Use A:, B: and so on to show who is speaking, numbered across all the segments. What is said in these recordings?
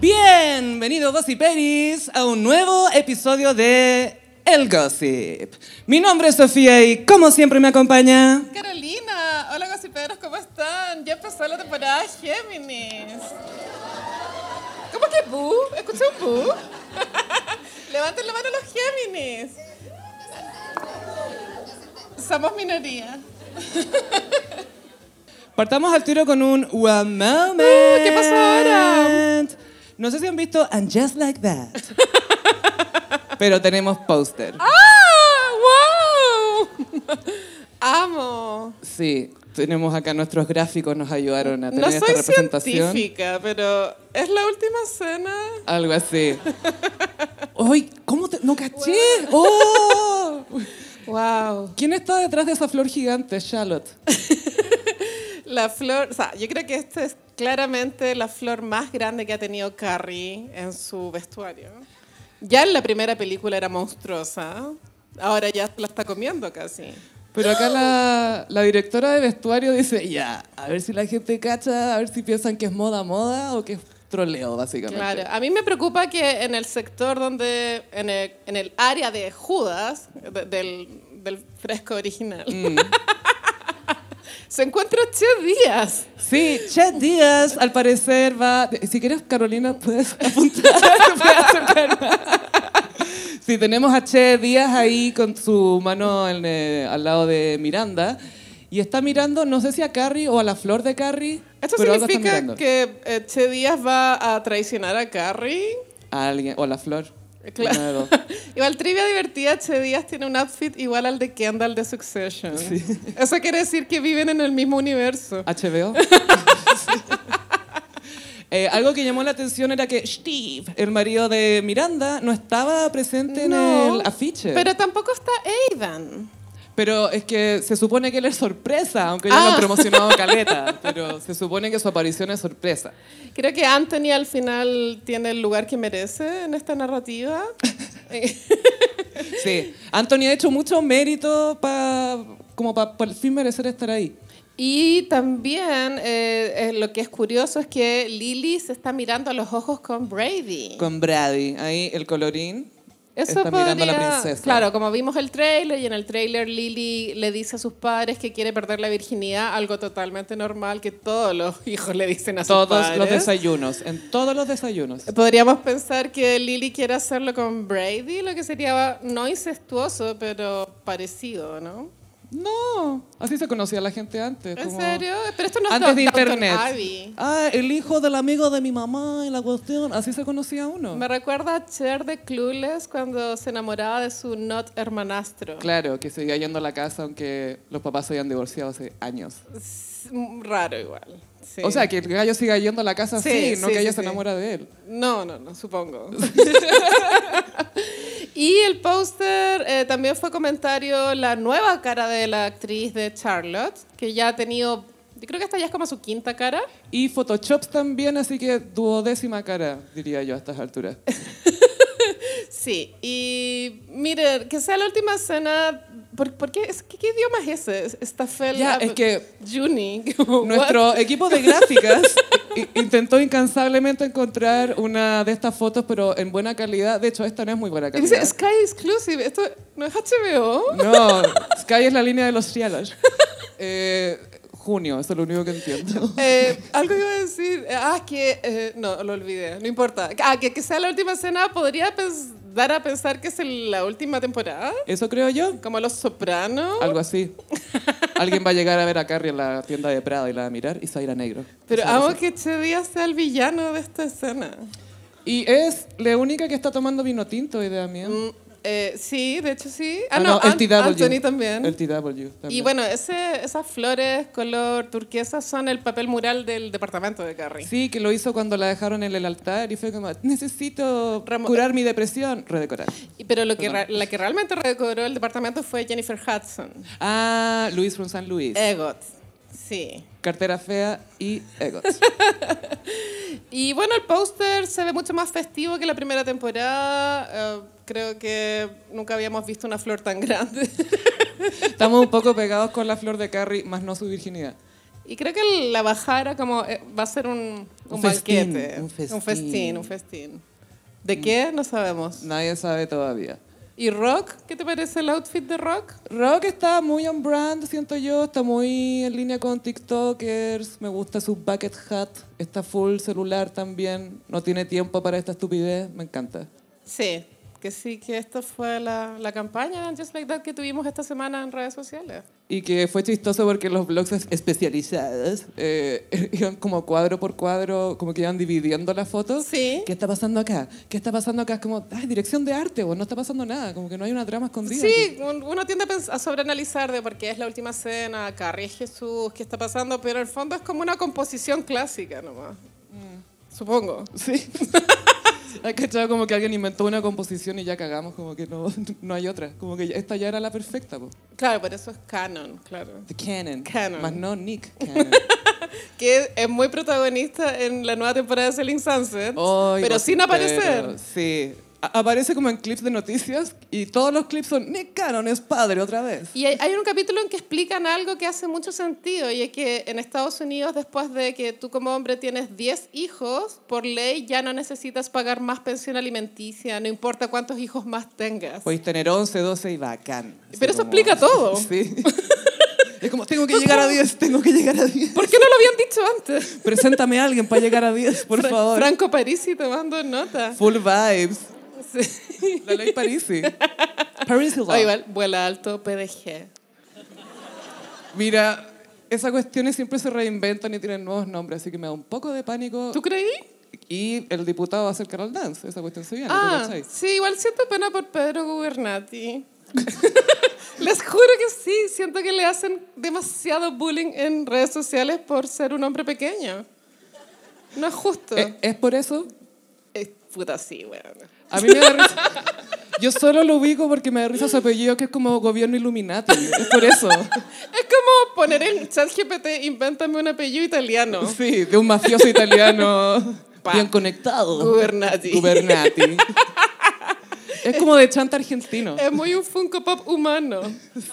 A: Bienvenidos Gossiperis a un nuevo episodio de El Gossip. Mi nombre es Sofía y como siempre me acompaña...
B: Carolina, hola gossiperos, ¿cómo están? Ya empezó la temporada Géminis. ¿Cómo que bu? ¿Escuché un bu? Levanten la mano los Géminis. Somos minoría.
A: Partamos al tiro con un One Moment.
B: Uh, ¿qué pasó ahora?
A: No sé si han visto And Just Like That. Pero tenemos póster.
B: ¡Ah! ¡Wow! Amo.
A: Sí, tenemos acá nuestros gráficos, nos ayudaron a tener
B: No
A: esta
B: soy
A: representación.
B: científica, pero es la última cena.
A: Algo así. ¡Ay! ¿Cómo te.? ¡No caché! ¡Oh!
B: Wow.
A: ¿Quién está detrás de esa flor gigante, Charlotte?
B: La flor, o sea, yo creo que esta es claramente la flor más grande que ha tenido Carrie en su vestuario. Ya en la primera película era monstruosa, ahora ya la está comiendo casi.
A: Pero acá la, la directora de vestuario dice: Ya, a ver si la gente cacha, a ver si piensan que es moda, moda o que es troleo, básicamente.
B: Claro, a mí me preocupa que en el sector donde, en el, en el área de Judas, de- del, del fresco original, se encuentra Che Díaz.
A: Sí, Chet Díaz, al parecer, va. Si quieres, Carolina, puedes apuntar. puedes acercarme. Sí, tenemos a Che Díaz ahí con su mano en, eh, al lado de Miranda. Y está mirando, no sé si a Carrie o a la flor de Carrie.
B: Esto
A: pero algo está
B: significa
A: mirando.
B: que eh, Che Díaz va a traicionar a Carrie.
A: A alguien, o a la flor.
B: Claro.
A: Una de dos.
B: Igual trivia divertida, Che Díaz tiene un outfit igual al de Kendall de Succession. Eso quiere decir que viven en el mismo universo.
A: HBO. Eh, algo que llamó la atención era que Steve, el marido de Miranda, no estaba presente en el afiche.
B: Pero tampoco está Aidan.
A: Pero es que se supone que él es sorpresa, aunque ya
B: Ah.
A: lo han promocionado caleta. pero se supone que su aparición es sorpresa.
B: Creo que Anthony al final tiene el lugar que merece en esta narrativa.
A: Sí. Anthony ha hecho mucho mérito para como para por fin merecer estar ahí.
B: Y también eh, eh, lo que es curioso es que Lily se está mirando a los ojos con Brady.
A: Con Brady, ahí el colorín.
B: Eso
A: está mirando a la
B: podría-
A: princesa.
B: Claro, como vimos el tráiler y en el tráiler Lily le dice a sus padres que quiere perder la virginidad, algo totalmente normal que todos los hijos le dicen a sus
A: Todos
B: padres.
A: los desayunos, en todos los desayunos.
B: Podríamos pensar que Lily quiere hacerlo con Brady, lo que sería no incestuoso, pero parecido, ¿no?
A: No, así se conocía la gente antes.
B: ¿En
A: como-
B: serio? Pero esto no es
A: Antes de
B: Downton
A: internet.
B: Abbey.
A: Ah, el hijo del amigo de mi mamá y la cuestión. Así se conocía uno.
B: Me recuerda a Cher de Clueless cuando se enamoraba de su not hermanastro.
A: Claro, que seguía yendo a la casa aunque los papás se habían divorciado hace años.
B: Es Raro igual. sí.
A: O sea, que el gallo siga yendo a la casa
B: Sí,
A: así, no
B: sí,
A: que ella
B: sí,
A: se
B: sí.
A: enamora de él.
B: No, no, no, supongo. y el póster eh, también fue comentario la nueva cara de la actriz de Charlotte, que ya ha tenido, yo creo que esta ya es como su quinta cara.
A: Y Photoshops también, así que duodécima cara, diría yo, a estas alturas.
B: Sí, y miren, que sea la última escena, ¿por, por qué, es- qué, qué idioma es ese? Estafel
A: Ya,
B: ab-
A: es que
B: Juni. como, what?
A: Nuestro equipo de gráficas i- intentó incansablemente encontrar una de estas fotos, pero en buena calidad. De hecho, esta no es muy buena
B: Y Dice
A: calidad.
B: Sky Exclusive, esto no es HBO.
A: No, Sky es la línea de los cielos. Eh, junio, eso es lo único que entiendo.
B: Eh, algo iba a decir. eh, Ah, que. eh, no, lo olvidé. No importa. Ah, que, que sea la última escena podría pens- dar a pensar que es el- la última temporada.
A: Eso creo yo.
B: Como Los Sopranos.
A: Algo así. Alguien va a llegar a ver a Carrie en la tienda de Prada y la va a mirar y se va a ir a negro.
B: Pero
A: Eso va a
B: amo
A: ser.
B: que Che Díaz sea el villano de esta escena.
A: Y es la única que está tomando vino tinto hoy de mía.
B: Mm, eh, sí, de hecho sí. Ah, no, An- Anthony también.
A: El TW también.
B: y bueno, ese, esas flores color turquesa son el papel mural del departamento de Carrie.
A: Sí, que lo hizo cuando la dejaron en el altar y fue como, necesito
B: Remo-
A: curar mi depresión, redecorar.
B: Y- Pero lo que ra- la que realmente redecoró el departamento fue Jennifer Hudson.
A: Ah, Luis from San Luis.
B: Egot. Sí.
A: Cartera fea y Egot.
B: Y bueno, el póster se ve mucho más festivo que la primera temporada. Eh, creo que nunca habíamos visto una flor tan grande.
A: Estamos un poco pegados con la flor de Carrie, más no su virginidad.
B: y creo que la bajada era como, eh, va a ser un, Un,
A: Un festín,
B: banquete.
A: un
B: Un festín,
A: festín.
B: un festín. ¿De qué? No sabemos.
A: Nadie sabe todavía.
B: ¿Y Rock? ¿Qué te parece el outfit de Rock?
A: Rock está muy on brand, siento yo, está muy en línea con TikTokers, me gusta su bucket hat, está full celular también, no tiene tiempo para esta estupidez, me encanta.
B: Sí, que sí, que esto fue la, la campaña Just Like That que tuvimos esta semana en redes sociales.
A: Y que fue chistoso porque los blogs es- especializados eh, iban como cuadro por cuadro, como que iban dividiendo las fotos.
B: Sí.
A: ¿Qué está pasando acá? ¿Qué está pasando acá? Es como, ay, dirección de arte, o no está pasando nada, como que no hay una trama escondida.
B: Sí, un- uno tiende a, pens- a sobreanalizar de por qué es la última cena, Carrie es Jesús, qué está pasando, pero en el fondo es como una composición clásica nomás. Supongo.
A: Sí. Hay cachado como que alguien inventó una composición y ya cagamos, como que no, no hay otra. Como que ya- esta ya era la perfecta, po.
B: Claro, por eso es canon, claro.
A: The Canon.
B: Canon.
A: Más no Nick Cannon.
B: Que es muy protagonista en la nueva temporada de Selling Sunset,
A: Ay,
B: pero sin
A: pero
B: aparecer.
A: Sí. A- aparece como en clips de noticias y todos los clips son Nick Cannon es padre otra vez.
B: Y hay, hay un capítulo en que explican algo que hace mucho sentido, y es que en Estados Unidos, después de que tú como hombre tienes 10 hijos, por ley ya no necesitas pagar más pensión alimenticia, no importa cuántos hijos más tengas.
A: Podéis tener 11, 12 y bacán.
B: Pero
A: Así
B: eso explica todo.
A: Sí. es como, tengo que llegar a 10, tengo que llegar a 10.
B: ¿Por qué no lo habían dicho antes?
A: Preséntame a alguien para llegar a 10, por
B: Fra-
A: favor.
B: Franco Parisi tomando nota.
A: Full vibes.
B: Sí.
A: La ley Parisi. Parisi law.
B: Oh, igual, vuela alto PDG.
A: Mira, esas cuestiones siempre se reinventan y tienen nuevos nombres, así que me da un poco de pánico.
B: ¿Tú creí?
A: Y el diputado va a hacer Carol Dance, esa cuestión se viene, ¿tú
B: Ah,
A: cachai?
B: sí, igual siento pena por Pedro Gubernati. Les juro que sí, siento que le hacen demasiado bullying en redes sociales por ser un hombre pequeño. No es justo.
A: ¿Es, Eh, es por eso?
B: Eh, puta, sí, weón.
A: A mí me da risa. Yo solo lo ubico porque me da risa su apellido, que es como gobierno Illuminati. Es por eso.
B: Es como poner en ChatGPT, invéntame un apellido italiano.
A: Sí, de un mafioso italiano
B: Pa.
A: bien conectado.
B: Gubernati.
A: Gubernati. Es como de chanta argentino.
B: Es muy un Funko Pop humano.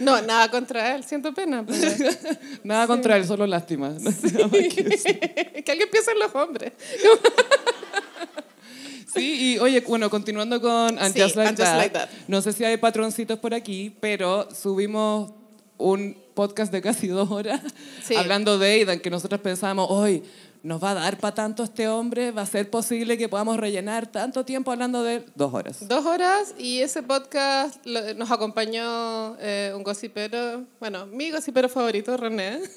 B: No, nada contra él, siento pena. pero-
A: Nada contra él, solo lástima.
B: que alguien piensa en los hombres.
A: Sí, y oye, bueno, continuando con And,
B: Sí,
A: Just, like
B: And Just
A: That,
B: Like That.
A: no sé si hay patroncitos por aquí, pero subimos un podcast de casi dos horas
B: Sí.
A: hablando de Aidan, que nosotros pensábamos, hoy nos va a dar para tanto este hombre, va a ser posible que podamos rellenar tanto tiempo hablando de él?". dos horas.
B: Dos horas y ese podcast lo- nos acompañó eh, un gocipero, bueno, mi gocipero favorito, René,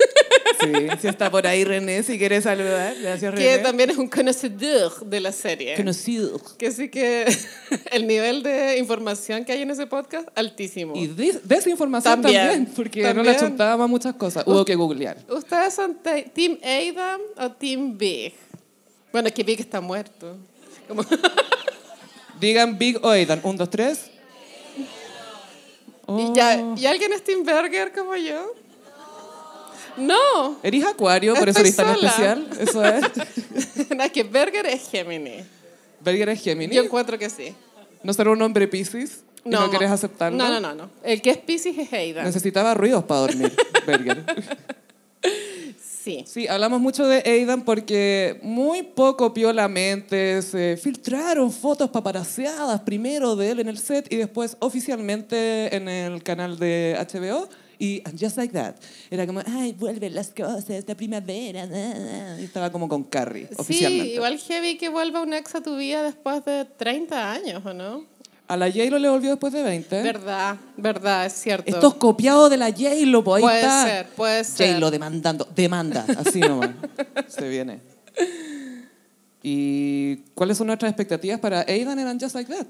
A: Sí, si está por ahí René, si quieres saludar, gracias
B: que
A: René.
B: también es un conocedor de la serie.
A: Conocido.
B: que sí que el nivel de información que hay en ese podcast, altísimo.
A: Y des- desinformación
B: También,
A: también, porque no le
B: también.
A: chuntábamos muchas cosas, hubo que googlear.
B: ¿Ustedes son te- Team Adam o Team Big? Bueno, es que Big está muerto. Como-
A: Digan Big Oidan, un, dos, tres. Oh.
B: ¿Y, ya, ¿Y alguien es Team Burger como yo? No,
A: ¿Eres acuario? Por eso eres tan
B: Estoy sola.
A: especial. Eso es.
B: no, es que Burger es Gemini.
A: Berger es Géminis.
B: Yo encuentro que sí.
A: ¿No será un hombre Pisces? ¿Y ¿No, quieres aceptarlo?
B: No, no, no, no. El que es Pisces es Aidan.
A: Necesitaba ruidos para dormir, Berger.
B: Sí.
A: Sí, hablamos mucho de Aidan porque muy poco pió la mente. Se filtraron fotos paparaseadas primero de él en el set y después oficialmente en el canal de HBO. Y And Just Like That. Era como, ay, vuelven las cosas, la primavera. na, na". Y estaba como con Carrie, oficialmente.
B: Sí, igual heavy que vuelva un ex a tu vida después de 30 años, ¿o no?
A: A la J-Lo le volvió después de 20.
B: Verdad, verdad, es cierto.
A: Esto es copiado de la J-Lo, pues ahí
B: puede
A: está.
B: ser, puede ser.
A: J-Lo demandando, demanda, así nomás. Se viene. ¿Y cuáles son nuestras expectativas para Aidan en And Just Like That?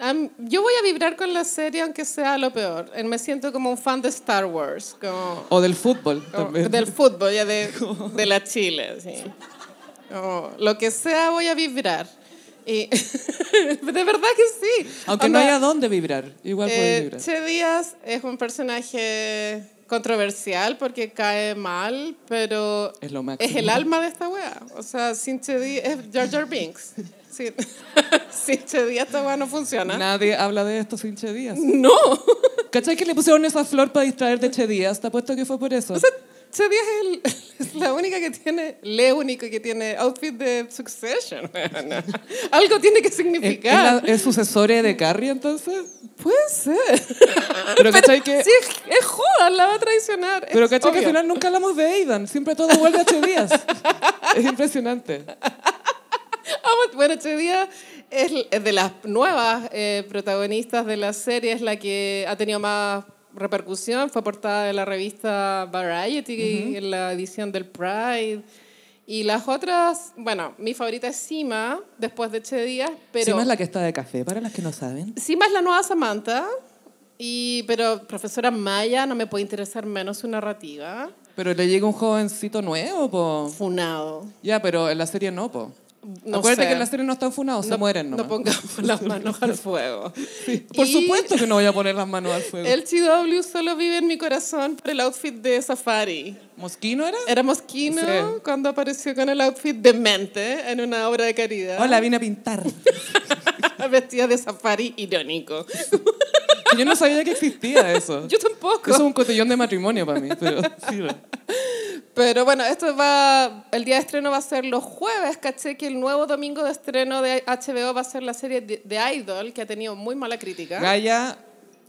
B: Am- yo voy a vibrar con la serie aunque sea lo peor. Eh, Me siento como un fan de Star Wars, como,
A: O del fútbol
B: como
A: también.
B: Oh, del fútbol, ya de, de la Chile. sí. Como, lo que sea voy a vibrar. Y de verdad que sí.
A: Aunque no
B: Onda,
A: haya dónde vibrar, igual puede
B: Eh,
A: vibrar.
B: Che Díaz es un personaje controversial porque cae mal, pero
A: Es lo máximo.
B: es el alma de esta wea. O sea, sin Che Díaz es Jar Jar Binks. Sin, sin Che Díaz esta wea no funciona.
A: Nadie habla de esto sin Che Díaz.
B: No.
A: ¿Cachai que le pusieron esa flor para distraer de Che Díaz? Te apuesto que fue por eso.
B: Che Díaz es, el- es la única que tiene, le único que tiene outfit de Succession. weona. Algo tiene que
A: ¿Es, es la-
B: significar.
A: es sucesora de Carrie entonces?
B: Puede ser.
A: Pero cachai que...
B: Sí, es, es joda, la va a traicionar.
A: Pero
B: es
A: cachai que al
B: obvio.
A: final nunca hablamos de Aidan, siempre todo vuelve a Che Díaz. Es impresionante.
B: Vamos, Ah, Bueno, Che Díaz es l- es de las nuevas eh, protagonistas de la serie, es la que ha tenido más repercusión, fue portada de la revista Variety en la edición del Pride. Y las otras, bueno, mi favorita es Sima, después de Che Díaz, pero...
A: Sima es la que está de café, para las que no saben.
B: Sima es la nueva Samantha, y, pero profesora Maya no me puede interesar menos su narrativa.
A: Pero le llega un jovencito nuevo, po.
B: Funado.
A: Ya, pero en la serie no, po.
B: No
A: Acuérdate
B: sé.
A: que en la serie no están funados, se mueren nomás.
B: No pongamos las manos al fuego.
A: Por
B: Y-
A: supuesto que no voy a poner las manos al fuego.
B: El CW solo vive en mi corazón por el outfit de Safari.
A: ¿Mosquino era?
B: Era Mosquino
A: Sí.
B: cuando apareció con el outfit de Mente en una obra de caridad.
A: Hola, vine a pintar.
B: Vestida de Safari irónico.
A: Yo no sabía que existía eso.
B: Yo tampoco.
A: Eso es un cotillón de matrimonio para mí. Pero, sí, no.
B: Pero bueno, esto va. El día de estreno va a ser los jueves. Caché que el nuevo domingo de estreno de HBO va a ser la serie de, de Idol, que ha tenido muy mala crítica.
A: Gaia,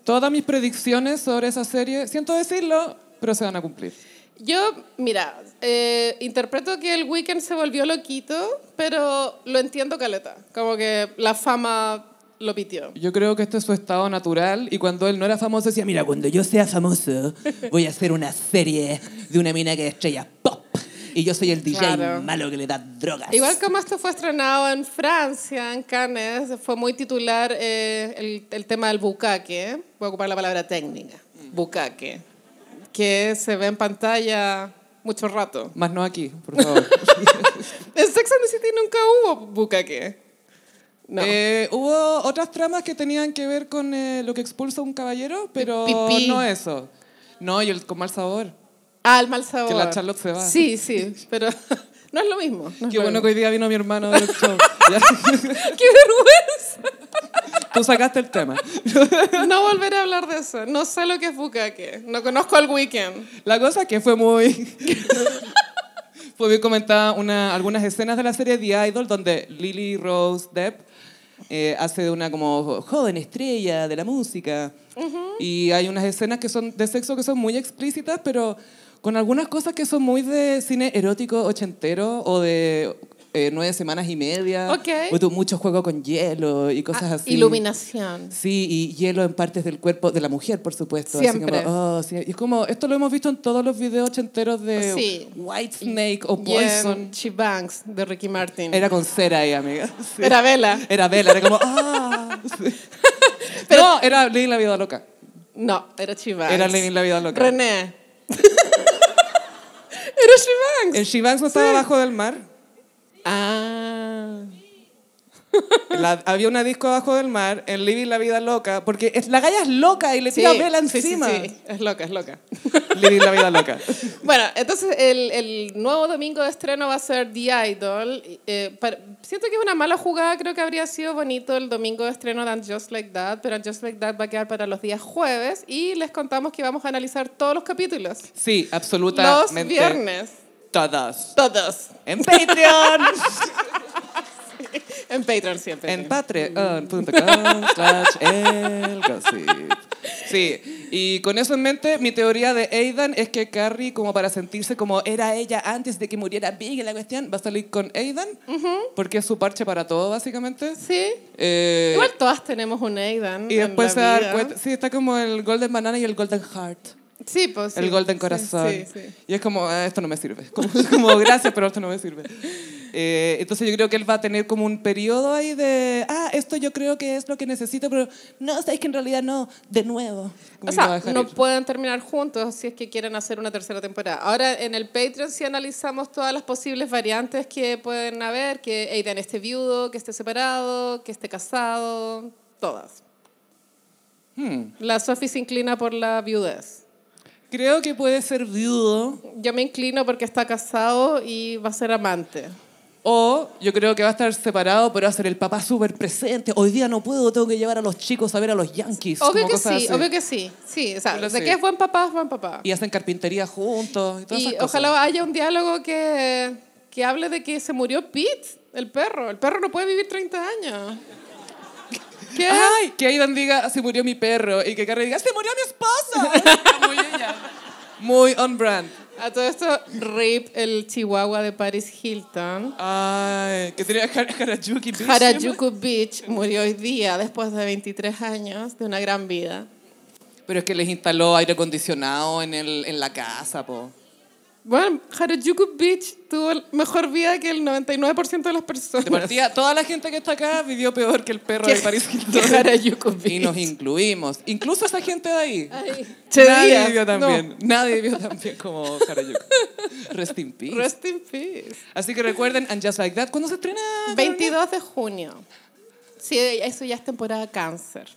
A: todas mis predicciones sobre esa serie, siento decirlo, pero se van a cumplir.
B: Yo, mira, eh, interpreto que el weekend se volvió loquito, pero lo entiendo caleta. Como que la fama lo pitió.
A: Yo creo que este es su estado natural y cuando él no era famoso decía, mira, cuando yo sea famoso voy a hacer una serie de una mina que estrella pop y yo soy el DJ
B: Claro.
A: malo que le da drogas.
B: Igual como esto fue estrenado en Francia, en Cannes, fue muy titular eh, el, el tema del bucaque. Voy a ocupar la palabra técnica,
A: Mm.
B: bucaque, que se ve en pantalla mucho rato.
A: Más no aquí, por favor.
B: En Sex and the City nunca hubo bucaque. No.
A: Eh, hubo otras tramas que tenían que ver con eh, lo que expulsa un caballero, pero
B: Pipí.
A: no eso. No, y el con mal sabor.
B: ah, el mal sabor.
A: la Charlotte se va.
B: Sí, sí, pero no es lo mismo. no es
A: Qué bueno
B: lo mismo.
A: que hoy día vino mi hermano del show. Ya,
B: ¡Qué vergüenza!
A: Tú sacaste el tema.
B: No volveré a hablar de eso. No sé lo que es bucaque. No conozco el weekend.
A: La cosa que fue muy... fue bien comentada una, algunas escenas de la serie The Idol donde Lily Rose Depp eh, hace de una como joven estrella de la música. Y hay unas escenas que son de sexo que son muy explícitas, pero con algunas cosas que son muy de cine erótico ochentero o de eh, nueve semanas y media.
B: Ok. Ah,
A: O tu- mucho juego con hielo y cosas así.
B: Iluminación.
A: Sí, y hielo en partes del cuerpo de la mujer, por supuesto. Así
B: Siempre.
A: como, oh, sí. Y es como, esto lo hemos visto en todos los videos ochenteros de
B: Sí.
A: White Snake o
B: Y en
A: Poison.
B: She Banks de Ricky Martin. Era,
A: Era con cera ahí, amiga. Sí.
B: Vela.
A: Era vela, era como, ah. Sí. no, era Lily la vida loca.
B: No, era She Banks.
A: Era Lenin la vida loca.
B: René. era She Banks.
A: El Shibanks no estaba abajo del mar. Eh,
B: Ah.
A: La- había una disco abajo del mar en Living la vida loca, porque es, la galla es loca y le tira vela
B: sí, sí,
A: encima.
B: sí. Es loca, es loca.
A: Living la vida loca.
B: Bueno, entonces el, el nuevo domingo de estreno va a ser The Idol. Eh, par- siento que es una mala jugada, creo que habría sido bonito el domingo de estreno de And Just Like That, pero And Just Like That va a quedar para los días jueves y les contamos que vamos a analizar todos los capítulos.
A: Sí,
B: Los
A: absolutamente.
B: viernes,
A: Todas.
B: todos,
A: En Patreon.
B: en Patreon siempre.
A: En patreon.com slash el gossip. Sí, y con eso en mente, mi teoría de Aidan es que Carrie, como para sentirse como era ella antes de que muriera Big en la cuestión, va a salir con Aidan, porque es su parche para todo, básicamente.
B: sí,
A: Eh,
B: igual todas tenemos un Aidan.
A: y
B: en
A: después se
B: la
A: va a dar
B: vida.
A: cuenta, sí, está como el Golden Banana y el Golden Heart,
B: Sí, pues. sí,
A: el Golden
B: sí,
A: Corazón.
B: sí, sí.
A: Y es como, "Ah, esto no me sirve. Como, como, gracias, pero esto no me sirve. Eh, entonces yo creo que él va a tener como un periodo ahí de, ah, esto yo creo que es lo que necesito, pero no, sabes que en realidad no, de nuevo. Como que lo va
B: O
A: a
B: sea,
A: dejar
B: no
A: ir.
B: pueden terminar juntos si es que quieren hacer una tercera temporada. Ahora en el Patreon sí analizamos todas las posibles variantes que pueden haber, que Aidan esté viudo, que esté separado, que esté casado, todas.
A: Hmm.
B: La Sophie se inclina por la viudez.
A: Creo que puede ser viudo.
B: Yo me inclino porque está casado y va a ser amante.
A: O yo creo que va a estar separado, pero va a ser el papá súper presente. Hoy día no puedo, tengo que llevar a los chicos a ver a los Yankees.
B: Obvio
A: como
B: que sí,
A: cosas así.
B: obvio que sí. Sí, o sea,
A: Pero
B: de
A: sí.
B: que es buen papá, es buen papá.
A: Y hacen carpintería juntos y todas
B: Y
A: esas cosas.
B: ojalá haya un diálogo que, que hable de que se murió Pete, el perro. El perro no puede vivir 30 años. ¿Qué?
A: Ay, que Aidan diga, se murió mi perro. Y que Carrie diga, se murió mi esposa. Como ella. Muy on brand.
B: A todo esto, Rip, el chihuahua de Paris Hilton.
A: Ay, que tenía Har- Harajuku. Beach, ¿se llama?
B: Harajuku Beach murió hoy día después de 23 años de una gran vida.
A: Pero es que les instaló aire acondicionado en, el, en la casa, po.
B: Bueno, Harajuku Beach tuvo mejor vida que el 99% de las personas.
A: De partida, toda la gente que está acá vivió peor que el perro de Paris
B: que
A: Hilton.
B: Harajuku
A: Y nos
B: Beach.
A: incluimos. Incluso esa gente de ahí.
B: Ay,
A: Nadie
B: Díaz,
A: vivió tan
B: no.
A: bien. Nadie vivió tan bien como Harajuku. Rest in peace.
B: Rest in peace.
A: Así que recuerden, And Just Like That, ¿cuándo se estrena? Carolina?
B: 22 de junio. Sí, eso ya es temporada cáncer.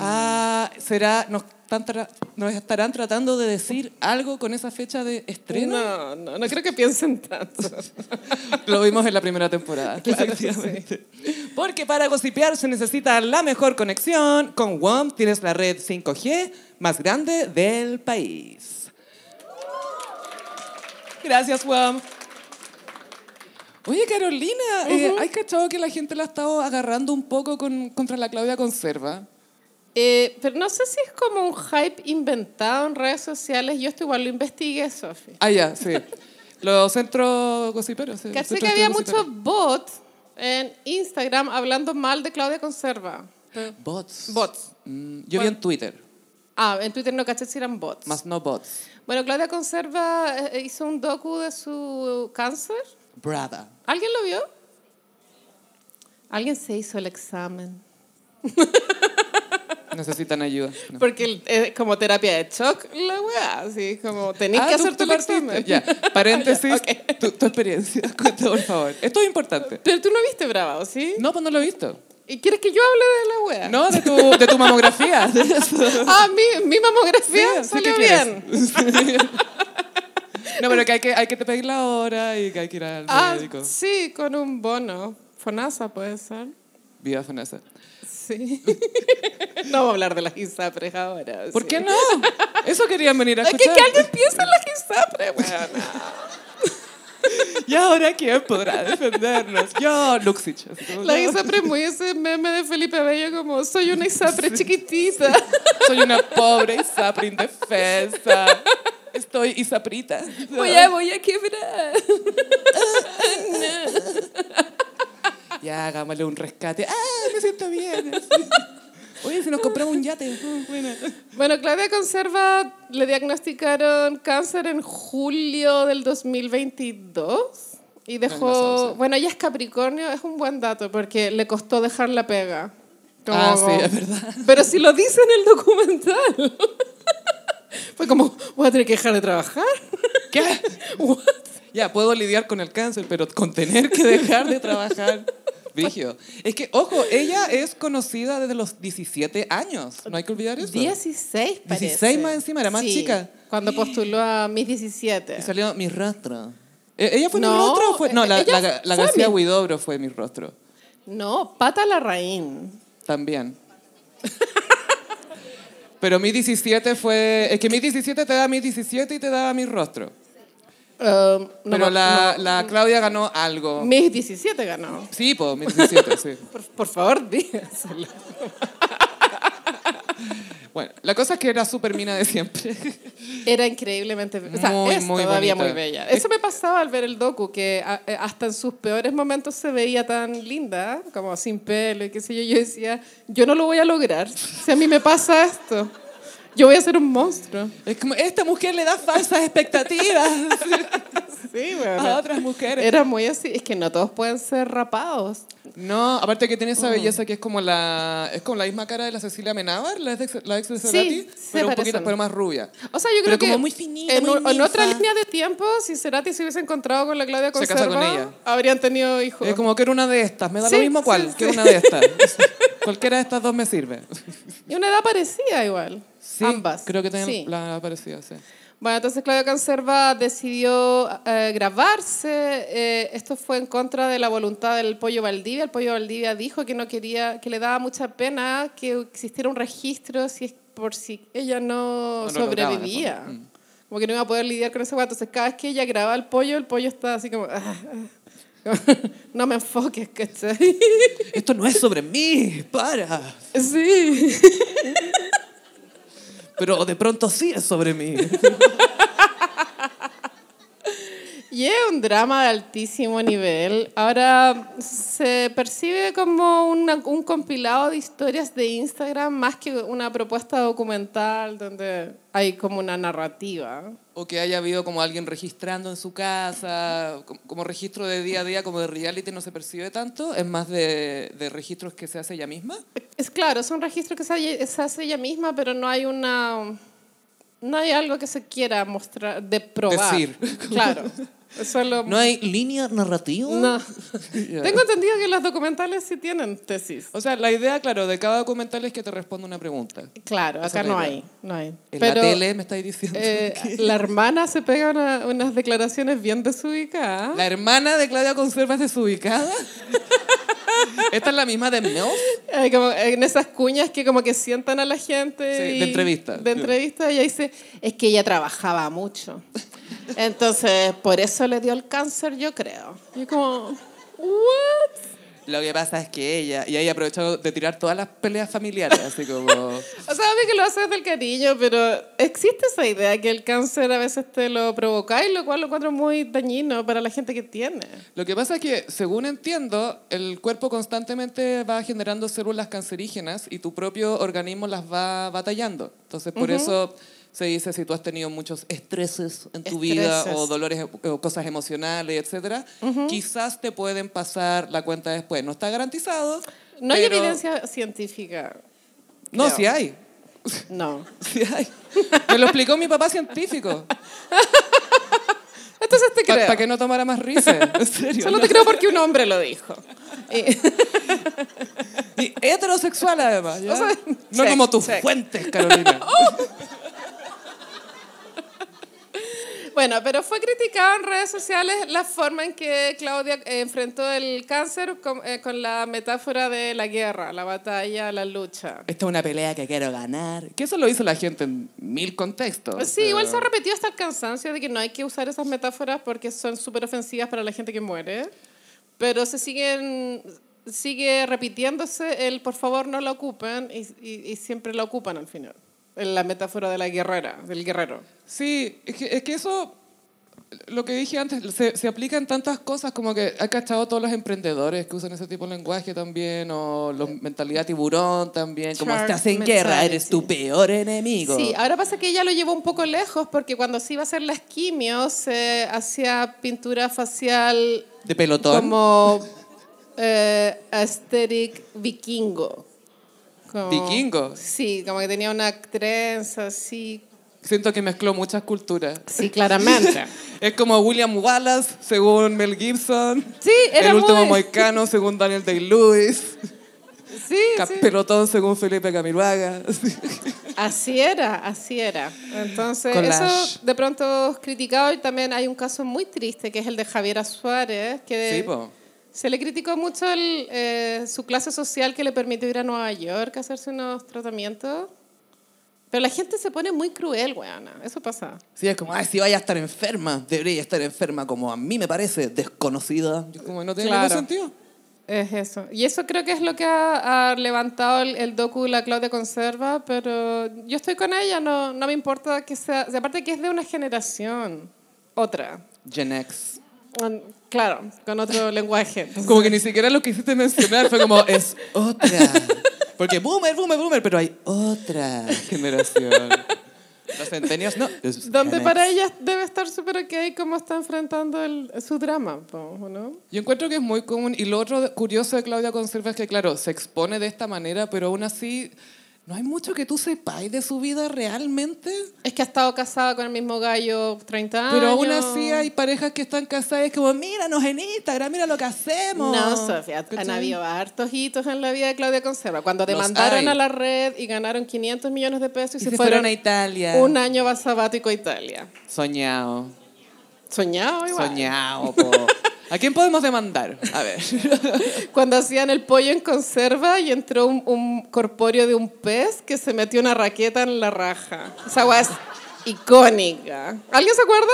A: Ah, será, nos, están tra- nos estarán tratando de decir algo con esa fecha de estreno.
B: No, no, no creo que piensen tanto.
A: Lo vimos en la primera temporada. efectivamente. Porque para gossipear se necesita la mejor conexión. Con WOM tienes la red 5G más grande del país. Gracias, WOM. Oye, Carolina, eh, ¿hay cachado que la gente la ha estado agarrando un poco con- contra la Claudia Conserva?
B: Eh, pero no sé si es como un hype inventado en redes sociales. Yo esto igual lo investigué, Sofi.
A: Ah, ya, sí. Los centros gossiperos. sí,
B: Caché
A: centros
B: que había
A: gossiperos.
B: muchos bots en Instagram hablando mal de Claudia Conserva.
A: Bots.
B: Bots.
A: Mm, yo vi
B: Bueno.
A: en Twitter,
B: Ah, en Twitter no caché si eran bots.
A: más no bots.
B: Bueno, Claudia Conserva eh, hizo un docu de su cáncer.
A: Brava.
B: ¿Alguien lo vio? Alguien se hizo el examen.
A: Necesitan ayuda. No.
B: Porque el- es como terapia de shock, la weá, así como tenéis
A: Ah,
B: que
A: tú-
B: hacer
A: tú
B: tu
A: partiste.
B: examen.
A: Ya, paréntesis,
B: Ah, ya,
A: tu, tu experiencia, cuenta por favor. Esto es importante.
B: Pero tú no viste Bravo, ¿sí?
A: No, pues no lo he visto.
B: ¿Y quieres que yo hable de la weá?
A: No, de tu, de tu mamografía. De eso.
B: Ah, mi, mi mamografía
A: Sí, sí,
B: salió
A: ¿qué
B: bien.
A: quieres? Sí. No, pero que hay que, hay que te pedir la hora y que hay que ir al
B: Ah,
A: médico.
B: sí, con un bono. Fonasa puede ser.
A: Viva FONASA.
B: Sí. no vamos a hablar de las ISAPRES ahora.
A: ¿Por
B: sí.
A: qué no? Eso querían venir a
B: Es que,
A: escuchar.
B: que alguien piensa en las ISAPRES, weón.
A: ¿Y ahora quién podrá defendernos? Yo, Luxich. Así como,
B: La
A: yo.
B: ISAPRE es muy ese meme de Felipe Bello como soy una ISAPRE chiquitita.
A: Soy una pobre Isapri indefensa. Estoy Isaprita.
B: Voy a, voy a quebrar.
A: Ya, hagámosle un rescate. ¡Ah, me siento bien! Así. Oye, si nos compramos un yate. Oh, buena.
B: Bueno, Claudia Conserva le diagnosticaron cáncer en julio del 2022 y
A: No, no sé,
B: dejó,
A: sí.
B: bueno, ella es Capricornio, es un buen dato porque le costó dejar la pega.
A: Ah, sí, es verdad.
B: Pero si lo dice en el documental. Fue como, voy a tener que dejar de trabajar.
A: ¿Qué?
B: What?
A: Ya, puedo lidiar con el cáncer, pero con tener que dejar de trabajar. Vigio. Es que, ojo, ella es conocida desde los 17 años. No hay que olvidar eso.
B: 16 parece.
A: 16 más encima, era más
B: Sí,
A: chica.
B: Cuando postuló a mis 17.
A: Y salió mi rostro. ¿E- ¿Ella fue mi
B: No,
A: rostro? o fue- No, la,
B: ella
A: la, la,
B: fue
A: García
B: mi-
A: Huidobro fue mi rostro.
B: No, Pata Larraín.
A: También. Pero mi 17 fue. Es que mi 17 te da mi 17 y te da mi rostro.
B: Um, no
A: Pero
B: me-
A: la,
B: no.
A: la Claudia ganó algo.
B: Mis 17 ganó.
A: Sí, po, mi 17, sí.
B: Por, por favor, dígaselo.
A: Bueno, la cosa es que era súper mina de siempre.
B: Era increíblemente... O sea,
A: Muy,
B: es
A: muy
B: todavía
A: bonita.
B: muy bella. Eso me pasaba al ver el docu, que a- eh, hasta en sus peores momentos se veía tan linda, como sin pelo y qué sé yo. Yo decía, yo no lo voy a lograr. Si a mí me pasa esto, yo voy a ser un monstruo.
A: Es como, esta mujer le da falsas expectativas
B: Sí,
A: a
B: bueno.
A: otras mujeres.
B: Era muy así. Es que no todos pueden ser rapados.
A: No, aparte que tiene
B: Oh.
A: esa belleza que es como la es como la misma cara de la Cecilia Menábar, la ex de, la ex de
B: Sí,
A: Cerati,
B: se
A: pero, un poquito,
B: parecen.
A: pero más rubia.
B: O sea, yo
A: Pero
B: creo
A: como
B: que
A: muy finita,
B: en,
A: muy
B: un- en otra
A: ninfa.
B: línea de tiempo, si Cerati se hubiese encontrado con la Claudia
A: Se casa
B: Conserva,
A: con ella.
B: habrían tenido hijos.
A: Es como que era una de estas, me da
B: Sí,
A: lo mismo cuál,
B: sí,
A: que
B: sí.
A: una de estas. Cualquiera de estas dos me sirve.
B: Y una edad parecida igual.
A: Sí,
B: Ambas.
A: Creo que tienen
B: Sí.
A: la parecida, sí.
B: Bueno, entonces Claudio Canserva decidió eh, grabarse. eh, esto fue en contra de la voluntad del Pollo Valdivia. El Pollo Valdivia dijo que no quería, que le daba mucha pena que existiera un registro si es por si ella no,
A: No lo lograba, en el Mm.
B: sobrevivía. Como que no iba a poder lidiar con ese guato. Entonces, cada vez que ella grababa el pollo, el pollo estaba así como. "Ah, ah". no me enfoques, ¿cachai?
A: Esto no es sobre mí, para.
B: sí.
A: Pero de pronto sí es sobre mí.
B: Y es un drama de altísimo nivel. Ahora se percibe como una- un compilado de historias de Instagram más que una propuesta documental donde hay como una narrativa.
A: O que haya habido como alguien registrando en su casa, com- como registro de día a día, como de reality no se percibe tanto, es más de, de registros que se hace ella misma.
B: Es claro, es un registro que se halle- se hace ella misma, pero no hay una... No hay algo que se quiera mostrar, de probar.
A: Decir.
B: Claro. Eso es lo...
A: ¿No hay línea narrativa?
B: No.
A: Ya.
B: Tengo entendido que los documentales sí tienen tesis.
A: O sea, la idea, claro, de cada documental es que te responde una pregunta.
B: Claro,
A: Esa
B: acá
A: es la
B: no
A: idea.
B: hay, no hay.
A: En
B: Pero-
A: la tele me estáis diciendo.
B: Eh,
A: que-
B: la hermana se pega una- unas declaraciones bien desubicadas.
A: La hermana de Claudia Conserva es desubicada. Esta es la misma de Milf.
B: Eh, como en esas cuñas que como que sientan a la gente.
A: Sí,
B: y-
A: de entrevista.
B: De entrevista. Ella dice, es que ella trabajaba mucho. Entonces, por eso le dio el cáncer, yo creo. Y es como, ¿what?
A: Lo que pasa es que ella, y ahí aprovechó de tirar todas las peleas familiares, así como...
B: O sea, a mí que lo haces del cariño, pero existe esa idea que el cáncer a veces te lo provoca y lo cual lo encuentro muy dañino para la gente que tiene.
A: Lo que pasa es que, según entiendo, el cuerpo constantemente va generando células cancerígenas y tu propio organismo las va batallando. Entonces, por eso se dice si tú has tenido muchos estreses en tu vida
B: Estreses.
A: o dolores eh, o cosas emocionales, etcétera, quizás te pueden pasar la cuenta después. No está garantizado.
B: No hay
A: pero-
B: evidencia científica.
A: No,
B: creo.
A: sí hay.
B: No.
A: Sí hay. Me lo explicó mi papá científico.
B: Entonces te creo.
A: Para que no tomara más risa. En serio.
B: Solo te creo porque un hombre lo dijo. Y-
A: Y heterosexual además. ¿ya?
B: O sea,
A: no
B: check,
A: como tus
B: check.
A: fuentes, Carolina.
B: bueno, pero fue criticado en redes sociales la forma en que Claudia eh, enfrentó el cáncer con, eh, con la metáfora de la guerra, la batalla, la lucha.
A: Esta es una pelea que quiero ganar. Que eso lo dice la gente en mil contextos.
B: Pues Sí, igual se ha
A: Pero-
B: repetido hasta el cansancio de que no hay que usar esas metáforas porque son súper ofensivas para la gente que muere, pero se siguen, sigue repitiéndose el por favor no la ocupen y, y- y siempre la ocupan al final. La metáfora de la guerrera, del guerrero.
A: Sí, es que, es que eso, lo que dije antes, se, se aplica en tantas cosas como que ha cachado todos los emprendedores que usan ese tipo de lenguaje también, o los mentalidad tiburón también, como
B: Shark
A: estás en guerra,
B: mentality.
A: eres tu peor enemigo.
B: Sí, ahora pasa que ella lo llevó un poco lejos porque cuando se iba a hacer las quimios se hacía pintura facial
A: De pelotón.
B: como eh, aesthetic vikingo. Como-
A: ¿Vikingo?
B: Sí, como que tenía una trenza así.
A: Siento que mezcló muchas culturas.
B: Sí, claramente.
A: Es como William Wallace, según Mel Gibson.
B: Sí, era
A: El último
B: muy-
A: moicano, según Daniel Day-Lewis.
B: Sí,
A: Cap-
B: sí.
A: Pelotón, según Felipe Camiruaga.
B: Así era, así era. Entonces,
A: Collage.
B: eso de pronto es criticado y también hay un caso muy triste que es el de Javiera Suárez, que
A: Sí, po.
B: se le criticó mucho el, eh, su clase social que le permitió ir a Nueva York a hacerse unos tratamientos. Pero la gente se pone muy cruel, weona. Eso pasa.
A: Sí, es como, ay, si vaya a estar enferma, debería estar enferma, como a mí me parece, desconocida. Yo como, no tiene
B: Claro.
A: ningún sentido.
B: Es eso. Y eso creo que es lo que ha, ha levantado el, el docu La Claudia Conserva, pero yo estoy con ella, no, no me importa que sea... y Aparte que es de una generación, otra.
A: Gen X.
B: Mm, Claro, con otro lenguaje. Entonces,
A: Como que ni siquiera lo quisiste mencionar, fue como, es otra. Porque boomer, boomer, boomer, pero hay otra generación. Los centenios, no. es
B: Donde
A: Gen
B: para
A: X.
B: ella debe estar súper ok cómo está enfrentando el- su drama, po, ¿o ¿no?
A: Yo encuentro que es muy común. Y lo otro curioso de Claudia Conserva es que, claro, se expone de esta manera, pero aún así ¿No hay mucho que tú sepáis de su vida realmente?
B: Es que ha estado casada con el mismo gallo 30 años.
A: Pero aún así hay parejas que están casadas y es como, míranos en Instagram, mira lo que hacemos.
B: No, Sofía, han
A: ¿Cachai?
B: habido hartos hitos en la vida de Claudia Conserva. Cuando
A: Los
B: demandaron
A: hay.
B: a la red y ganaron 500 millones de pesos y,
A: Y se fueron a Italia.
B: un año va sabático a Italia.
A: Soñado.
B: Soñado igual.
A: Soñado, po. ¿A quién podemos demandar? A ver.
B: Cuando hacían el pollo en conserva y entró un, un corpóreo de un pez que se metió una raqueta en la raja. Esa agua es icónica. ¿Alguien se acuerda?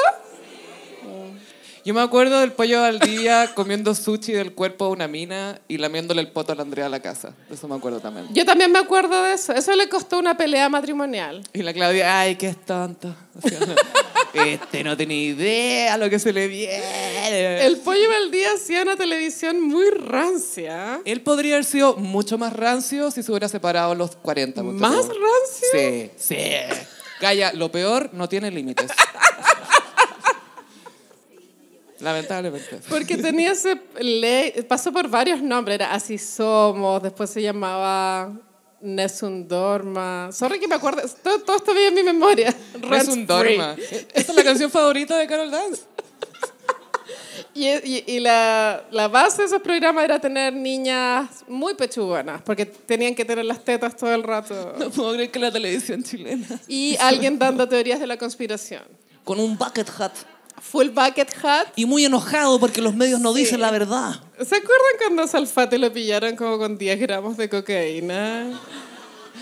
A: Yo me acuerdo del pollo Valdivia comiendo sushi del cuerpo de una mina y lamiéndole el poto a la Andrea de la casa. De Eso me acuerdo también.
B: Yo también me acuerdo de eso. Eso le costó una pelea matrimonial.
A: Y la Claudia, ay, qué tonto. Este no tenía idea lo que se le viene.
B: El pollo Valdía hacía una televisión muy rancia.
A: Él podría haber sido mucho más rancio si se hubiera separado a los 40. ponte
B: ¿Más
A: tú.
B: rancio?
A: Sí, sí. Calla, lo peor no tiene límites. Lamentablemente.
B: Porque tenía ese... le- pasó por varios nombres. Era Así Somos, después se llamaba Nessun Dorma. Sorry que me acuerdo. Todo, todo está bien en mi memoria.
A: Es un dorma.
B: Rent-free.
A: Esta es la canción favorita de Carol Dance.
B: Y, y- y la, la base de esos programas era tener niñas muy pechugonas, porque tenían que tener las tetas todo el rato.
A: No puedo creer que la televisión chilena.
B: Y alguien dando teorías de la conspiración.
A: Con un bucket hat.
B: Full bucket hat.
A: Y muy enojado porque los medios no dicen la verdad.
B: ¿Se acuerdan cuando a Salfate lo pillaron como con 10 gramos de cocaína?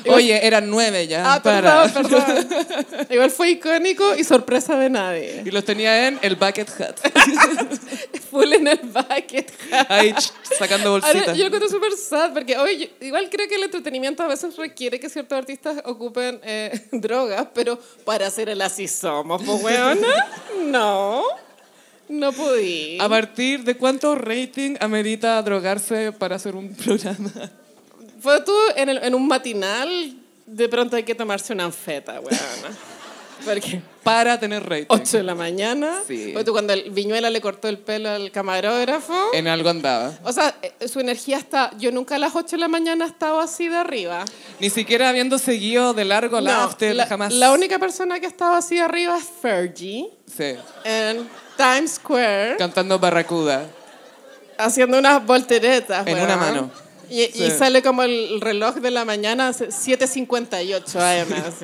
A: Oye, eran nueve ya.
B: Ah,
A: para.
B: perdón, perdón. Igual fue icónico y sorpresa de nadie.
A: Y los tenía en el bucket hat.
B: Full en el bucket hat.
A: Ahí ch, sacando bolsitas.
B: Ahora, yo lo encuentro súper sad, porque hoy yo- igual creo que el entretenimiento a veces requiere que ciertos artistas ocupen eh, drogas, pero para hacer el así somos, pues weona, no, no podí.
A: ¿A partir de cuánto rating amerita drogarse para hacer un programa?
B: Fue tú en, el- en un matinal, de pronto hay que tomarse una anfeta, weona. Porque
A: Para tener rating.
B: 8 de la mañana,
A: Sí.
B: fue tú cuando el Viñuela le cortó el pelo al camarógrafo.
A: En algo andaba.
B: O sea, eh, su energía está... Yo nunca a las 8 de la mañana estaba así de arriba.
A: Ni siquiera habiendo seguido de largo
B: No,
A: la after,
B: la,
A: jamás.
B: la única persona que estaba así arriba es Fergie
A: Sí.
B: en Times Square
A: Cantando Barracuda.
B: haciendo unas volteretas.
A: En
B: weón.
A: una mano.
B: Y, y
A: Sí.
B: sale como el reloj de la mañana, 7.58 además.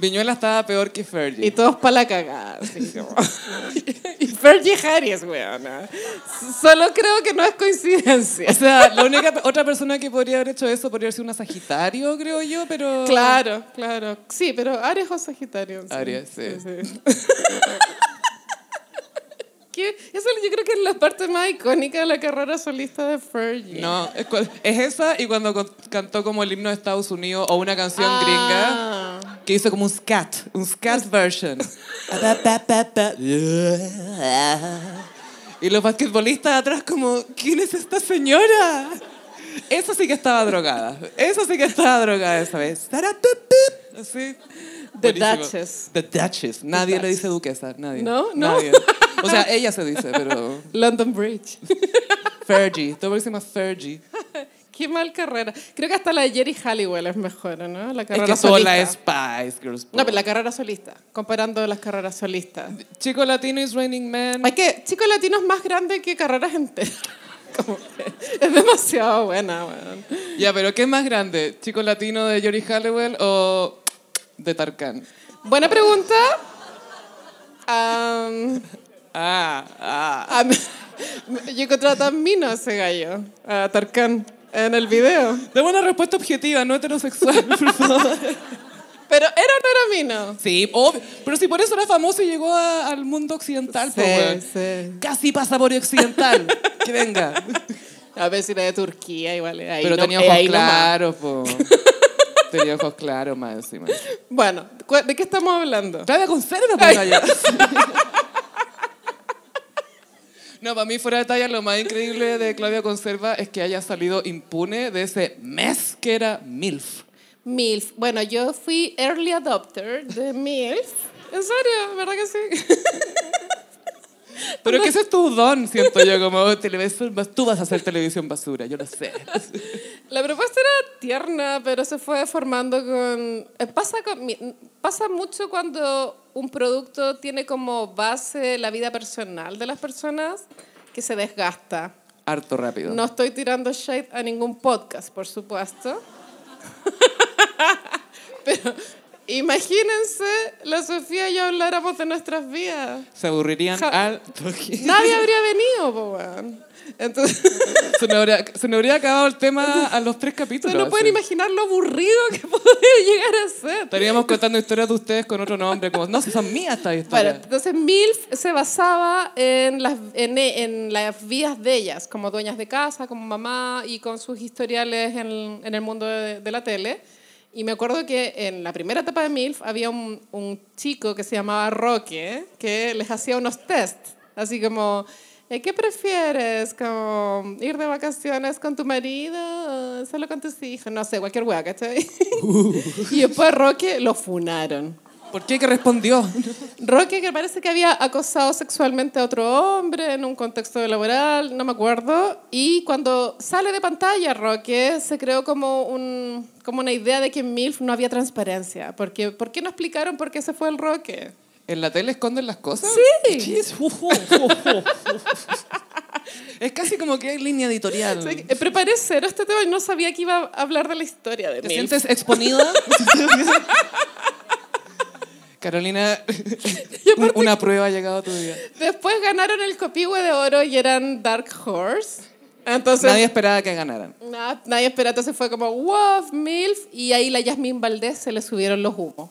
A: Viñuela estaba peor que
B: Y
A: Fergie.
B: todos para la cagada. así como. y Fergie Harris, weón. Solo creo que no es coincidencia.
A: O sea, la única pe- otra persona que podría haber hecho eso podría haber sido una Sagitario, creo yo, pero...
B: Claro, claro. Sí, pero Aries o Sagitario. sí.
A: Aries, sí.
B: sí. Que Eso yo creo que es la parte más icónica de la carrera solista de Fergie.
A: No, es, cu- es esa y cuando con- cantó como el himno de Estados Unidos o una canción gringa
B: Ah.
A: que hizo como un scat, un scat version. Y los basquetbolistas atrás como, ¿quién es esta señora? Esa sí que estaba drogada. Esa sí que estaba drogada esa vez. Tara, tup, tup. Así.
B: The
A: Buenísimo.
B: Duchess.
A: The Duchess. Nadie le dice duquesa, nadie.
B: No, no.
A: Nadie. O sea, ella se dice, pero...
B: London Bridge.
A: Fergie. Todo porque se llama Fergie.
B: Qué mal carrera. Creo que hasta la de Jerry Halliwell es mejor, ¿no? La
A: Es
B: carrera
A: que son
B: solista.
A: las Spice Girls. po.
B: No, pero la carrera solista. Comparando las carreras solistas.
A: Chico Latino is Raining Man.
B: Hay que, Chico Latino es más grande que carreras enteras. Como que es demasiado buena, weón.
A: Ya, pero ¿qué es más grande? ¿Chico Latino de Yori Halliwell o de Tarkan?
B: Buena pregunta. Am,
A: Ah, ah.
B: am- yo encontré tan mino a ese gallo, a Tarkan, en el video.
A: Dame una respuesta objetiva, no heterosexual, por favor.
B: Pero era o no era mino.
A: Sí, obvio. Pero si por eso era famoso y llegó a- al mundo occidental, pues, weón.
B: sí.
A: Casi pasaporte occidental. que venga.
B: A ver si era de Turquía, igual. Ahí
A: Pero
B: no-
A: tenía
B: eh,
A: ojos
B: ahí nomás.
A: claros, po. tenía ojos claros más encima.
B: Bueno, cu- ¿de qué estamos hablando?
A: Claudia conserva por allá. No, para mí fuera de talla lo más increíble de Claudia Conserva es que haya salido impune de ese mes que era MILF.
B: MILF. Bueno, yo fui early adopter de MILF. ¿En serio? ¿Verdad que sí?
A: Pero que ese es tu don, siento yo, como televisión, bas- tú vas a hacer televisión basura, yo lo sé.
B: La propuesta era tierna, pero se fue formando con... eh, Pasa, con mi- pasa mucho cuando un producto tiene como base la vida personal de las personas que se desgasta.
A: Harto rápido.
B: No estoy tirando shade a ningún podcast, por supuesto. Pero imagínense la Sofía y yo habláramos de nuestras vidas.
A: Se aburrirían
B: Ja-
A: al toque.
B: Nadie habría venido, po, weón. Entonces,
A: Se nos habría, se nos habría acabado el tema a los tres capítulos.
B: ustedes no pueden
A: así.
B: imaginar lo aburrido que podría llegar a ser.
A: Estaríamos contando historias de ustedes con otro nombre, como, no, si son mías estas
B: Bueno,
A: historias.
B: entonces MILF se basaba en las, en, en las vías de ellas, como dueñas de casa, como mamá y con sus historiales en, en el mundo de, de la tele. Y me acuerdo que en la primera etapa de MILF había un, un chico que se llamaba Roque, que les hacía unos test, así como, eh, ¿qué prefieres? Como, ¿Ir de vacaciones con tu marido o solo con tus hijos? No sé, cualquier hueá, ¿cachai? Y después Roque lo funaron.
A: ¿Por qué que respondió?
B: Roque, que parece que había acosado sexualmente a otro hombre en un contexto laboral, no me acuerdo. Y cuando sale de pantalla Roque, se creó como, un, como una idea de que en MILF no había transparencia. Porque, ¿Por qué no explicaron por qué se fue el Roque?
A: ¿En la tele esconden las cosas?
B: Sí.
A: es, Es casi como que hay línea editorial.
B: O sea, que Preparé cero este tema y no sabía que iba a hablar de la historia de
A: ¿Te
B: MILF.
A: sientes exponida? Carolina, un- una prueba ha llegado a tu vida.
B: Después ganaron el Copihue de Oro y eran Dark Horse. Entonces,
A: Nadie esperaba que ganaran.
B: Nada, nadie esperó, entonces fue como, wow, MILF, y ahí la Yasmín Valdés se le subieron los humos.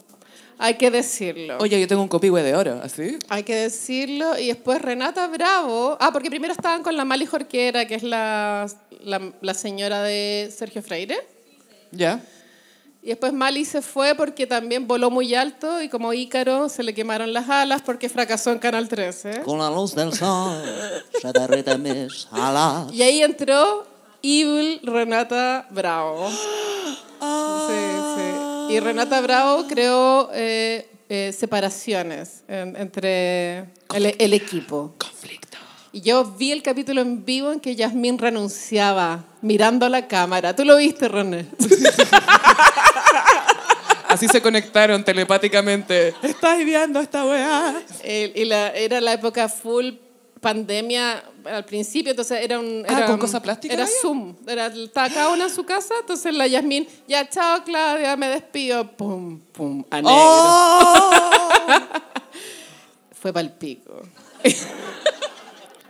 B: Hay que decirlo.
A: Oye, yo tengo un copihue de oro, ¿así?
B: Hay que decirlo. Y después Renata Bravo. Ah, porque primero estaban con la Mali Jorquera, que es la, la, la señora de Sergio Freire.
A: ¿Ya?
B: Y después Mali se fue porque también voló muy alto y como Ícaro se le quemaron las alas porque fracasó en Canal 13.
C: Con la luz del sol se derriten mis alas.
B: Y ahí entró Evil Renata Bravo. Sí, sí. Y Renata Bravo creó eh, eh, separaciones en- entre el, el equipo.
A: Conflicto.
B: Y yo vi el capítulo en vivo en que Yasmín renunciaba mirando a la cámara. ¿Tú lo viste, René?
A: Así se conectaron telepáticamente. Estás ideando esta weá.
B: El- y la- era la época full pandemia al principio, entonces era un...
A: Ah,
B: era
A: ¿con
B: un-
A: cosa plástica
B: Era
A: había?
B: Zoom. Era, estaba cada una en su casa, entonces la Yasmín, ya, chao Claudia, me despido. Pum, pum, a negro.
A: ¡Oh!
B: Fue pa'l pico.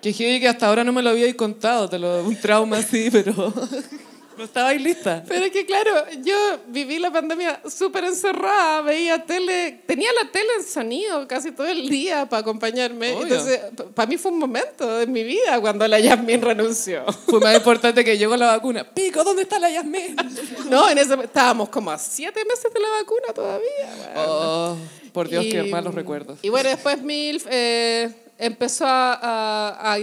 A: Que heavy que hasta ahora no me lo habíais contado, te lo, un trauma así, pero no estabais lista.
B: Pero es que claro, yo viví la pandemia súper encerrada, veía tele, tenía la tele en sonido casi todo el día para acompañarme.
A: Obvio.
B: Entonces, para mí fue un momento de mi vida cuando la Yasmin renunció.
A: Fue más importante que llegó la vacuna. Pico, ¿dónde está la Yasmin?
B: No, en ese estábamos como a siete meses de la vacuna todavía. weón.
A: Oh, por Dios, qué
B: Y-
A: malos recuerdos.
B: Y bueno, después MILF eh, empezó a, a- a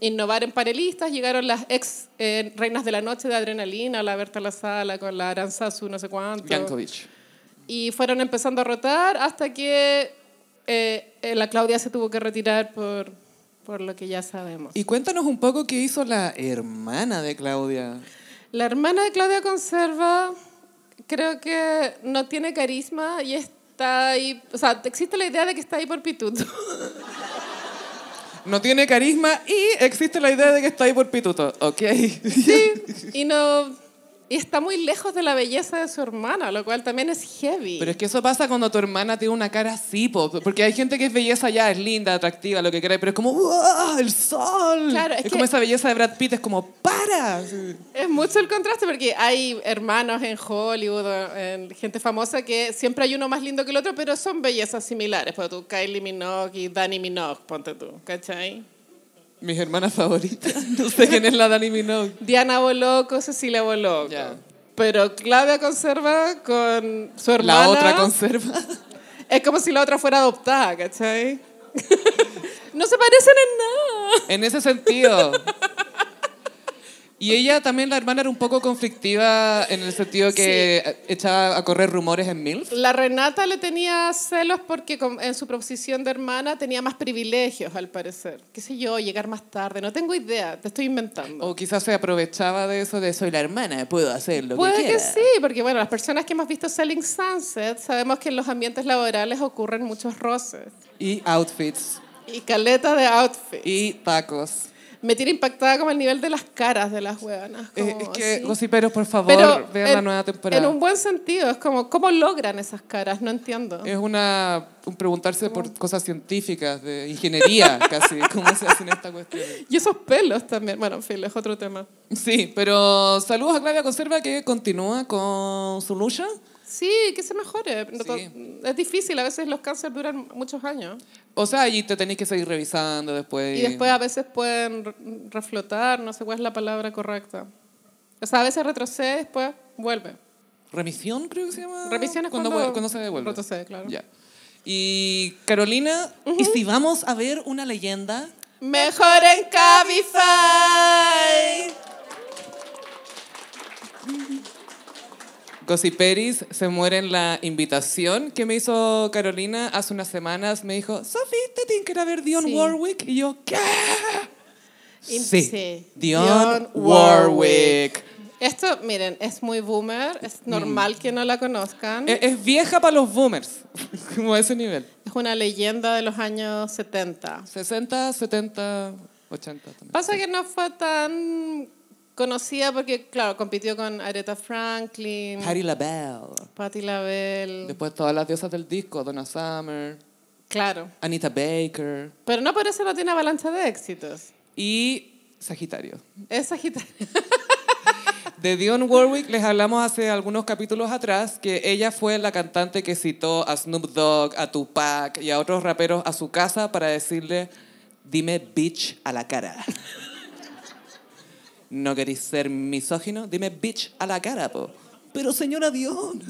B: innovar en panelistas. Llegaron las ex eh, reinas de la noche de Adrenalina, la Berta La Sala con la Aranzazu, no sé cuánto.
A: Yankovic.
B: Y fueron empezando a rotar hasta que eh, eh, la Claudia se tuvo que retirar por, por lo que ya sabemos.
A: Y cuéntanos un poco qué hizo la hermana de Claudia.
B: La hermana de Claudia Conserva creo que no tiene carisma y está ahí, o sea, existe la idea de que está ahí por pituto.
A: No tiene carisma y existe la idea de que está ahí por pituto. Ok.
B: Sí, y no y está muy lejos de la belleza de su hermana, lo cual también es heavy.
A: Pero es que eso pasa cuando tu hermana tiene una cara así, po, porque hay gente que es belleza ya, es linda, atractiva, lo que queráis, pero es como, ¡wow! ¡El sol!
B: Claro, es
A: es como
B: que-
A: esa belleza de Brad Pitt, es como, ¡para! Sí.
B: Es mucho el contraste porque hay hermanos en Hollywood, en gente famosa, que siempre hay uno más lindo que el otro, pero son bellezas similares. Por tú, Kylie Minogue y Dani Minogue, ponte tú, ¿cachai?
A: Mis hermanas favoritas. No sé quién es la Dani Minogue.
B: Diana Boloco, Cecilia Boloco.
A: Ya.
B: Pero Claudia conserva con su hermana.
A: La otra conserva.
B: Es como si la otra fuera adoptada, ¿cachai? no se parecen en nada.
A: En ese sentido. Y ella también, la hermana, era un poco conflictiva en el sentido que echaba a correr rumores en MILF.
B: La Renata le tenía celos porque con- en su posición de hermana tenía más privilegios, al parecer. ¿Qué sé yo? Llegar más tarde. No tengo idea. Te estoy inventando.
A: O quizás se aprovechaba de eso de soy la hermana, puedo hacer lo
B: Puede
A: que
B: que,
A: quiera.
B: sí, porque bueno, las personas que hemos visto Selling Sunset sabemos que en los ambientes laborales ocurren muchos roces.
A: Y outfits.
B: Y caleta de outfit.
A: Y tacos.
B: Me tiene impactada como el nivel de las caras de las hueonas.
A: Eh,
B: como
A: es que,
B: así.
A: gossiperos, por favor,
B: Oh, Pero
A: vean
B: en-
A: la nueva temporada.
B: En un buen sentido, es como, ¿cómo logran esas caras? No entiendo.
A: Es una, un preguntarse
B: Oh.
A: por cosas científicas, de ingeniería casi, cómo se hacen estas cuestiones.
B: Y esos pelos también. Bueno, en fin, es otro tema.
A: Sí, pero saludos a Claudia Conserva que continúa con su lucha.
B: Sí, que se mejore. No to- Es difícil, a veces los cánceres duran muchos años.
A: O sea, allí te tenés que seguir revisando después.
B: Y después a veces pueden re- reflotar, no sé cuál es la palabra correcta. O sea, a veces retrocede, después vuelve.
A: Remisión, creo que se llama.
B: Remisión es
A: cuando,
B: cuando-
A: vuel- cuando se devuelve.
B: retrocede, claro.
A: Ya. Y Carolina, ¿y si vamos a ver una leyenda?
B: Mejor en Cabify.
A: Gossiperis se muere en la invitación que me hizo Carolina hace unas semanas. Me dijo, Sophie, te tienes que ir a ver Dion
B: Sí.
A: Warwick. Y yo, ¿qué?
B: Y-
A: Sí.
B: sí.
A: Dionne
B: Dionne
A: Warwick.
B: Esto, miren, es muy boomer, es
A: Mm.
B: normal que no la conozcan.
A: E- Es, vieja para los boomers, como a ese nivel.
B: Es una leyenda de los años 70.
A: 60, 70, 80 también.
B: Pasa que no fue tan conocida porque, claro, compitió con Aretha Franklin,
A: Patti LaBelle.
B: Patti LaBelle.
A: Después todas las diosas del disco, Donna Summer,
B: Claro.
A: Anita Baker
B: Pero no por eso no tiene avalancha de éxitos.
A: y Sagitario.
B: Es Sagitario.
A: De Dionne Warwick les hablamos hace algunos capítulos atrás que ella fue la cantante que citó a Snoop Dogg, a Tupac y a otros raperos a su casa para decirle, dime bitch a la cara. ¿No queréis ser misógino? Dime bitch a la cara, po. Pero señora Dionne.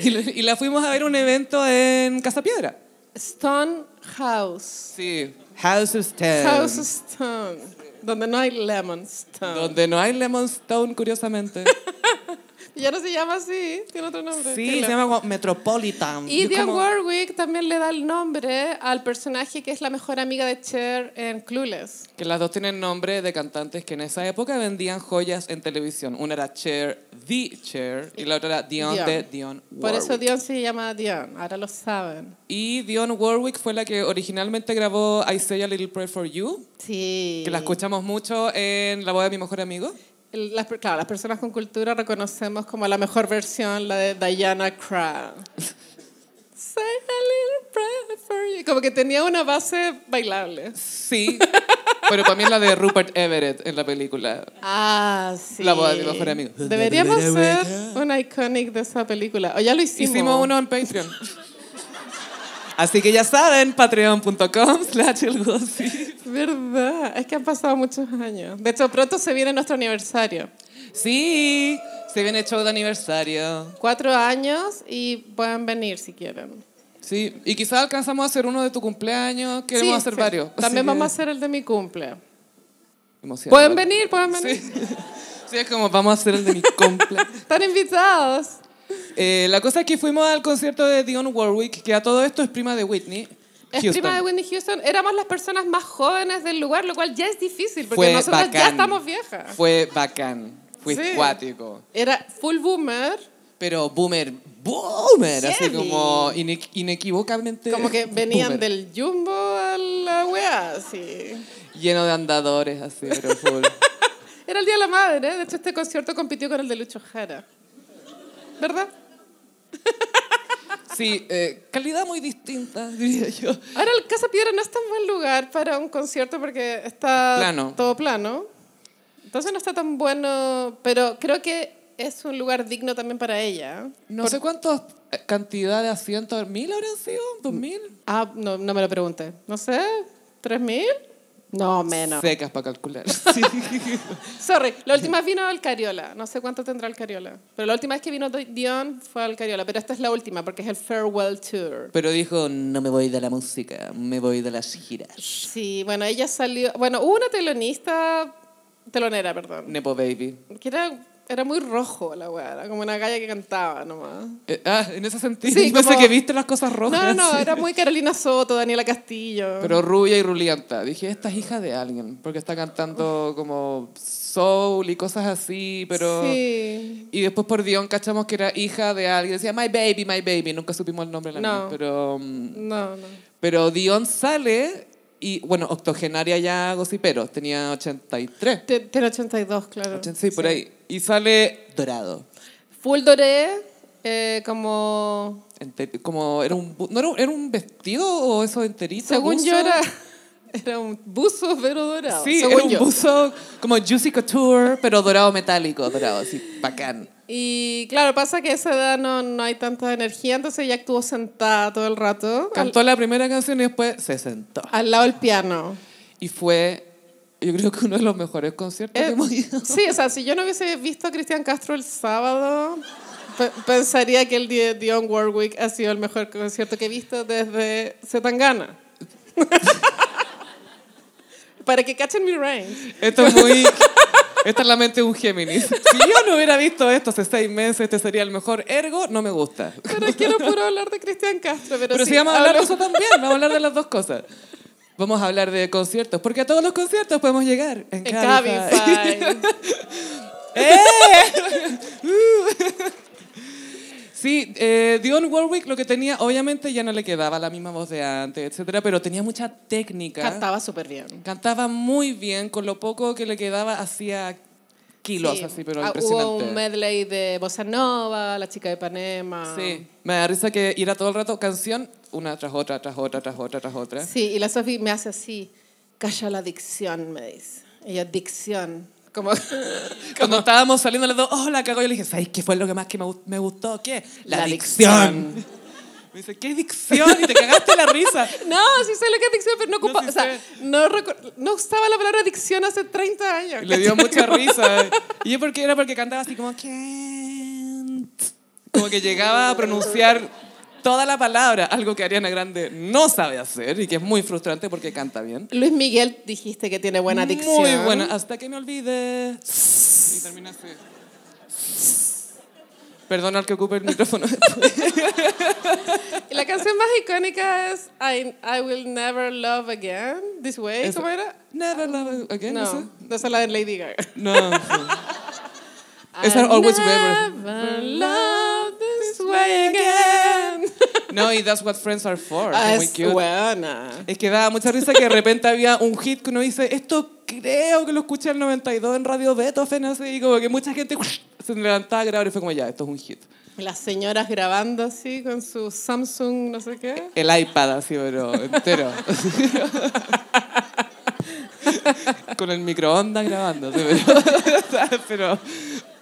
A: y, la- y la fuimos a ver un evento en Casapiedra.
B: Stone House.
A: Sí, House of Stone.
B: House Stone. Donde no hay Lemon Stone.
A: Donde no hay Lemon Stone, curiosamente.
B: Ya no se llama así, tiene otro nombre.
A: Sí,
B: Dilo.
A: se llama como Metropolitan.
B: Y
A: Yo
B: Dionne
A: como-
B: Warwick también le da el nombre al personaje que es la mejor amiga de Cher en Clueless.
A: Que las dos tienen nombre de cantantes que en esa época vendían joyas en televisión. Una era Cher, The Cher, y la otra era Dion de
B: Dionne.
A: Dion Warwick.
B: Por eso Dionne se llama Dionne, ahora lo saben.
A: Y Dion Warwick fue la que originalmente grabó I Say a Little Prayer for You,
B: Sí.
A: que la escuchamos mucho en La Voz de mi Mejor Amigo.
B: El- las per- claro, las personas con cultura reconocemos como la mejor versión la de Diana Crown. Say a little prayer for you. Como que tenía una base bailable.
A: Sí, pero también la de Rupert Everett en la película.
B: Ah, sí.
A: La boda de mi mejor amigo.
B: Deberíamos hacer un iconic de esa película. O ya lo hicimos.
A: Hicimos uno en Patreon. Así que ya saben, patreon.com slash el gossip.
B: Verdad, es que han pasado muchos años. De hecho, pronto se viene nuestro aniversario.
A: Sí, se viene show de aniversario.
B: Cuatro años y pueden venir si quieren.
A: Sí, y quizás alcanzamos a hacer uno de tu cumpleaños, queremos
B: Sí,
A: hacer
B: sí.
A: varios.
B: También vamos a hacer el de mi cumple.
A: hacer.
B: Pueden venir, pueden venir.
A: Sí. Sí, es como vamos a hacer el de mi cumpleaños.
B: Están invitados.
A: Eh, la cosa es que fuimos al concierto de Dionne Warwick, que a todo esto es prima de Whitney.
B: Es
A: Houston.
B: prima de Whitney Houston. Éramos las personas más jóvenes del lugar, lo cual ya es difícil porque
A: Fue
B: nosotros ya
A: bacán.
B: estamos viejas.
A: Fue bacán, fue
B: Sí.
A: cuático.
B: Era full boomer,
A: Pero boomer, boomer, así
B: Heavy.
A: como ine- inequívocamente.
B: como que venían
A: boomer.
B: del jumbo a la wea, así.
A: Lleno de andadores, así, pero full.
B: Era el Día de la Madre, de hecho este concierto compitió con el de Lucho Jara. ¿Verdad?
A: Sí, eh, calidad muy distinta, diría yo.
B: Ahora el Casa Piedra no es tan buen lugar para un concierto porque está
A: Plano.
B: todo plano. Entonces no está tan bueno, pero creo que es un lugar digno también para ella.
A: No sé cuántos eh, cantidad de asientos, mil habrán sido, dos mil.
B: Ah, no, no me lo pregunté. No sé, ¿tres mil? No, menos.
A: Secas para calcular.
B: Sorry, la última vino al Cariola. No sé cuánto tendrá el Cariola. Pero la última vez que vino Do- Dion fue al Cariola. Pero esta es la última porque es el Farewell Tour.
A: Pero dijo, no me voy de la música, me voy de las giras.
B: Sí, bueno, ella salió. Bueno, hubo una telonista Telonera, perdón.
A: Nepo Baby.
B: Que era, era muy rojo la weá, era como una galla que cantaba nomás.
A: Eh, ah, en ese sentido.
B: Sí,
A: Pensé
B: como-
A: que viste las cosas rojas.
B: No, no,
A: sí.
B: era muy Carolina Soto, Daniela Castillo.
A: Pero rubia y rulianta. Dije, esta es hija de alguien, porque está cantando como soul y cosas así, pero...
B: Sí.
A: Y después por Dion cachamos que era hija de alguien. Decía, my baby, my baby. Nunca supimos el nombre de la
B: No.
A: niña, pero... mm,
B: No, no.
A: Pero Dion sale y, bueno, octogenaria ya gocipero, tenía 83,
B: Te- Tiene 82, claro.
A: 86 por ahí. Y sale dorado.
B: Full Doré, eh, como...
A: Ente- Como era un, bu- ¿no era, un- era un vestido o eso enterito.
B: Según
A: buzo?
B: yo era, era un buzo pero dorado.
A: Sí,
B: según
A: era un
B: yo.
A: buzo como Juicy Couture, pero dorado metálico, dorado, así, bacán.
B: Y claro, pasa que a esa edad no, no hay tanta energía, entonces ella estuvo sentada todo el rato al,
A: Cantó la primera canción y después se sentó.
B: al lado del piano.
A: Y fue, yo creo que uno de los mejores conciertos
B: Eh,
A: que hemos ido.
B: sí, o sea, si yo no hubiese visto a Cristian Castro el sábado, pe- pensaría que el de Dion Warwick ha sido el mejor concierto que he visto desde Zetangana. Para que cachen mi range.
A: Esto es muy. Esta es la mente de un Géminis. Si yo no hubiera visto esto hace seis meses, este sería el mejor. Ergo, no me gusta. Pero,
B: Pero es que no puedo hablar de Cristian Castro. Pero, sí,
A: si vamos a hablar de
B: hablo-
A: eso también, vamos a hablar de las dos cosas. Vamos a hablar de conciertos, porque a todos los conciertos podemos llegar. En,
B: en
A: Cabify.
B: Cabify.
A: Sí, eh, Dionne Warwick lo que tenía, obviamente ya no le quedaba la misma voz de antes, etcétera, pero tenía mucha técnica.
B: Cantaba súper bien.
A: Cantaba muy bien, con lo poco que le quedaba hacía kilos
B: Sí.
A: así, pero
B: Ah,
A: impresionante.
B: Hubo un medley de Bossa Nova, La Chica de Panema.
A: Sí, me da risa que ir a todo el rato canción, una tras otra, tras otra, tras otra, tras otra.
B: Sí, y la Sofi me hace así, calla la dicción, me dice. Ella, dicción. Como,
A: Cuando estábamos saliendo las dos, oh, la cagó, yo le dije, ¿sabes qué fue lo que más que me, gu- me gustó? ¿Qué? La,
B: La
A: dicción. Me dice, ¿qué dicción? Y te cagaste la risa.
B: no, sí sé lo que es dicción, pero no ocupa,
A: sí
B: o sea,
A: sé.
B: no, recor- no usaba la palabra dicción hace 30 años.
A: Y Le dio
B: ¿cachai?
A: mucha risa. Y yo porque era porque cantaba así como, "Can't". Como que llegaba a pronunciar toda la palabra, algo que Ariana Grande no sabe hacer y que es muy frustrante porque canta bien.
B: Luis Miguel dijiste que tiene buena dicción.
A: Muy buena, hasta que me olvide. Y termina así. Perdona al que ocupe el micrófono.
B: Y la canción más icónica es I, I Will Never Love Again, This Way.
A: Eso.
B: ¿Cómo era?
A: Never love again. No. sé.
B: No, no es la de Lady Gaga.
A: No. Esa
B: I
A: era Always
B: never love this way again.
A: No, y that's what friends are for.
B: Ah,
A: es muy
B: es
A: cute.
B: buena.
A: Es que daba mucha risa que de repente había un hit que uno dice, esto creo que lo escuché en el 92 en Radio Beethoven, así, y como que mucha gente se levantaba a grabar y fue como, ya, esto es un hit.
B: Las señoras grabando así con su Samsung, no sé qué.
A: El iPad así, pero entero. Con el microondas grabando, sí, pero, pero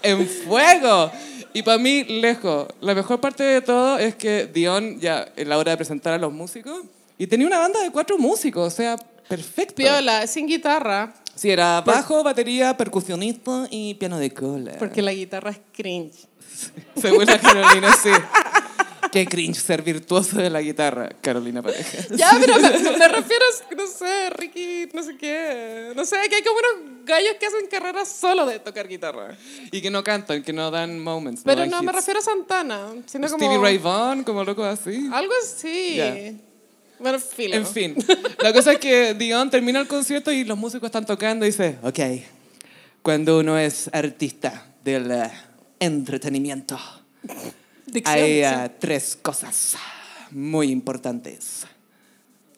A: en fuego. Y para mí, lejos. La mejor parte de todo es que Dion, ya en la hora de presentar a los músicos, y tenía una banda de cuatro músicos, o sea, perfecto.
B: Piola, sin guitarra,
A: Sí, era
B: Pues
A: bajo, batería, percusionista y piano de cola.
B: porque la guitarra es cringe.
A: Según la Carolina, sí. Qué cringe ser virtuoso de la guitarra, Carolina Pareja.
B: Ya, pero me, me refiero, a, no sé, Ricky, no sé qué. No sé, que hay como unos gallos que hacen carreras solo de tocar guitarra.
A: Y que no cantan, que no dan moments.
B: Pero
A: dan
B: no, me
A: hits.
B: refiero a Santana, sino como... Ah,
A: Stevie Ray Vaughan, como loco así.
B: Algo así.
A: Ya.
B: Bueno, filo.
A: En fin, la cosa es que Dion termina el concierto y los músicos están tocando y dice, ok, cuando uno es artista del eh, entretenimiento,
B: Dicción,
A: hay
B: dicción.
A: eh, tres cosas muy importantes.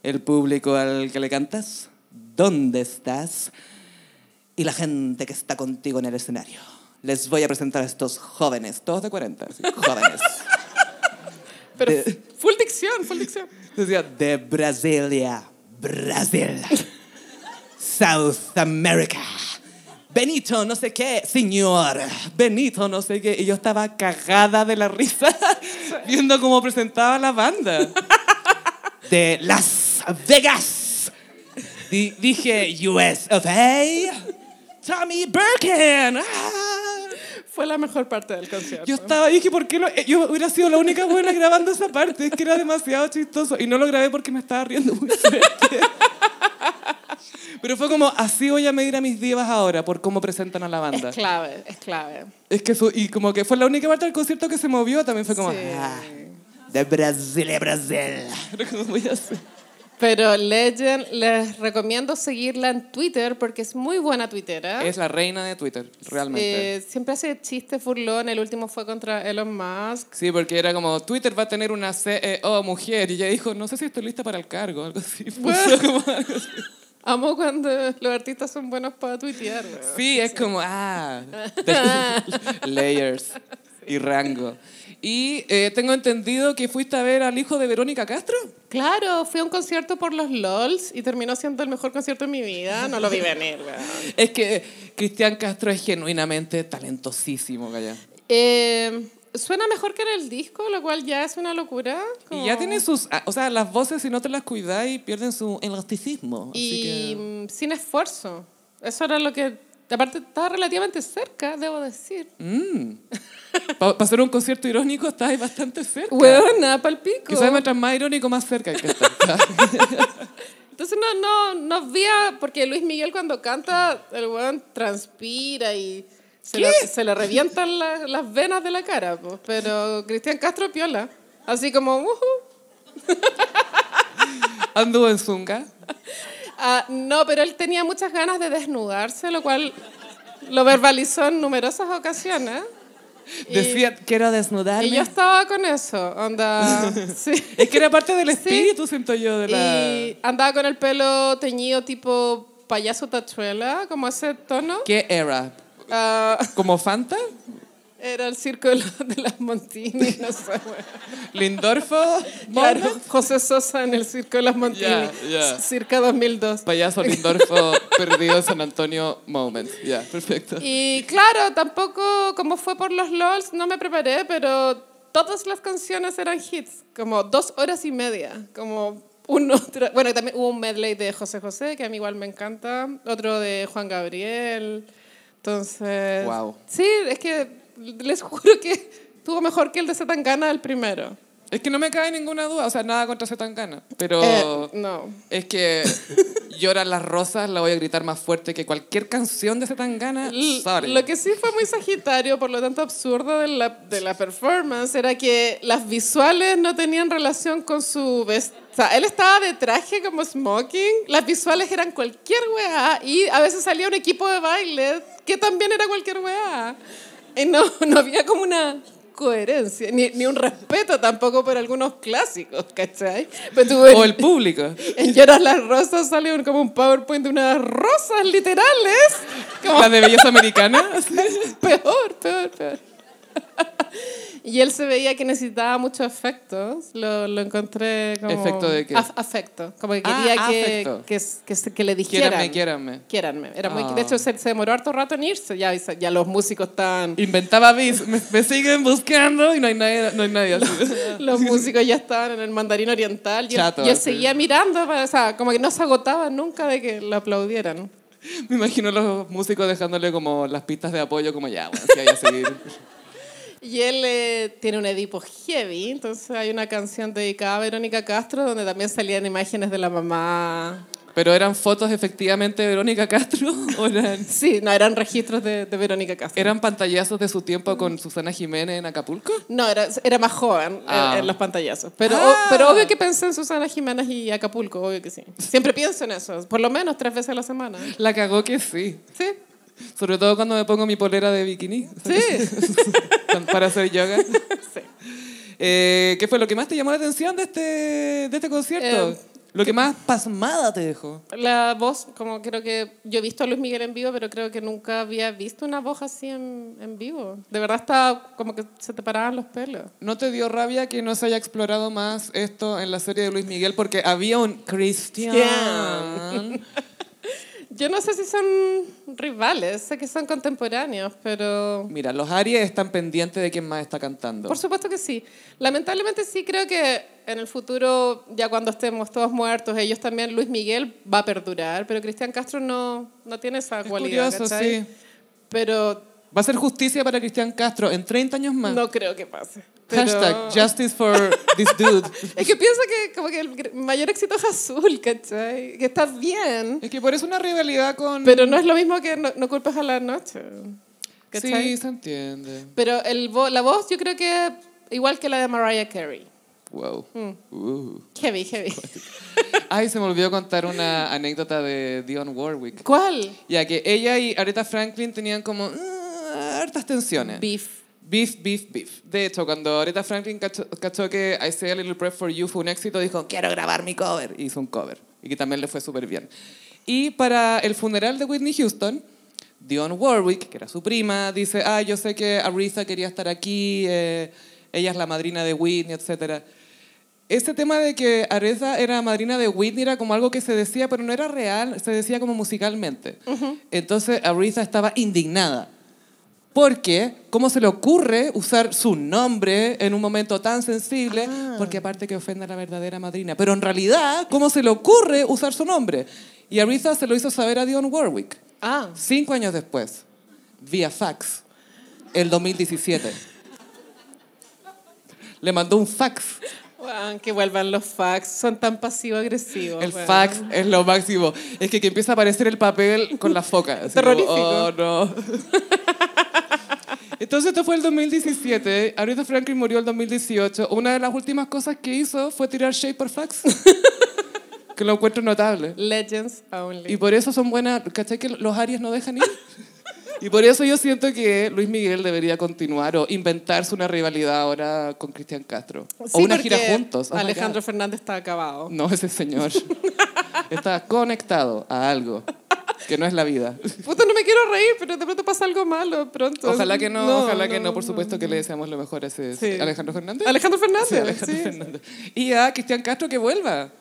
A: El público al que le cantas, dónde estás y la gente que está contigo en el escenario. Les voy a presentar a estos jóvenes, todos de 40, así, jóvenes.
B: Pero
A: de-
B: f- full dicción, full dicción.
A: Decía, de Brasilia, Brasil, South America, Benito no sé qué, señor, Benito no sé qué. Y yo estaba cagada de la risa viendo cómo presentaba la banda. De Las Vegas, Di- dije US of A, Tommy Birkin. Ah.
B: Fue la mejor parte del concierto.
A: Yo estaba ahí, dije, ¿por qué no? Eh, Yo hubiera sido la única buena grabando esa parte, es que era demasiado chistoso. Y no lo grabé porque me estaba riendo muy fuerte. Pero fue como, así voy a medir a mis divas ahora, por cómo presentan a la
B: Es
A: banda.
B: clave, es clave.
A: Es que su- y como que fue la única parte del concierto que se movió, también fue como,
B: Sí.
A: ah,
C: De Brasil a Brasil.
A: ¿cómo voy a hacer?
B: Pero Legend, les recomiendo seguirla en Twitter porque es muy buena tuitera.
A: Es la reina de Twitter, realmente.
B: ¿Ah? Eh, siempre hace chistes burlón. El último fue contra Elon Musk.
A: Sí, porque era como, Twitter va a tener una CEO mujer, y ella dijo, no sé si estoy lista para el cargo, algo así. Puso como algo así.
B: Amo cuando los artistas son buenos para tuitear. weón.
A: Sí, es como, ah, layers y rango. Y eh, tengo entendido que fuiste a ver al hijo de Verónica Castro.
B: Claro, fui a un concierto por los LOLs y terminó siendo el mejor concierto de mi vida. No lo vi venir, weón.
A: Es que eh, Cristian Castro es genuinamente talentosísimo, Gaya.
B: Eh, suena mejor que en el disco, lo cual ya es una locura.
A: Y
B: como-
A: ya tiene sus, ah, o sea, las voces si no te las cuidáis pierden su elasticismo. así
B: Y
A: que-
B: mm, sin esfuerzo. Eso era lo que... Aparte, estaba relativamente cerca, debo decir.
A: Mm. Pa- para hacer un concierto irónico estás bastante cerca.
B: Huevona, palpico.
A: Quizás mientras más irónico, más cerca hay que estar.
B: Entonces no, no, no vía, porque Luis Miguel cuando canta, el weón transpira y se, le, se le revientan la- las venas de la cara. pues. Pero Cristian Castro piola. Así como, "Ujú".
A: Anduvo en Zunga.
B: Ah, no, pero él tenía muchas ganas de desnudarse, lo cual lo verbalizó en numerosas ocasiones. Y-
A: Decía, quiero desnudarme.
B: Y yo estaba con eso, onda. sí.
A: Es que era parte del espíritu, siento yo, de la...
B: Y andaba con el pelo teñido tipo payaso tachuela, como ese tono.
A: ¿Qué era?
B: Ah,
A: ¿Como Fanta?
B: era el circo de, la- de las Montini, no sé. weón.
A: ¿Lindorfo?
B: Claro,
A: Claro.
B: José Sosa en el circo de las Montini,
A: Ya, ya.
B: circa 2002.
A: Payaso Lindorfo perdido en San Antonio Moment. Ya, perfecto.
B: Y claro, tampoco, como fue por los LOLs, no me preparé, pero todas las canciones eran hits, como dos horas y media, como uno tras- Bueno, y también hubo un medley de José José, que a mí igual me encanta, otro de Juan Gabriel, entonces...
A: Guau.
B: Sí, es que les juro que estuvo mejor que el de Zetangana, el primero.
A: Es que no me cae ninguna duda, o sea, nada contra Zetangana, pero
B: Eh, no.
A: es que lloran las rosas, la voy a gritar más fuerte que cualquier canción de Zetangana.
B: L-
A: Sorry.
B: Lo que sí fue muy sagitario, por lo tanto absurdo de la, de la performance, era que las visuales no tenían relación con su vest- O sea, él estaba de traje como smoking, las visuales eran cualquier weá y a veces salía un equipo de baile que también era cualquier weá. Y no, no había como una coherencia, ni, ni un respeto tampoco por algunos clásicos, ¿cachai? Pero tú-
A: O el público.
B: en Lloras las Rosas sale un- como un PowerPoint de unas rosas literales. Como
A: La de belleza americana.
B: peor, peor, peor. Y él se veía que necesitaba muchos efectos. Lo, lo encontré como...
A: ¿Efecto de qué?
B: Af- afecto. Como que
A: Ah,
B: quería que,
A: afecto.
B: que, s- que se- que le dijeran.
A: Quiéranme, quiéranme.
B: Quiéranme. Era muy,
A: Ah.
B: De hecho, se, se demoró harto rato en irse. Ya, ya los músicos estaban...
A: Inventaba bis, me, me siguen buscando y no hay nadie, no hay nadie así.
B: Los músicos ya estaban en el mandarín oriental. Yo,
A: Chato,
B: yo
A: así.
B: seguía mirando, para- o sea, como que no se agotaba nunca de que lo aplaudieran.
A: Me imagino los músicos dejándole como las pistas de apoyo, como ya, bueno, si hay a seguir.
B: Y él eh, tiene un Edipo heavy, entonces hay una canción dedicada a Verónica Castro donde también salían imágenes de la mamá.
A: Pero eran fotos efectivamente de Verónica Castro o eran,
B: Sí, no, eran registros de, de Verónica Castro.
A: eran pantallazos de su tiempo con Susana Jiménez en Acapulco.
B: No, era, era más joven eh,
A: Ah.
B: en, en los pantallazos. Pero, o-
A: Ah.
B: pero obvio que pensé en Susana Jiménez y Acapulco, obvio que sí. Siempre pienso en eso, por lo menos tres veces a la semana.
A: La cagó que sí.
B: Sí,
A: Sobre todo cuando me pongo mi polera de bikini
B: sí,
A: para hacer yoga.
B: sí.
A: Eh, ¿Qué fue lo que más te llamó la atención de este, de este concierto?
B: Eh,
A: lo que más pasmada te dejó.
B: La voz, como creo que yo he visto a Luis Miguel en vivo, pero creo que nunca había visto una voz así en, en vivo. De verdad estaba como que se te paraban los pelos.
A: ¿No te dio rabia que no se haya explorado más esto en la serie de Luis Miguel? Porque había un Christian.
B: Yo no sé si son rivales, sé que son contemporáneos, pero
A: Mira, los Aries están pendientes de quién más está cantando.
B: por supuesto que sí. Lamentablemente sí creo que en el futuro, ya cuando estemos todos muertos, ellos también, Luis Miguel va a perdurar, pero Cristian Castro no, no tiene esa cualidad.
A: curioso,
B: ¿cachai?
A: sí.
B: Pero
A: Va a ser justicia para Cristian Castro en 30 años más.
B: No creo que pase. Pero-
A: Hashtag justice for this dude.
B: Es que pienso que como que el gr- mayor éxito es azul, ¿cachai? Que está bien,
A: Es que por eso una rivalidad con...
B: pero no es lo mismo que no, no culpes a la noche. ¿Cachai?
A: sí, se entiende.
B: Pero el vo- la voz yo creo que es igual que la de Mariah Carey. Mm,
A: Wow. Uh.
B: Heavy, heavy.
A: Ay, se me olvidó contar una anécdota de Dionne Warwick.
B: ¿Cuál?
A: Ya que ella y Aretha Franklin tenían como mm, hartas tensiones.
B: Beef.
A: Beef, beef, beef. De hecho, cuando Aretha Franklin cachó, cachó que I Say a Little Prayer for You fue un éxito, dijo, quiero grabar mi cover. Y hizo un cover. Y que también le fue súper bien. Y para el funeral de Whitney Houston, Dionne Warwick, que era su prima, dice, ah, yo sé que Aretha quería estar aquí, eh, ella es la madrina de Whitney, etc. Este tema de que Aretha era madrina de Whitney era como algo que se decía, pero no era real, se decía como musicalmente. Entonces Aretha estaba indignada. Porque, ¿cómo se le ocurre usar su nombre en un momento tan sensible? Porque aparte que ofenda a la verdadera madrina. Pero en realidad, ¿cómo se le ocurre usar su nombre? Y Aretha se lo hizo saber a Dionne Warwick.
B: Ah.
A: Cinco años después, vía fax, el 2017. Le mandó un fax.
B: Guau, que vuelvan los fax. Son tan pasivo-agresivos.
A: El
B: weón.
A: fax es lo máximo. Es que, que empieza a aparecer el papel con la foca. así como,
B: Terrorífico.
A: "Oh, no. Entonces, esto fue el 2017. Aretha Franklin murió el 2018. Una de las últimas cosas que hizo fue tirar shade por fax. que lo encuentro notable.
B: Legends only.
A: Y por eso son buenas. ¿Cachai que los Aries no dejan ir? Y por eso yo siento que Luis Miguel debería continuar o inventarse una rivalidad ahora con Cristian Castro. o
B: Sí,
A: una gira
B: porque
A: juntos. Mm. Oh my God.
B: Alejandro Fernández está acabado.
A: No, ese señor está conectado a algo que no es la vida.
B: Puta, no me quiero reír, pero de pronto pasa algo malo pronto.
A: Ojalá que no, ojalá que no, por supuesto que le deseamos lo mejor a ese
B: Sí.
A: Alejandro Fernández.
B: Alejandro Fernández.
A: Sí, Alejandro
B: sí.
A: Fernández. Y a Cristian Castro que vuelva.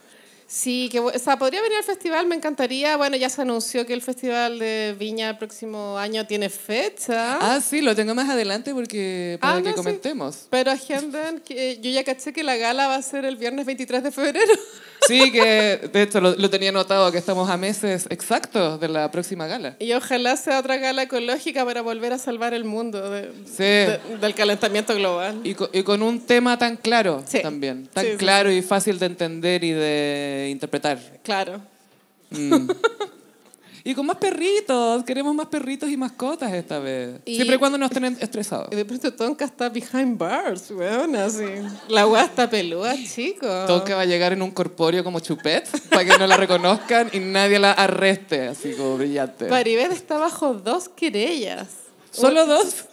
B: Sí, que bu- o sea, podría venir al festival, me encantaría. Bueno, ya se anunció que el festival de Viña el próximo año tiene fecha.
A: Ah, sí, lo tengo más adelante porque para
B: Ah,
A: que
B: no, sí.
A: comentemos.
B: Pero agenden, que eh, yo ya caché que la gala va a ser el viernes 23 de febrero.
A: Sí, que de hecho lo, lo tenía notado que estamos a meses exactos de la próxima gala.
B: Y ojalá sea otra gala ecológica para volver a salvar el mundo de-
A: Sí.
B: de- del calentamiento global.
A: Y co- y con, un tema tan claro
B: Sí.
A: también, tan
B: Sí, sí,
A: claro y fácil de entender y de interpretar.
B: Claro.
A: Y con más perritos, queremos más perritos y mascotas esta vez.
B: Y-
A: Siempre y cuando nos estén
B: Y
A: estresados.
B: de pronto Tonka está behind bars, weón, así. La weá está peluda, chico.
A: Tonka va a llegar en un corpóreo como chupet para que no la reconozcan y nadie la arreste, así como brillante.
B: Paribet está bajo dos querellas.
A: ¿Solo dos?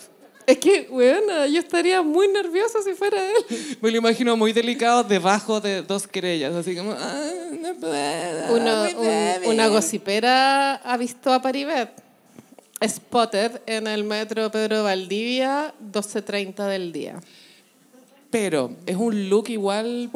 B: Es que, weona, yo estaría muy nerviosa si fuera él.
A: Me lo imagino muy delicado debajo de dos querellas, así como... "Ah, no puedo,
B: Uno-
A: mi
B: un-
A: bebé".
B: una gocipera avistó a Paribet. Spotted en el metro Pedro Valdivia, 12.30 del día.
A: Pero es un look igual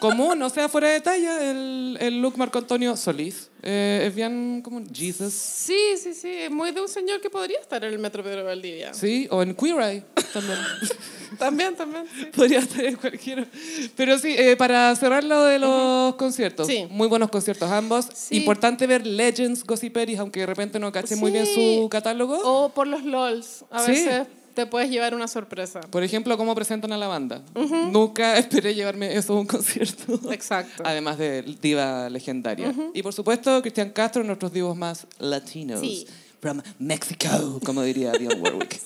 A: común, o sea, fuera de talla, el, el look Marco Antonio Solís. Eh, es bien como Jesus.
B: Sí, sí, sí, es muy de un señor que podría estar en el metro Pedro Valdivia.
A: Sí, o en Queer Eye también.
B: También, también. sí.
A: Podría estar en cualquiera. Pero sí, eh, para cerrar lo de los conciertos.
B: Sí.
A: Muy buenos conciertos ambos.
B: Sí.
A: Importante ver Legends, Gossiperis, aunque de repente no caché muy bien
B: Sí. Oh.
A: su catálogo.
B: O por los LOLs, a
A: Sí.
B: veces te puedes llevar una sorpresa.
A: Por ejemplo, cómo presentan a la banda. Nunca esperé llevarme eso a un concierto.
B: Exacto.
A: Además de diva legendaria. Y por supuesto, Cristian Castro, nuestros divos más latinos.
B: Sí.
A: From Mexico, como diría Dionne Warwick.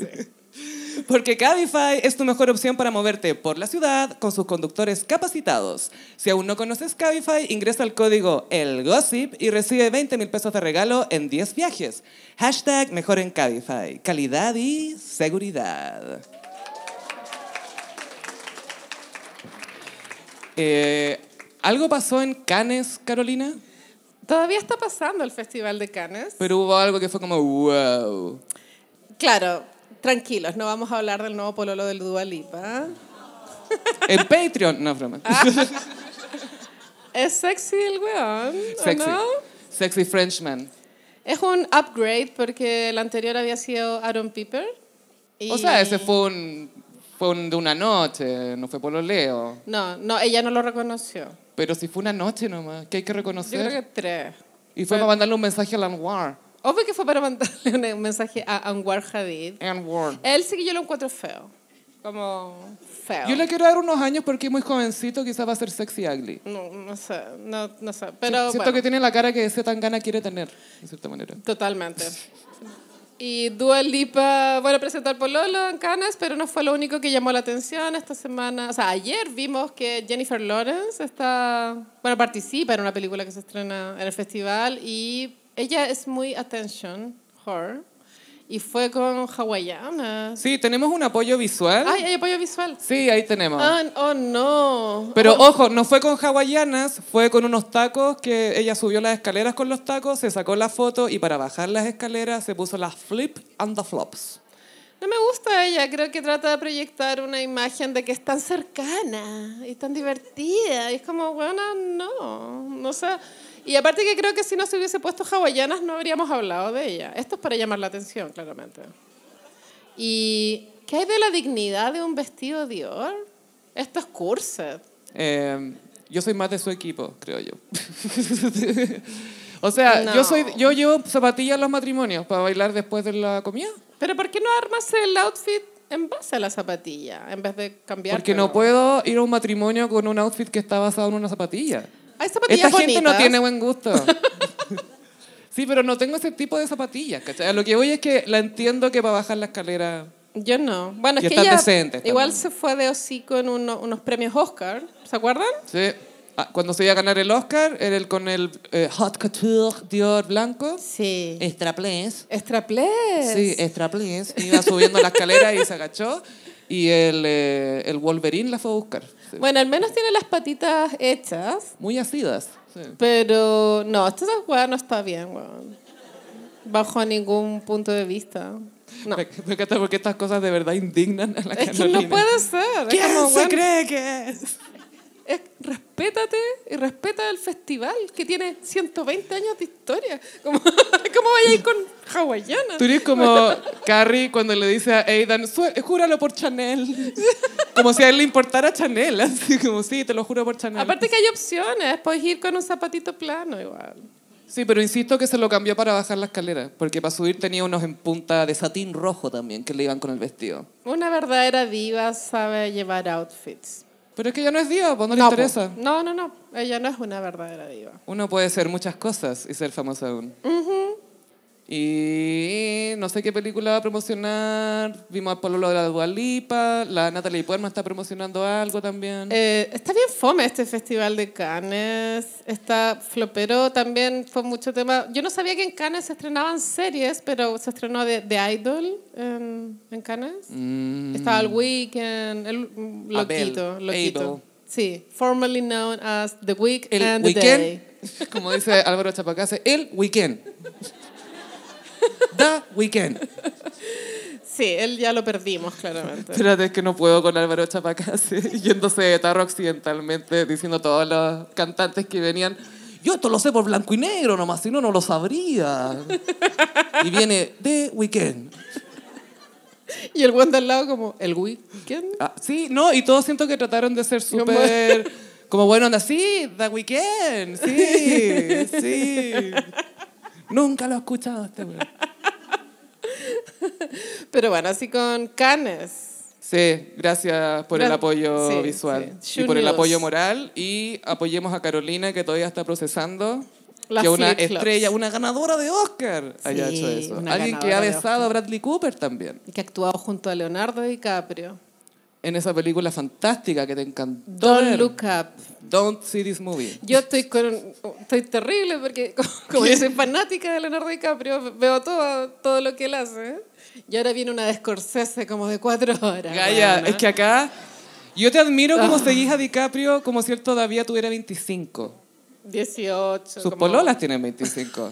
A: Porque Cabify es tu mejor opción para moverte por la ciudad con sus conductores capacitados. Si aún no conoces Cabify, ingresa el código ELGOSSIP y recibe 20 mil pesos de regalo en 10 viajes. Hashtag mejor en Cabify. Calidad y seguridad. Eh, ¿Algo pasó en Cannes, Carolina?
B: Todavía está pasando el Festival de Cannes.
A: Pero hubo algo que fue como wow.
B: Claro, tranquilos, no vamos a hablar del nuevo pololo del Dua Lipa.
A: En Patreon, no, broma.
B: Ah, Es sexy el weón, ¿o
A: Sexy.
B: no?
A: Sexy Frenchman.
B: Es un upgrade porque el anterior había sido Aaron Piper. y-
A: O sea, ese fue un, fue un de una noche, no fue por lo leo.
B: No, no, ella no lo reconoció.
A: Pero si fue una noche nomás, que hay que
B: Yo creo que
A: reconocer.
B: tres.
A: Y fue para mandarle un mensaje a Lanoir.
B: Obvio que fue para mandarle un- un mensaje a Anwar Hadid.
A: And Ward.
B: Él sí que yo lo encuentro feo. Como feo.
A: Yo le quiero dar unos años porque es muy jovencito, quizás va a ser sexy ugly.
B: no, no sé, no, no sé. Pero
A: Siento
B: Oh, bueno,
A: que tiene la cara que ese Tangana quiere tener, de cierta manera.
B: totalmente. Y Dua Lipa, bueno, presentó al Pololo en Canes, pero no fue lo único que llamó la atención esta semana. O sea, ayer vimos que Jennifer Lawrence está, bueno, participa en una película que se estrena en el festival y ella es muy attention whore y fue con hawaianas.
A: Sí, tenemos un apoyo visual.
B: Ay, hay apoyo visual.
A: Sí, ahí tenemos.
B: Ah, oh no. Oh,
A: Pero ojo, no fue con hawaianas, fue con unos tacos que ella subió las escaleras con los tacos, se sacó la foto y para bajar las escaleras se puso las flip and the flops.
B: No me gusta ella, creo que trata de proyectar una imagen de que es tan cercana y tan divertida. Y es como, bueno, no, no sé. Y aparte que creo que si no se hubiese puesto hawaianas no habríamos hablado de ella. Esto es para llamar la atención, claramente. ¿Y qué hay de la dignidad de un vestido Dior? Esto es corset.
A: Eh, yo soy más de su equipo, creo yo. o sea,
B: No.
A: yo, soy, yo llevo zapatillas a los matrimonios para bailar después de la comida.
B: Pero ¿por qué no armas el outfit en base a la zapatilla en vez de cambiar?
A: Porque no puedo ir a un matrimonio con un outfit que está basado en una zapatilla.
B: Hay zapatillas
A: Esta gente no
B: bonitas.
A: tiene buen gusto. Sí, pero no tengo ese tipo de zapatillas, ¿cachai? A lo que voy es que la entiendo que para bajar la escalera...
B: Yo no. Bueno,
A: Y
B: es que
A: están
B: ella
A: decentes
B: igual
A: también.
B: se fue de hocico en uno- unos premios Oscar, ¿se acuerdan?
A: Sí. Ah, Cuando se iba a ganar el Oscar, era el con el eh, Hot Couture Dior blanco.
B: Sí.
C: Extra please.
B: Strapless.
A: Sí, extra please. Iba subiendo la escalera y se agachó. Y el, eh, el Wolverine la fue a buscar. Sí.
B: Bueno, al menos tiene las patitas hechas,
A: Muy ácidas. Sí.
B: pero no, esta weá no está bien, weón. Bajo ningún punto de vista. No.
A: Me, me encanta porque estas cosas de verdad indignan a la
B: Es que
A: Carolina.
B: no puede ser. es
A: ¿Quién
B: como,
A: se
B: weón,
A: cree que es?
B: es- respétate y respeta el festival que tiene 120 años de historia. Como, ¿Cómo vaya a ir con hawaiana?
A: Tú eres como Carrie cuando le dice a Aidan, "Sue- júralo por Chanel. Como si a él le importara Chanel. Así como, sí, te lo juro por Chanel.
B: Aparte que hay opciones, puedes ir con un zapatito plano igual.
A: Sí, pero insisto que se lo cambió para bajar la escalera, porque para subir tenía unos en punta de satín rojo también que le iban con el vestido.
B: Una verdadera diva sabe llevar outfits.
A: Pero es que ya no es diva, pues no, le
B: No,
A: interesa.
B: po. no, no, no, ella no es una verdadera diva.
A: Uno puede ser muchas cosas y ser famoso aún. Y no sé qué película va a promocionar. Vimos al Pololo de la Dualipa, la Natalie Puerma está promocionando algo también.
B: Eh, está bien fome este festival de Cannes, está flopero también, fue mucho tema. Yo no sabía que en Cannes se estrenaban series, pero se estrenó de, de Idol en, en Cannes.
A: Mm.
B: Estaba el Weeknd, el mm,
A: Abel,
B: loquito, loquito.
A: Abel.
B: Sí, formerly known as The Week
A: el
B: and The
A: weekend,
B: Day.
A: como dice Álvaro Chapacase, el weekend. The weekend.
B: Sí, él ya lo perdimos claramente.
A: Espérate, es que no puedo con Álvaro Chapacase yéndose de tarro accidentalmente, diciendo a todos los cantantes que venían, yo esto lo sé por blanco y negro nomás, si no, no lo sabría. Y viene de weekend.
B: Y el buen del lado como, ¿el weekend?
A: Ah, sí, no, y todos siento que trataron de ser súper... Como bueno, anda, sí, The Weeknd, sí, sí. Nunca lo he escuchado este weón.
B: Pero bueno, así con canes.
A: Sí, gracias por el
B: Gra-
A: apoyo
B: sí,
A: visual
B: sí.
A: y por el
B: Juniors.
A: apoyo moral y apoyemos a Carolina que todavía está procesando
B: Las
A: que una
B: flip-flops.
A: estrella, una ganadora de Oscar haya
B: Sí,
A: hecho eso.
B: una
A: Alguien que
B: ganadora
A: ha
B: de
A: besado a Bradley Cooper también
B: Que ha actuado junto a Leonardo DiCaprio.
A: en esa película fantástica que te encantó.
B: Don't
A: ver.
B: Look Up.
A: Don't see this movie.
B: Yo estoy con estoy terrible porque como- como yo soy fanática de Leonardo DiCaprio, veo todo, todo lo que él hace. Y ahora viene una de Scorsese como de cuatro horas.
A: Gaya,
B: weona.
A: es que acá yo te admiro
B: Ah.
A: como seguís a DiCaprio como si él todavía tuviera 25.
B: 18.
A: Sus
B: como-
A: pololas tienen 25.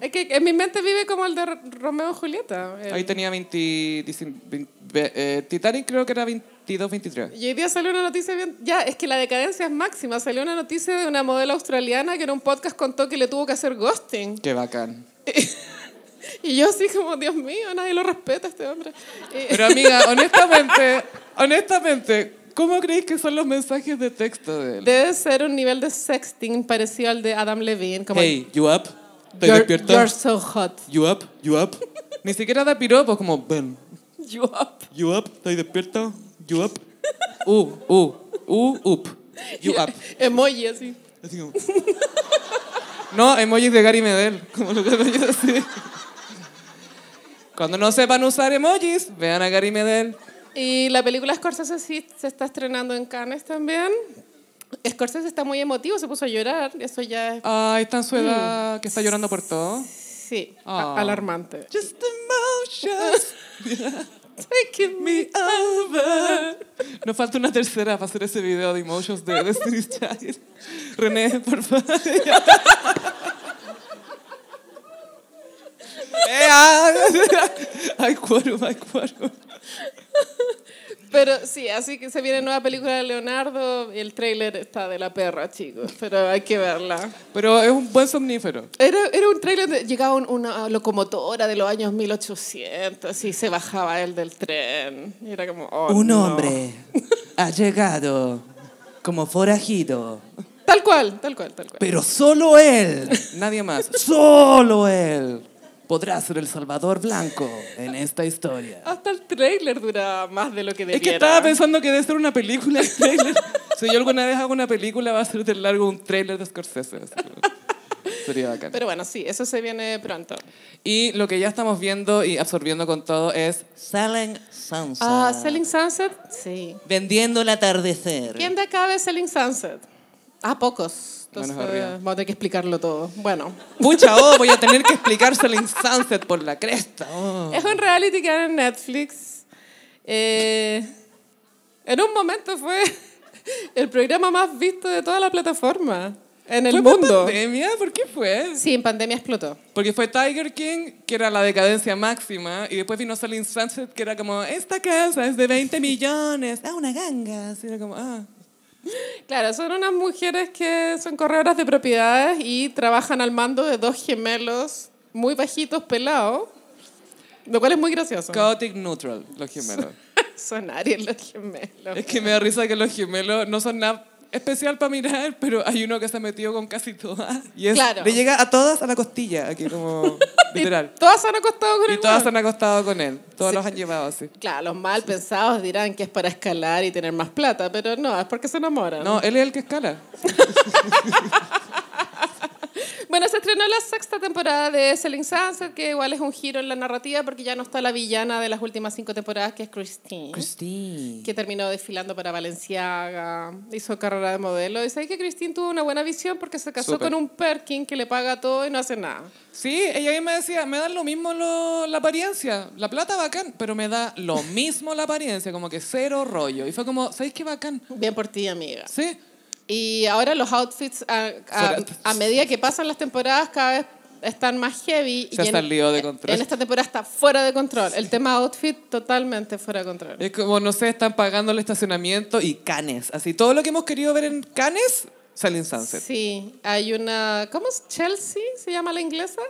B: Es que en mi mente vive como el de R- Romeo y Julieta. el-
A: Ahí tenía 20, dicen- vein- ve- eh, Titanic creo que era 22, 23.
B: Y hoy día salió una noticia bien. Ya, es que la decadencia es máxima. Salió una noticia de una modelo australiana que en un podcast contó que le tuvo que hacer ghosting.
A: Qué bacán.
B: Y yo, así como, Dios mío, nadie lo respeta a este hombre. Y-
A: Pero amiga, honestamente, honestamente, ¿cómo creéis que son los mensajes de texto de él?
B: Debe ser un nivel de sexting parecido al de Adam Levine. Como
A: you up? ¿Estás
B: You're,
A: despierta?
B: you're so hot.
A: You up, you up. Ni siquiera da piropos como, ven,
D: You up.
A: you up, ¿estás despierta? You up. Uh, uh, uh, up. You up.
B: Emoji así.
A: Así como- No, emojis de Gary Medel, como lo que yo así. Cuando no sepan usar emojis, vean a Gary Medel.
B: Y la película Scorsese sí se está estrenando en Cannes también. Scorsese está muy emotivo, se puso a llorar. Eso ya es
A: Ay, está en su edad que está llorando por todo.
B: sí,
A: Ah.
B: a- alarmante.
A: Just emotions taking me over. Nos falta una tercera para hacer ese video de emotions de Destiny's Child. René, por favor. Ea. Ay, quórum, ay, quórum.
B: Pero sí, así que se viene nueva película de Leonardo. El tráiler está de la perra, chicos, pero hay que verla.
A: Pero es un buen somnífero.
B: Era, era un tráiler, de- llegaba un- una locomotora de los años 1800 y se bajaba él del tren. Y era como, oh, no.
C: ha llegado como forajido,
B: Tal cual, tal cual, tal cual.
C: pero solo él,
A: Nadie más.
C: solo él podrá ser el Salvador Blanco en esta historia.
B: Hasta el tráiler dura más de lo que debiera.
A: Es que estaba pensando que debe ser una película. el tráiler. si yo alguna vez hago una película, va a ser de largo un trailer de Scorsese. así que Sería bacán.
B: Pero bueno, sí, eso se viene pronto.
A: Y lo que ya estamos viendo y absorbiendo con todo es
C: Selling Sunset.
B: Ah, Selling Sunset, sí.
C: Vendiendo el atardecer.
B: ¿Quién de acá ve Selling Sunset? Ah, pocos. Entonces
A: Manos arriba.
B: eh, vamos a tener que explicarlo todo. Bueno,
A: Pucha, oh, voy a tener que explicarse el Sunset por la cresta. oh.
B: es un reality que era en Netflix. Eh, en un momento fue el programa más visto de toda la plataforma en el
A: ¿Fue por
B: mundo.
A: pandemia? ¿Por qué fue?
B: Sí, en pandemia explotó.
A: Porque fue Tiger King, que era la decadencia máxima, y después vino Selling Sunset, que era como, esta casa es de 20 millones, ah, una ganga, así era como, ah.
B: Claro, son unas mujeres que son corredoras de propiedades y trabajan al mando de dos gemelos muy bajitos, pelados, lo cual es muy gracioso.
A: Chaotic Neutral, los gemelos.
B: Son Aries los gemelos.
A: Es que me da risa que los gemelos no son nada especial para mirar, pero hay uno que se ha metido con casi todas. Y es,
B: Claro.
A: le llega a todas a la costilla, aquí como literal.
B: Todas se han acostado con
A: Y
B: el
A: todas se
B: weón.
A: han acostado con él. Todos
B: Sí.
A: los han llevado así.
B: Claro, los mal pensados dirán que es para escalar y tener más plata, pero no, es porque se enamoran.
A: No, él es el que escala.
B: Bueno, se estrenó la sexta temporada de Selling Sunset, que igual es un giro en la narrativa porque ya no está la villana de las últimas cinco temporadas, que es Christine.
C: Christine.
B: que terminó desfilando para Valenciaga, hizo carrera de modelo. Y sabes que Christine tuvo una buena visión porque se casó
A: Súper.
B: con un Perkin que le paga todo y no hace nada.
A: Sí, ella ahí me decía, me da lo mismo lo- la apariencia. La plata bacán, pero me da lo mismo la apariencia, como que cero rollo. Y fue como, ¿sabéis qué bacán?
B: Bien por ti, amiga.
A: Sí.
B: Y ahora los outfits, a, a- a medida que pasan las temporadas, cada vez están más heavy.
A: Se ha
B: y en-
A: salido de control.
B: En esta temporada está fuera de control. El tema outfit totalmente fuera de control.
A: Es como, no sé, están pagando el estacionamiento y canes. Así, todo lo que hemos querido ver en canes, sale en Sunset.
B: Sí, hay una... ¿Cómo es? Chelsea, se llama la inglesa.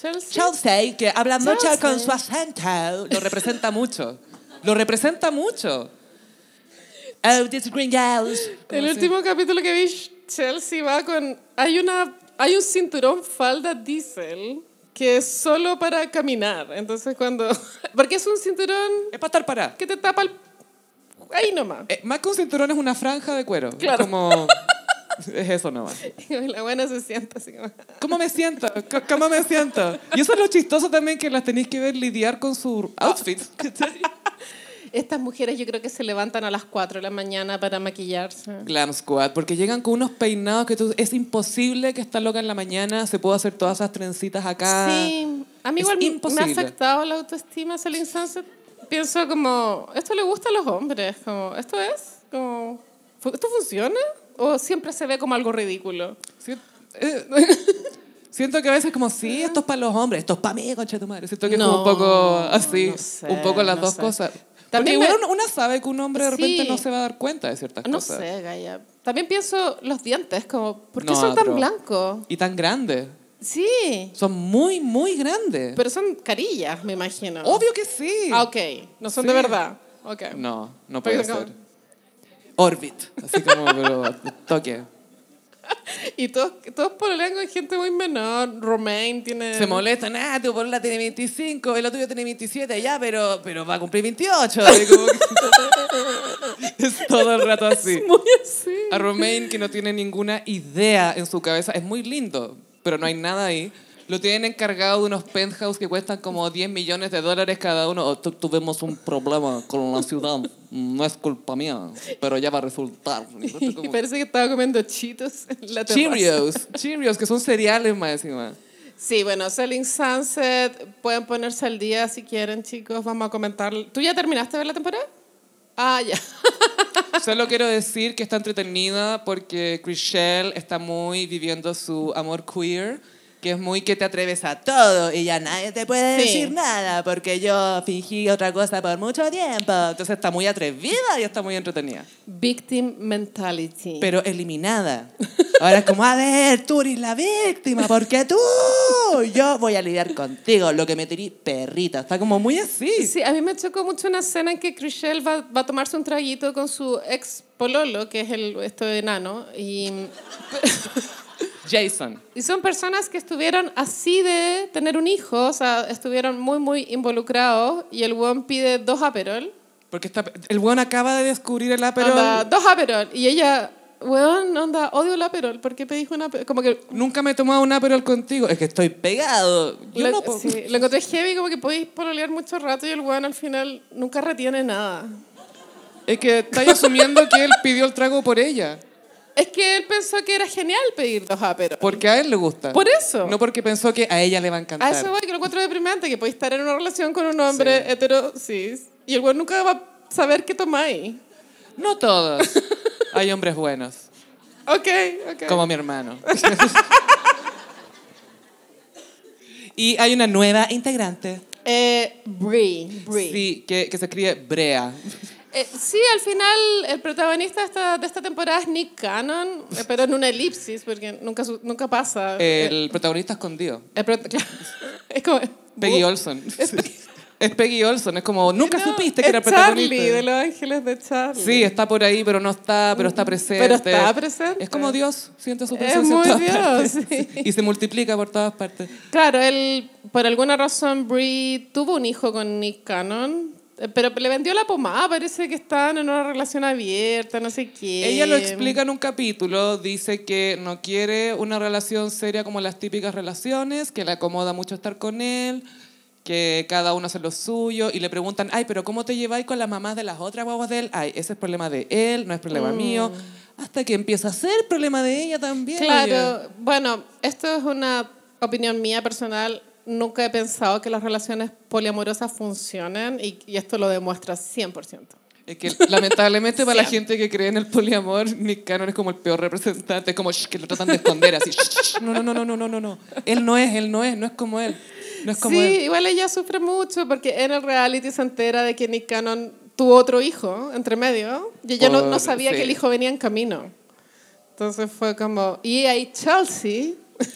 B: Chelsea.
C: Chelsea, que habla mucho
B: Chelsea.
C: con su acento.
A: Lo representa mucho. Lo representa mucho.
C: Oh, these green girls.
B: El último capítulo que vi, Chelsea va con... Hay, una, hay un cinturón falda diesel que es solo para caminar. Entonces cuando... Porque es un cinturón
A: Es para estar parada.
B: que te tapa el... Ahí nomás.
A: Eh, más que un cinturón es una franja de cuero.
B: Claro.
A: Es como... Es eso nomás.
B: Y la buena se sienta así como...
A: ¿Cómo me siento? C- ¿Cómo me siento? Y eso es lo chistoso también que las tenéis que ver lidiar con su outfit. ¿cachai?
B: Estas mujeres yo creo que se levantan a las 4 de la mañana para maquillarse.
A: Glam Squad, porque llegan con unos peinados que tú, es imposible que esta loca en la mañana se pueda hacer todas esas trencitas acá.
B: Sí, a mí
A: es
B: igual me- me ha
A: imposible.
B: afectado la autoestima Selling Sunset. Pienso como, esto le gusta a los hombres, como, ¿esto es? Como, ¿fu- ¿Esto funciona? ¿O siempre se ve como algo ridículo?
A: Sien- eh, Siento que a veces como, sí, esto es para los hombres, esto es para mí, concha de tu madre. Siento que es como un
B: No,
A: poco así,
B: no sé,
A: un poco las
B: no
A: dos
B: sé.
A: cosas.
B: También
A: Porque igual
B: me-
A: una sabe que un hombre de
B: Sí.
A: repente no se va a dar cuenta de ciertas
B: No
A: cosas.
B: sé, Gaia. También pienso los dientes, como, ¿por qué
A: No,
B: son tan
A: pero-
B: blancos?
A: Y tan grandes.
B: Sí,
A: Son muy, muy grandes.
B: pero son carillas, me imagino.
A: Obvio que sí.
B: Ah, ok, no son de
A: Sí.
B: verdad. Ok.
A: No, no
B: Porque
A: puede
B: son
A: ser.
B: como-
A: Orbit. Así como, pero toque.
B: Y todos, todos pololean con gente muy menor. Romain tiene.
C: Se molesta, nada, tu la tiene 25, el otro tiene 27, ya, pero, pero va a cumplir 28. Y como que- es todo el rato así.
B: Muy así.
A: A Romain, que no tiene ninguna idea en su cabeza, es muy lindo, pero no hay nada ahí. Lo tienen encargado de unos penthouse que cuestan como 10 millones de dólares cada uno. Oh, tu- tuvimos un problema con la ciudad. No es culpa mía, pero ya va a resultar. Entonces,
B: Y
A: como-
B: parece que estaba comiendo chitos en la terraza.
A: Cheerios, Cheerios, que son cereales más encima.
B: Sí, bueno, Selling Sunset. Pueden ponerse al día si quieren, chicos. Vamos a comentar. ¿Tú ya terminaste de ver la temporada? Ah, ya.
A: Solo quiero decir que está entretenida porque Chriselle está muy viviendo su amor queer, que es muy que te atreves a todo.
C: Todo, y ya nadie te puede
B: Sí.
C: decir nada, porque yo fingí otra cosa por mucho tiempo.
A: Entonces está muy atrevida y está muy entretenida.
B: Victim Mentality.
C: Pero eliminada. Ahora es como, a ver, tú eres la víctima, porque tú, yo voy a lidiar contigo, lo que me tirí perrita. Está como muy así.
B: Sí, a mí me chocó mucho una escena en que Chriselle va, va a tomarse un traguito con su ex pololo, que es el, este enano, y,
A: Jason.
B: y son personas que estuvieron así de tener un hijo, o sea, estuvieron muy, muy involucrados, y el weón pide dos aperol,
A: Porque está, el weón acaba de descubrir el
B: pero...
A: aperol.
B: dos aperol, y ella, weón, onda, odio el aperol, ¿por qué pedís una aperol? Como que...
A: Nunca me he tomado un aperol contigo. Es que estoy
C: Pegado. Yo
B: lo,
C: no puedo-
B: sí, lo encontré heavy, como que podéis pololear mucho rato y el weón al final nunca retiene nada.
A: es que estáis asumiendo que él pidió el trago por ella.
B: Es que él pensó que era genial pedir dos aperol.
A: Porque a él le gusta.
B: Por eso.
A: No porque pensó que a ella le va a
B: A
A: encantar.
B: eso voy, que lo encuentro deprimente, que podéis estar en una relación con un hombre hetero cis y el güey nunca va a saber qué tomáis.
A: No todos. Hay hombres buenos,
B: Ok, ok.
A: como mi hermano. y hay una nueva integrante.
B: Eh, Brie. Brie. Sí.
A: Sí, que, que se escribe Brea.
B: sí, al final el protagonista de esta, de esta temporada es Nick Cannon, eh, pero en una elipsis, porque nunca, su- nunca pasa. Eh,
A: El protagonista escondido.
B: El pro- es como...
A: Peggy Olson. Es Peggy Olson. Es como, nunca
B: No,
A: supiste que era
B: es Charlie,
A: protagonista.
B: de Los Ángeles de Charlie.
A: Sí, está por ahí, pero no está, pero está presente.
B: Mm, Pero está presente.
A: Es como Dios, siente su
B: Es
A: presencia en
B: muy
A: todas
B: Dios,
A: partes.
B: sí.
A: Y se multiplica por todas partes.
B: Claro, él, por alguna razón, Brie tuvo un hijo con Nick Cannon, eh, pero le vendió la pomada, parece que estaban en una relación abierta, no sé qué.
A: Ella lo explica en un capítulo, dice que no quiere una relación seria como las típicas relaciones, que le acomoda mucho estar con él, que cada uno hace lo suyo y le preguntan, ay, pero ¿cómo te lleváis con las mamás de las otras guaguas de él? Ay, ese es problema de él, no es
B: Mm.
A: problema mío. Hasta que empieza a ser problema de ella también. oye.
B: Claro, bueno, esto es una opinión mía personal. Nunca he pensado que las relaciones poliamorosas funcionen y, y esto lo demuestra 100%.
A: Es que lamentablemente para la
B: Siempre.
A: gente que cree en el poliamor, Nick Cannon es como el peor representante, es como "Shh", que lo tratan de esconder así. "Shh, shh, No, no, no, no, no, no, no, no. Él no es, él no es, no es como él. No es como
B: Sí,
A: él.
B: igual ella sufre mucho porque en el reality se entera de que Nick Cannon tuvo otro hijo entre medio y ella no, no
A: Por-
B: sabía
A: sí.
B: que el hijo venía en camino. Entonces fue como, y ahí Chelsea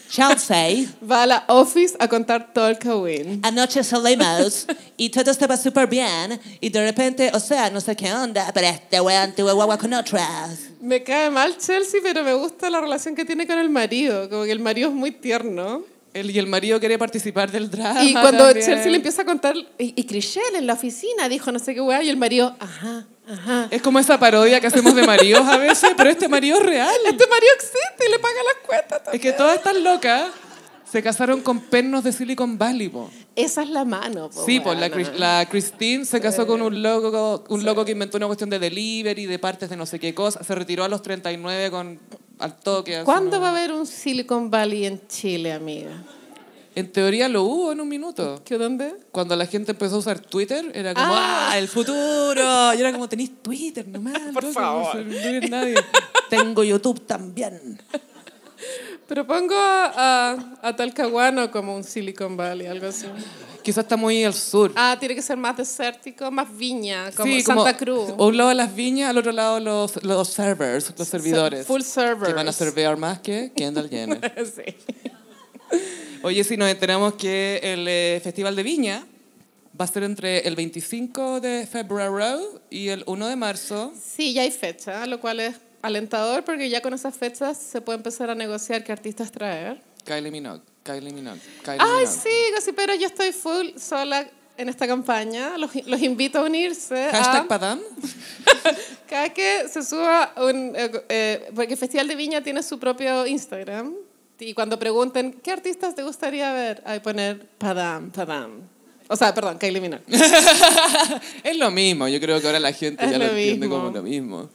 C: Chelsea,
B: va a la office a contar todo el cagüín.
C: anoche salimos y todo estaba súper bien y de repente, o sea, no sé qué onda, pero este weón tuvo guagua con otras.
B: Me cae mal Chelsea, pero me gusta la relación que tiene con el marido, como que el marido es muy tierno.
A: Él y el marido quería participar del drama.
B: Y cuando
A: también.
B: Chelsea le empieza a contar, y, y Chrishell en la oficina dijo no sé qué weá, y el marido, ajá, ajá.
A: Es como esa parodia que hacemos de maridos a veces, pero este marido es real.
B: Este marido existe y le paga las cuentas.
A: Es que todas estas locas se casaron con pernos de Silicon Valley, po.
B: Esa es la mano. po,
A: Sí, pues la,
B: weona.
A: Chris- la Christine se casó con un loco, un loco que inventó una cuestión de delivery, de partes de no sé qué cosa. Se retiró a los 39 con, al toque. así,
B: ¿Cuándo
A: ¿no?
B: va a haber un Silicon Valley en Chile, amiga?
A: En teoría lo hubo en un minuto.
B: ¿Qué dónde?
A: Cuando la gente empezó a usar Twitter, era como,
B: Ah.
A: ¡ah, el futuro! Y era como, tenéis Twitter nomás.
B: Por
A: loco,
B: favor.
A: No eres nadie.
C: Tengo YouTube también.
B: Propongo a, a, a Talcahuano como un Silicon Valley, algo así.
A: Quizás está muy al sur.
B: Ah, tiene que ser más desértico, más viña, como
A: Sí, como
B: Santa Cruz.
A: A un lado las viñas, al otro lado los, los servers, los servidores.
B: full servers.
A: Que van a servear más que Kendall Jenner.
B: sí.
A: Oye, si nos enteramos que el eh, Festival de Viña va a ser entre el 25 de febrero y el 1 de marzo.
B: sí, ya hay fecha, lo cual es alentador porque ya con esas fechas se puede empezar a negociar qué artistas traer.
A: Kylie Minogue, Kylie Minogue, Kylie
B: Ay,
A: Minogue.
B: sí, pero yo estoy full sola en esta campaña. Los, los invito a unirse.
A: Hashtag
B: a-
A: Padam.
B: Cada que se suba un... eh, eh, porque Festival de Viña tiene su propio Instagram. Y cuando pregunten, ¿qué artistas te gustaría ver? Hay poner Padam, Padam. O sea, perdón, Kylie Minogue.
A: Es lo mismo, yo creo que ahora la gente
B: Es
A: ya lo,
B: lo
A: entiende
B: mismo.
A: como lo mismo.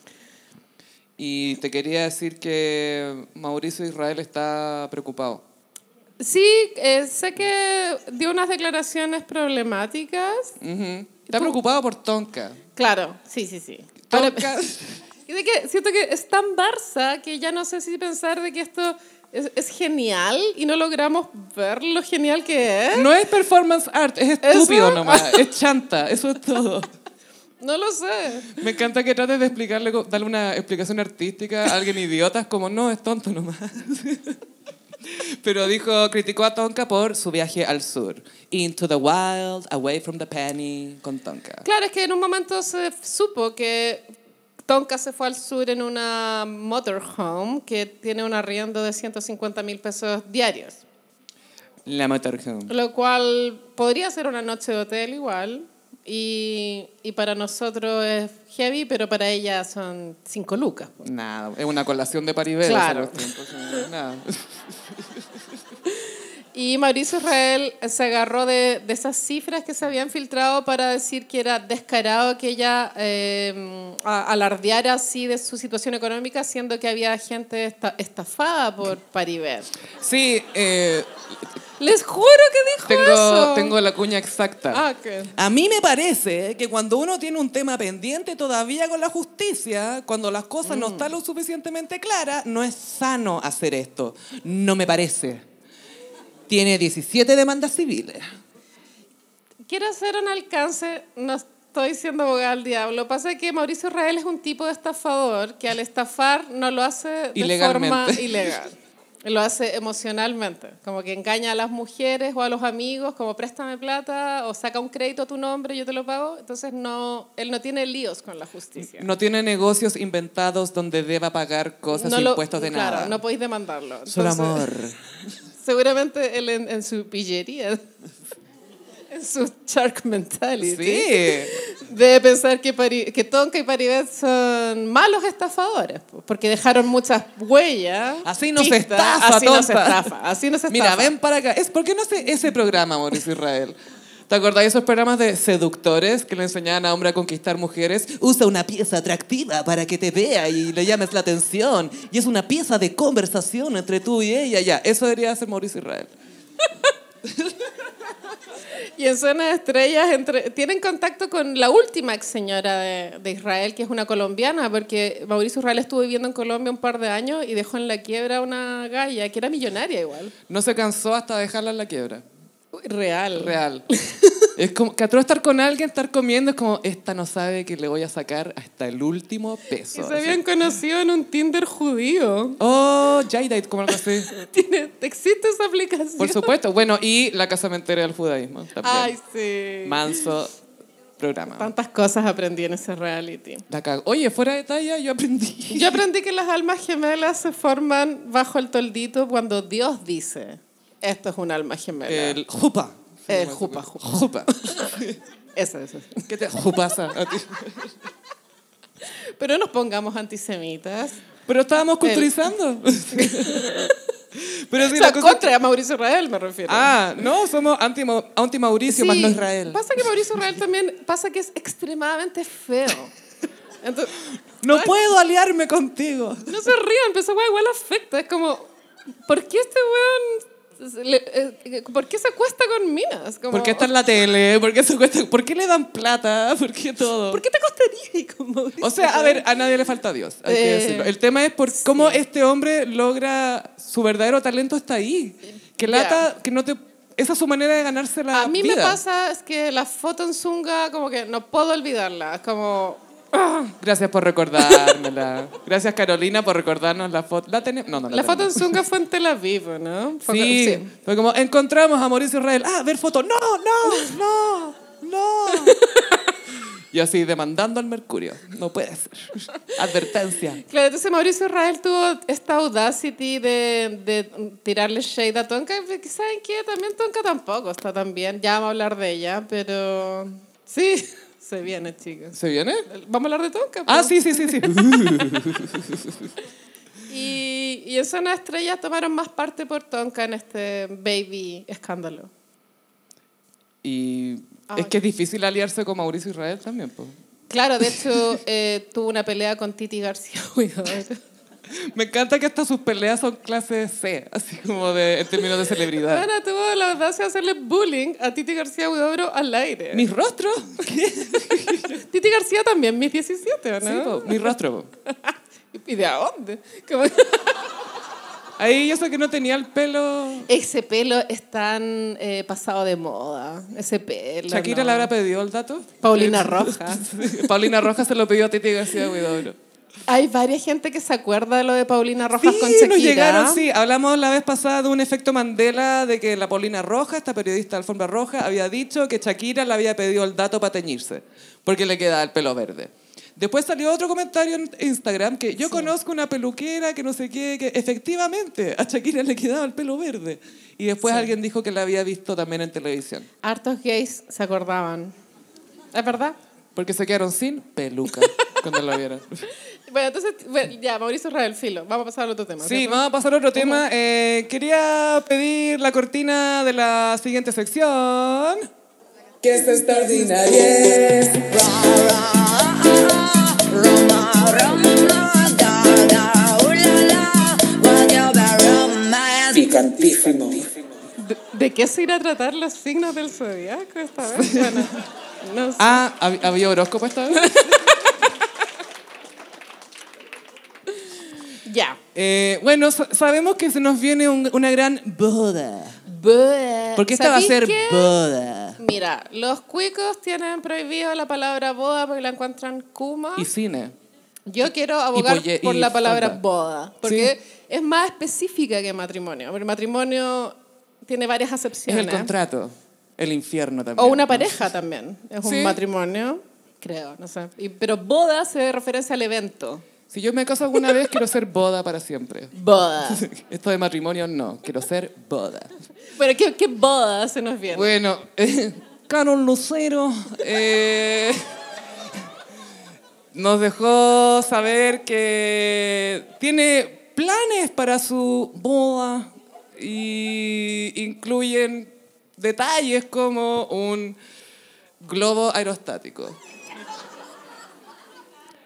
A: Y te quería decir que Mauricio Israel está preocupado.
B: Sí, eh, sé que dio unas declaraciones problemáticas.
A: Ujú. Está preocupado por Tonka.
B: Claro, sí, sí, sí. Ahora- ¿eh?
A: Tonka.
B: Y de que siento que es tan Barça que ya no sé si pensar de que esto es, es genial y no logramos ver lo genial que es.
A: No es performance art, es estúpido
B: ¿Eso?
A: nomás, es chanta, eso es todo.
B: No lo sé.
A: Me encanta que trates de explicarle, co- darle una explicación artística a alguien idiota, es como, no, es tonto nomás. Pero dijo, criticó a Tonka por su viaje al sur. Into the wild, away from the penny, con Tonka.
B: Claro, es que en un momento se supo que Tonka se fue al sur en una motorhome que tiene un arriendo de 150 mil pesos diarios,
A: La motorhome.
B: lo cual podría ser una noche de hotel igual. Y, y para nosotros es heavy, pero para ella son 5 lucas. po.
A: Nada, es una colación de Paribel.
B: Claro.
A: esa cuestión, entonces, nada.
B: Y Mauricio Israel se agarró de, de esas cifras que se habían filtrado para decir que era descarado que ella eh, a- alardeara así de su situación económica, siendo que había gente esta- estafada por Paribet.
A: Sí, eh,
B: Les juro que dijo
A: tengo,
B: eso.
A: tengo la cuña exacta.
B: Ah, ok.
C: A mí me parece que cuando uno tiene un tema pendiente todavía con la justicia, cuando las cosas
B: Mm.
C: no están lo suficientemente claras, no es sano hacer esto. No me parece. Tiene 17 demandas civiles.
B: Quiero hacer un alcance, no estoy siendo abogada al diablo. Pasa que Mauricio Israel es un tipo de estafador que al estafar no lo hace de
A: Ilegalmente.
B: forma ilegal. Lo hace emocionalmente, como que engaña a las mujeres o a los amigos, como préstame plata o saca un crédito a tu nombre, yo te lo pago. Entonces no, él no tiene líos con la justicia.
A: No tiene negocios inventados donde deba pagar cosas
C: e
B: No
A: sin
B: lo-
A: impuestos de
B: claro,
A: nada.
B: no podéis demandarlo.
C: Solo
B: Entonces,
C: amor.
B: Seguramente él en, en su pillería, en su shark mentality.
A: Sí.
B: Debe pensar que, Pari- que Tonka y Paribet son malos estafadores, po, porque dejaron muchas huellas.
C: Así no se
B: pistas,
C: estafa,
B: Así no se
C: tonta.
B: estafa, así no se
A: Mira,
B: estafa.
A: ven para acá. Es, ¿Por qué no hace ese programa, Mauricio Israel? ¿Te acordáis de esos programas de seductores que le enseñaban a hombres a conquistar mujeres?
C: Usa una pieza atractiva para que te vea y le llames la atención. Y es una pieza de conversación entre tú y ella. Ya, eso debería hacer Mauricio Israel.
B: Y en Zona de Estrellas entre- tienen contacto con la última ex señora de, de Israel, que es una colombiana, porque Mauricio Israel estuvo viviendo en Colombia un par de años y dejó en la quiebra una galla que era millonaria igual.
A: No se cansó hasta dejarla en la quiebra.
B: Real.
A: Real. Es como que atroz estar con alguien, estar comiendo, es como, esta no sabe que le voy a sacar hasta el último
B: Y
A: peso.
B: se habían conocido en un Tinder judío.
A: Oh, Jaidate, como algo así.
B: Tiene- existe esa aplicación.
A: Por supuesto. Bueno, y la casamentera del judaísmo también.
B: Ay, sí.
A: Manso programa.
B: Tantas cosas aprendí en ese reality.
A: La cago. Oye, fuera de talla, yo aprendí.
B: Yo aprendí que las almas gemelas se forman bajo el toldito cuando Dios dice, esto es un alma gemela.
A: El
C: Jupa.
B: El jupa, jupa.
A: jupa.
B: Eso, eso.
A: ¿Qué te jupasa a ti?
B: Pero no nos pongamos antisemitas.
A: Pero estábamos culturizando. Pero sí,
B: O
A: la
B: sea,
A: cosa...
B: contra Mauricio Israel me refiero.
A: Ah, no, somos anti-Mauricio,
B: Sí,
A: más no Israel.
B: Pasa que Mauricio Israel también pasa que es extremadamente feo. Entonces,
C: No puedo aliarme contigo.
B: No se rían, pero esa weá igual afecta. Es como, ¿por qué este weón.? le- eh, ¿Por qué se acuesta con minas? Como,
A: ¿Por qué está en la tele? ¿Por qué, se cuesta- ¿Por qué le dan plata? ¿Por qué todo?
B: ¿Por qué te acostarías con Mauricio?
A: O sea, a ver, a nadie le falta Dios, hay que
B: Eh,
A: decirlo. El tema es por cómo este hombre logra su verdadero talento está ahí. Que
B: Ya.
A: lata, que no te... Esa es su manera de ganarse la
B: A mí me
A: vida.
B: pasa es que la foto en Zunga, como que no puedo olvidarla. Es como.
A: Gracias por recordármela. Gracias, Carolina, por recordarnos la foto. ¿La tenemos? No, no,
B: La foto en
A: tenemos.
B: Zunga fue en Tel Aviv, ¿no? Fue-
A: Sí, Fue como, encontramos a Mauricio Israel. Ah, ver foto. No, no, no, no. Y Yo así demandando al Mercurio. No puede ser. Advertencia.
B: Claro, entonces Mauricio Israel tuvo esta audacity de, de tirarle shade a Tonka. que ¿Saben qué? También Tonka tampoco está tan bien. Ya vamos a hablar de ella, pero sí, se viene, chicos.
A: ¿Se viene?
B: Vamos a hablar de Tonka.
A: Ah,
B: pues.
A: sí, sí, sí, sí.
B: Y, y en Zona Estrella tomaron más parte por Tonka en este baby escándalo.
A: Y
B: Ay.
A: es que es difícil aliarse con Mauricio Israel también, po.
B: Claro, de hecho, eh, tuvo una pelea con Titi García Huidobro.
A: Me encanta que hasta sus peleas son clase C, así como de, en términos de celebridad.
B: Ana tuvo la audacia de hacerle bullying a Titi García Huidobro al aire.
A: ¿Mis rostros?
B: Titi García también, mis 17, ¿o
A: Sí,
B: no?
A: po, mi rostro, po.
B: ¿Y de a dónde? Como-
A: Ahí yo sé que no tenía el pelo...
B: Ese pelo es tan eh, pasado de moda. Ese pelo.
A: Shakira
B: no.
A: le habrá pedido el dato.
B: Paulina Rojas.
A: Sí, Paulina Rojas se lo pidió a Titi García Huidobro.
B: Hay varias gente que se acuerda de lo de Paulina Rojas con Shakira.
A: nos llegaron, sí. Hablamos la vez pasada de un efecto Mandela de que la Paulina Roja, esta periodista de Alfombra Roja, había dicho que Shakira le había pedido el dato para teñirse, porque le quedaba el pelo verde. Después salió otro comentario en Instagram que yo conozco una peluquera que no sé qué, que efectivamente a Shakira le quedaba el pelo verde. Y después alguien dijo que la había visto también en televisión,
B: Hartos gays se acordaban. ¿Es verdad?
A: porque se quedaron sin peluca cuando la vieron.
B: Bueno, entonces, bueno, ya, Mauricio Israel, filo. Vamos a pasar al otro tema.
A: Sí,
B: ¿cierto?
A: vamos a pasar a otro tema. Eh, quería pedir la cortina de la siguiente sección. Que es extraordinaria.
C: Picantísimo.
B: ¿De, de qué se irá a tratar los signos del zodiaco esta vez? Bueno, no sé.
A: Ah, ¿hab- ¿había horóscopo esta vez?
B: Ya.
A: Eh, bueno, sa- sabemos que se nos viene un- una gran boda. Porque esta va a
B: ¿Sabéis
A: ser
B: qué?
A: boda.
B: Mira, los cuicos tienen prohibido la palabra boda porque la encuentran kuma.
A: Y cine.
B: Yo quiero abogar
A: polle-
B: por
A: y
B: la palabra
A: falda.
B: boda, porque es más específica que matrimonio. Porque matrimonio tiene varias
A: Es
B: acepciones.
A: el contrato. El infierno también.
B: o una pareja también. Es un
A: Sí.
B: matrimonio, creo, no sé. Y- pero boda se referencia al evento.
A: Si yo me caso alguna vez, quiero ser boda para siempre.
B: Boda.
A: Esto de matrimonio no. Quiero ser boda.
B: Pero ¿qué, qué boda se nos viene?
A: Bueno, eh, Carol Lucero eh, nos dejó saber que tiene planes para su boda y incluyen detalles como un globo aerostático.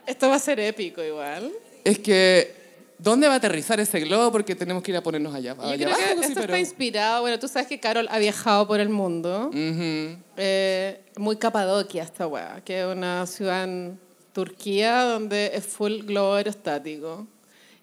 B: Esto va a ser épico igual.
A: Es que, ¿dónde va a aterrizar ese globo? Porque tenemos que ir a ponernos allá.
B: Yo
A: allá
B: creo que
A: abajo,
B: esto
A: Ah, sí,
B: está
A: pero-
B: inspirado. Bueno, tú sabes que Carol ha viajado por el mundo. Eh, muy Capadoquia esta weá, que es una ciudad en Turquía donde es full globo aerostático.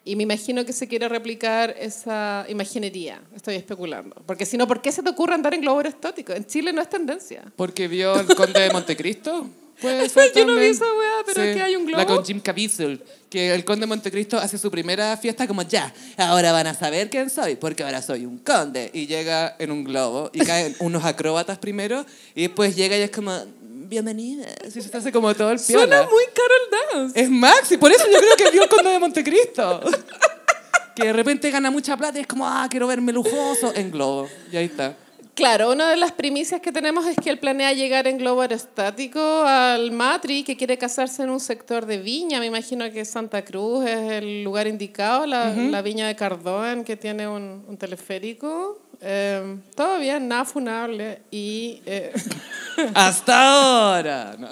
B: Y me imagino que se quiere replicar esa imaginería. Estoy especulando. Porque si no, ¿por qué se te ocurre andar en globo aerostático? En Chile no es tendencia.
A: Porque vio el Conde de Montecristo. Puede ser
B: Yo no vi
A: también.
B: esa weá, pero es que hay un globo.
A: La con Jim Caviezel, que el Conde de Montecristo hace su primera fiesta como ya. Ahora van a saber quién soy, porque ahora soy un conde. Y llega en un globo y caen unos acróbatas primero y después llega y es como bienvenida. Así se hace como todo el piola.
B: Suena muy Carol Dance.
A: Es Maxi, por eso yo creo que vio el Conde de Montecristo. Que de repente gana mucha plata y es como, ah, quiero verme lujoso en globo. Y ahí está.
B: Claro, una de las primicias que tenemos es que él planea llegar en globo aerostático al Matri, que quiere casarse en un sector de viña. Me imagino que Santa Cruz es el lugar indicado, la, la viña de Cardón, que tiene un, un teleférico. Eh, todo bien, nada funable. Y eh,
A: Hasta ahora. No.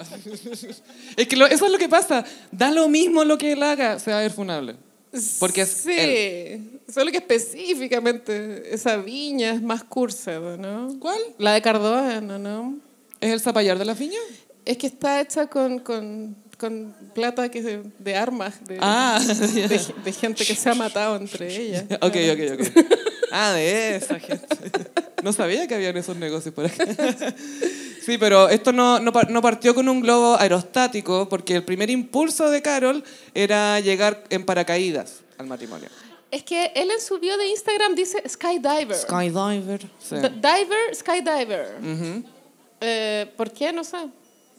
A: Es que lo- eso es lo que pasa. Da lo mismo lo que él haga, se va a ver funable. Porque es
B: sí,
A: él.
B: solo que específicamente esa viña es más Cúrcedo, ¿no?
A: ¿Cuál?
B: La de Cardón, ¿o ¿no?
A: ¿Es el zapallar de la viña?
B: Es que está hecha con, con, con plata que se- de armas, de,
A: Ah, ya.
B: de, ge- de gente que se ha matado entre ellas.
A: ok, ok, ok. Ah, de esa gente. No sabía que habían esos negocios por acá. Sí, pero esto no, no, par- no partió con un globo aerostático, porque el primer impulso de Carol era llegar en paracaídas al matrimonio.
B: Es que él en su bio de Instagram dice skydiver.
A: Skydiver. Sí.
B: D- diver, skydiver. Eh, ¿Por qué? No sé.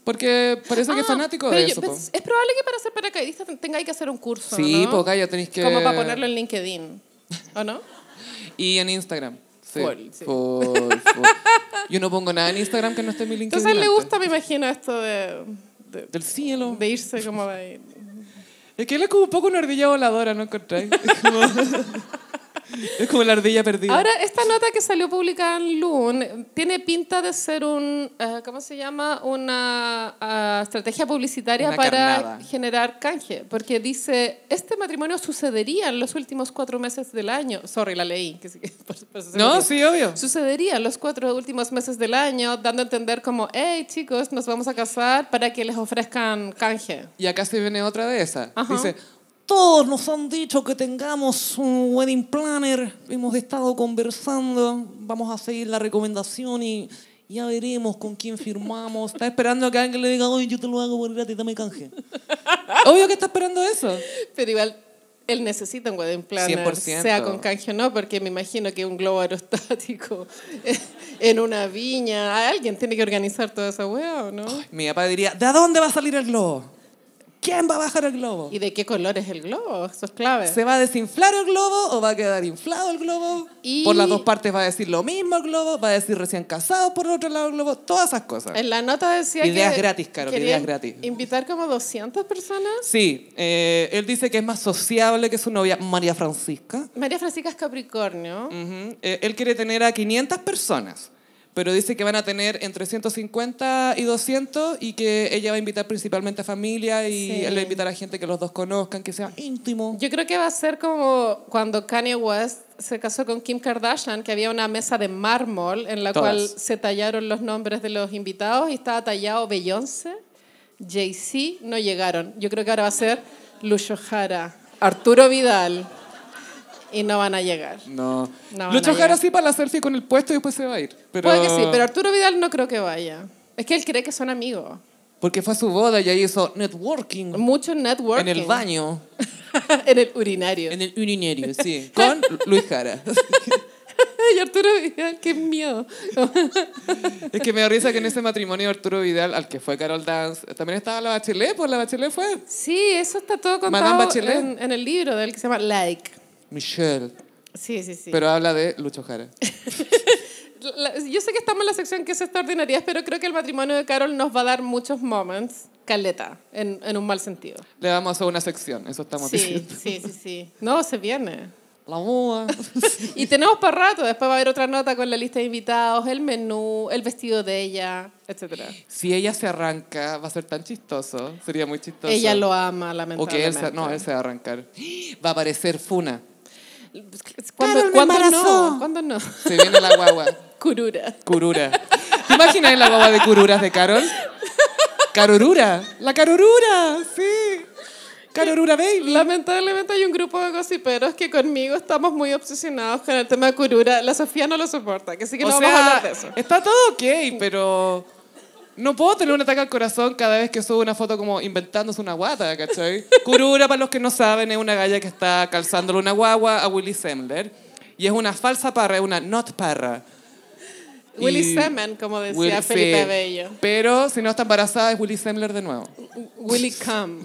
A: Porque parece que es
B: Ah,
A: fanático
B: pero
A: de
B: yo-
A: eso. po.
B: pues, es probable que para ser paracaidista ten- tengáis que hacer un curso.
A: Sí,
B: ¿no?
A: porque ya tenéis que.
B: Como para ponerlo en LinkedIn. ¿O no?
A: Y en Instagram. Sí.
B: Full, sí.
A: Full, full. Yo no pongo nada en Instagram que no esté en mi LinkedIn.
B: Entonces le
A: antes.
B: gusta, me imagino, esto de, de,
A: Del cielo.
B: de irse como de...
A: Es que él es como un poco una ardilla voladora, ¿no encontráis? Es como, es como la ardilla perdida.
B: Ahora, esta nota que salió publicada en Loon eh, tiene pinta de ser un, eh, ¿cómo se llama? Una ah, estrategia publicitaria
C: Una
B: para
C: carnada.
B: generar canje, porque dice, este matrimonio sucedería en los últimos cuatro meses del año. Sorry, la leí. que sí que- por- por eso se me
A: no,
B: olvidó.
A: sí, obvio.
B: Sucedería en los cuatro últimos meses del año, dando a entender como, hey chicos, nos vamos a casar para que les ofrezcan canje.
A: Y acá se viene otra de esas.
B: Ajá.
A: Dice,
C: Todos nos han dicho que tengamos un wedding planner. Hemos estado conversando. Vamos a seguir la recomendación y ya veremos con quién firmamos. Está esperando que alguien le diga, oye, yo te lo hago por gratis, dame canje.
A: obvio que está esperando eso.
B: Pero igual, él necesita un wedding planner,
A: 100%.
B: sea con canje o no, porque me imagino que un globo aerostático en una viña, alguien tiene que organizar toda esa hueá, ¿o no?
C: Mi papá diría, ¿de dónde va a salir el globo? ¿Quién va a bajar el globo?
B: ¿Y de qué color es el globo? Eso es clave.
C: ¿Se va a desinflar el globo o va a quedar inflado el globo?
B: Y-
C: Por las dos partes va a decir lo mismo el globo, va a decir recién casado por el otro lado el globo, todas esas cosas.
B: En la nota decía
C: Ideas
B: que
C: gratis, Carol,
B: querían
C: ideas gratis.
B: invitar como 200 personas.
C: Sí, eh, él dice que es más sociable que su novia María Francisca.
B: María Francisca es Capricornio.
C: Ujú. Eh, él quiere tener a 500 personas, pero dice que van a tener entre 150 y 200 y que ella va a invitar principalmente a familia y
B: Sí.
C: él va a invitar a gente que los dos conozcan, que sea íntimo.
B: Yo creo que va a ser como cuando Kanye West se casó con Kim Kardashian, que había una mesa de mármol en la
C: Todas.
B: cual se tallaron los nombres de los invitados y estaba tallado Beyoncé, Jay-Z, no llegaron. Yo creo que ahora va a ser Lucho Jara, Arturo Vidal y no van a llegar.
C: No.
B: No,
A: Lucho
B: no
A: Jara
B: llega.
A: sí para la selfie con el puesto y después se va a ir. Pero...
B: Puede que sí, pero Arturo Vidal no creo que vaya. Es que él cree que son amigos.
C: Porque fue a su boda y ahí hizo networking,
B: Mucho networking.
C: en el baño,
B: en el urinario.
C: en el urinario, sí, con Luis Jara.
B: Y Arturo Vidal, qué miedo.
A: Es que me da risa que en ese matrimonio de Arturo Vidal, al que fue Carol Dance, también estaba la Bachelet, pues la Bachelet fue.
B: Sí, eso está todo
A: Madame
B: contado
A: Bachelet.
B: en, en el libro del que se llama Like.
C: Michelle,
B: Sí, sí, sí.
A: Pero habla de Lucho Jara.
B: La- yo sé que estamos en la sección que es extraordinaria, pero creo que el matrimonio de Carol nos va a dar muchos moments, caleta, en, en un mal sentido.
A: Le vamos a hacer una sección, eso estamos
B: Sí,
A: diciendo.
B: sí, sí, sí. No, se viene.
C: la boda.
B: Y tenemos para rato, después va a haber otra nota con la lista de invitados, el menú, el vestido de ella, etc.
A: Si ella se arranca, va a ser tan chistoso. Sería muy chistoso.
B: Ella lo ama,
A: O que él
B: lamentablemente.
A: se, no, él se va a arrancar. Va a aparecer Funa.
B: ¿Cuándo,
C: Carol me
B: cuándo
C: embarazó.
B: no? ¿Cuándo no?
A: Se viene la guagua.
B: Curura.
A: Curura. ¿Te imaginas la guagua de cururas de Carol? Carorura. La carorura, sí. Carorura Baby.
B: Lamentablemente hay un grupo de gossiperos que conmigo estamos muy obsesionados con el tema de Curura. La Sofía no lo soporta, que sí que
A: O
B: no
A: sea,
B: vamos a hablar de eso.
A: Está todo ok, pero no puedo tener un ataque al corazón cada vez que subo una foto como inventándose una guata, ¿cachai? Curura, para los que no saben, es una galla que está calzándole una guagua a Willy Semler. Y es una falsa parra, es una not parra. Y-
B: Willy Semen, como decía
A: Willy-
B: Felipe
A: sí.
B: Bello.
A: Pero si no está embarazada es Willy Semler de nuevo.
B: Willy Cum.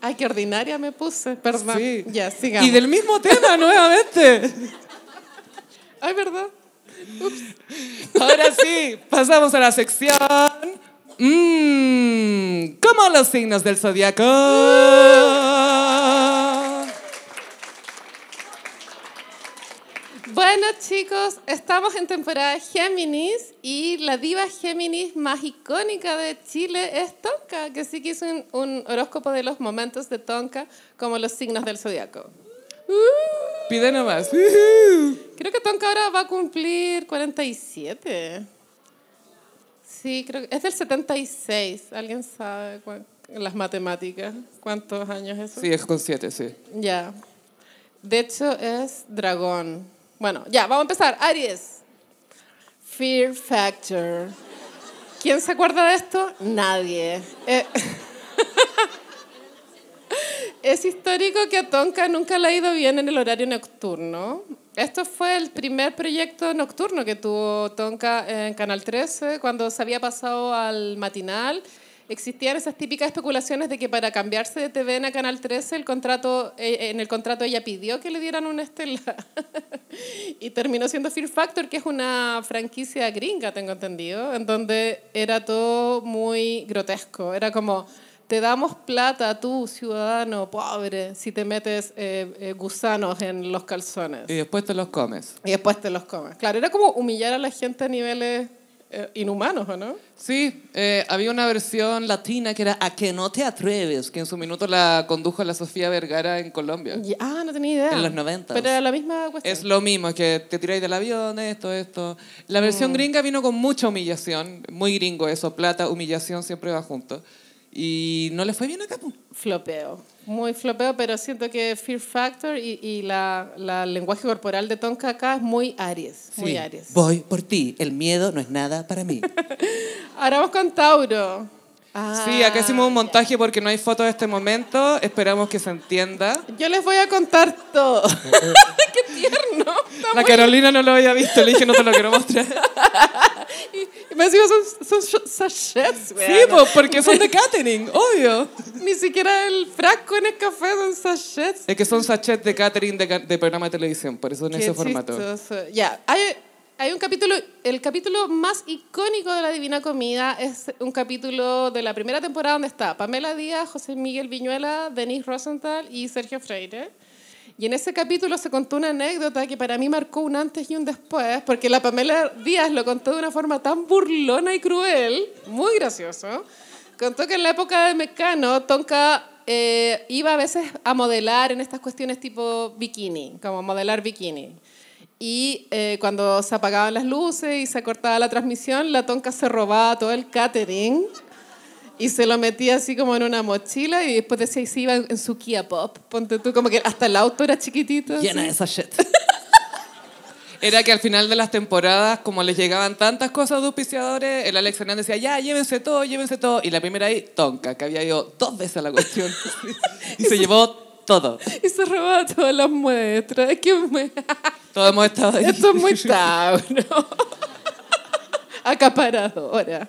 B: Ay, qué ordinaria me puse, perdón.
A: Sí.
B: Ya, sigamos.
A: Y del mismo tema nuevamente.
B: Ay, ¿verdad?
A: Ahora sí, pasamos a la sección. Mmm, ¿Cómo los signos del zodiaco?
B: Bueno, chicos, estamos en temporada Géminis y la diva Géminis más icónica de Chile es Tonka, que sí que hizo un, un horóscopo de los momentos de Tonka como los signos del zodiaco.
A: Pide nomás.
B: Creo que Tonka ahora va a cumplir 47. Sí, creo que es del 76. ¿Alguien sabe cuán- las matemáticas? ¿Cuántos años es eso?
A: Sí, es con siete, sí.
B: Ya. De hecho, es dragón. Bueno, ya, vamos a empezar. Aries. Fear Factor. ¿Quién se acuerda de esto? Nadie. Eh, es histórico que a Tonka nunca le ha ido bien en el horario nocturno. Esto fue el primer proyecto nocturno que tuvo Tonka en Canal 13, cuando se había pasado al matinal. Existían esas típicas especulaciones de que para cambiarse de TVN a Canal 13, el contrato, eh, en el contrato ella pidió que le dieran una estela. y terminó siendo Fear Factor, que es una franquicia gringa, tengo entendido, en donde era todo muy grotesco. Era como, te damos plata, tú, ciudadano pobre, si te metes eh, eh, gusanos en los calzones.
A: Y después te los comes.
B: Y después te los comes. Claro, era como humillar a la gente a niveles eh, inhumanos, ¿o no?
A: Sí, eh, había una versión latina que era A que no te atreves, que en su minuto la condujo la Sofía Vergara en Colombia.
B: Y- ah, no tenía idea.
A: En los 90.
B: Pero era la misma cuestión.
A: Es lo mismo, que te tiráis del avión, esto, esto. La versión gringa vino con mucha humillación, muy gringo eso, plata, humillación siempre va junto. Y no le fue bien acá. po.
B: Flopeo. Muy flopeo, pero siento que Fear Factor y, y la, la lenguaje corporal de Tonka acá es muy Aries. Muy
A: Sí,
B: Aries.
A: Voy por ti, el miedo no es nada para mí.
B: Ahora vamos con Tauro. Ah,
A: sí, acá hicimos un montaje porque no hay fotos de este momento, esperamos que se entienda.
B: Ah, Yo les voy a contar todo. ¡Qué tierno!
A: La Carolina no lo había visto, le dije no te lo quiero mostrar.
B: Y me decían, son, son sachets,
A: Sí,
B: weón.
A: pues porque son de catering, obvio.
B: Ni siquiera el frasco en el café son sachets.
A: Es que son sachets de catering de, ca- de programa de televisión, por eso en
B: Qué
A: ese formato.
B: chistoso. eh, Ya, hay, hay un capítulo, el capítulo más icónico de La Divina Comida es un capítulo de la primera temporada donde está Pamela Díaz, José Miguel Viñuela, Denise Rosenthal y Sergio Freire. Y en ese capítulo se contó una anécdota que para mí marcó un antes y un después, porque la Pamela Díaz lo contó de una forma tan burlona y cruel, muy gracioso. Contó que en la época de Mecano, Tonka eh, iba a veces a modelar en estas cuestiones tipo bikini, como modelar bikini. Y eh, cuando se apagaban las luces y se cortaba la transmisión, la Tonka se robaba todo el catering y se lo metía así como en una mochila y después decía, y se iba en su Kia Pop, ponte tú, como que hasta el auto era chiquitito.
A: Llena
B: así.
A: de sachets. Era que al final de las temporadas, como les llegaban tantas cosas de auspiciadores, el Alex Fernández decía, ya, llévense todo, llévense todo. Y la primera ahí, Tonka, que había ido dos veces a la cuestión. y se llevó todo.
B: Y se robaba todas las muestras. Es que me-
A: Todos hemos estado ahí.
B: Esto es muy Tauro. Acaparadora.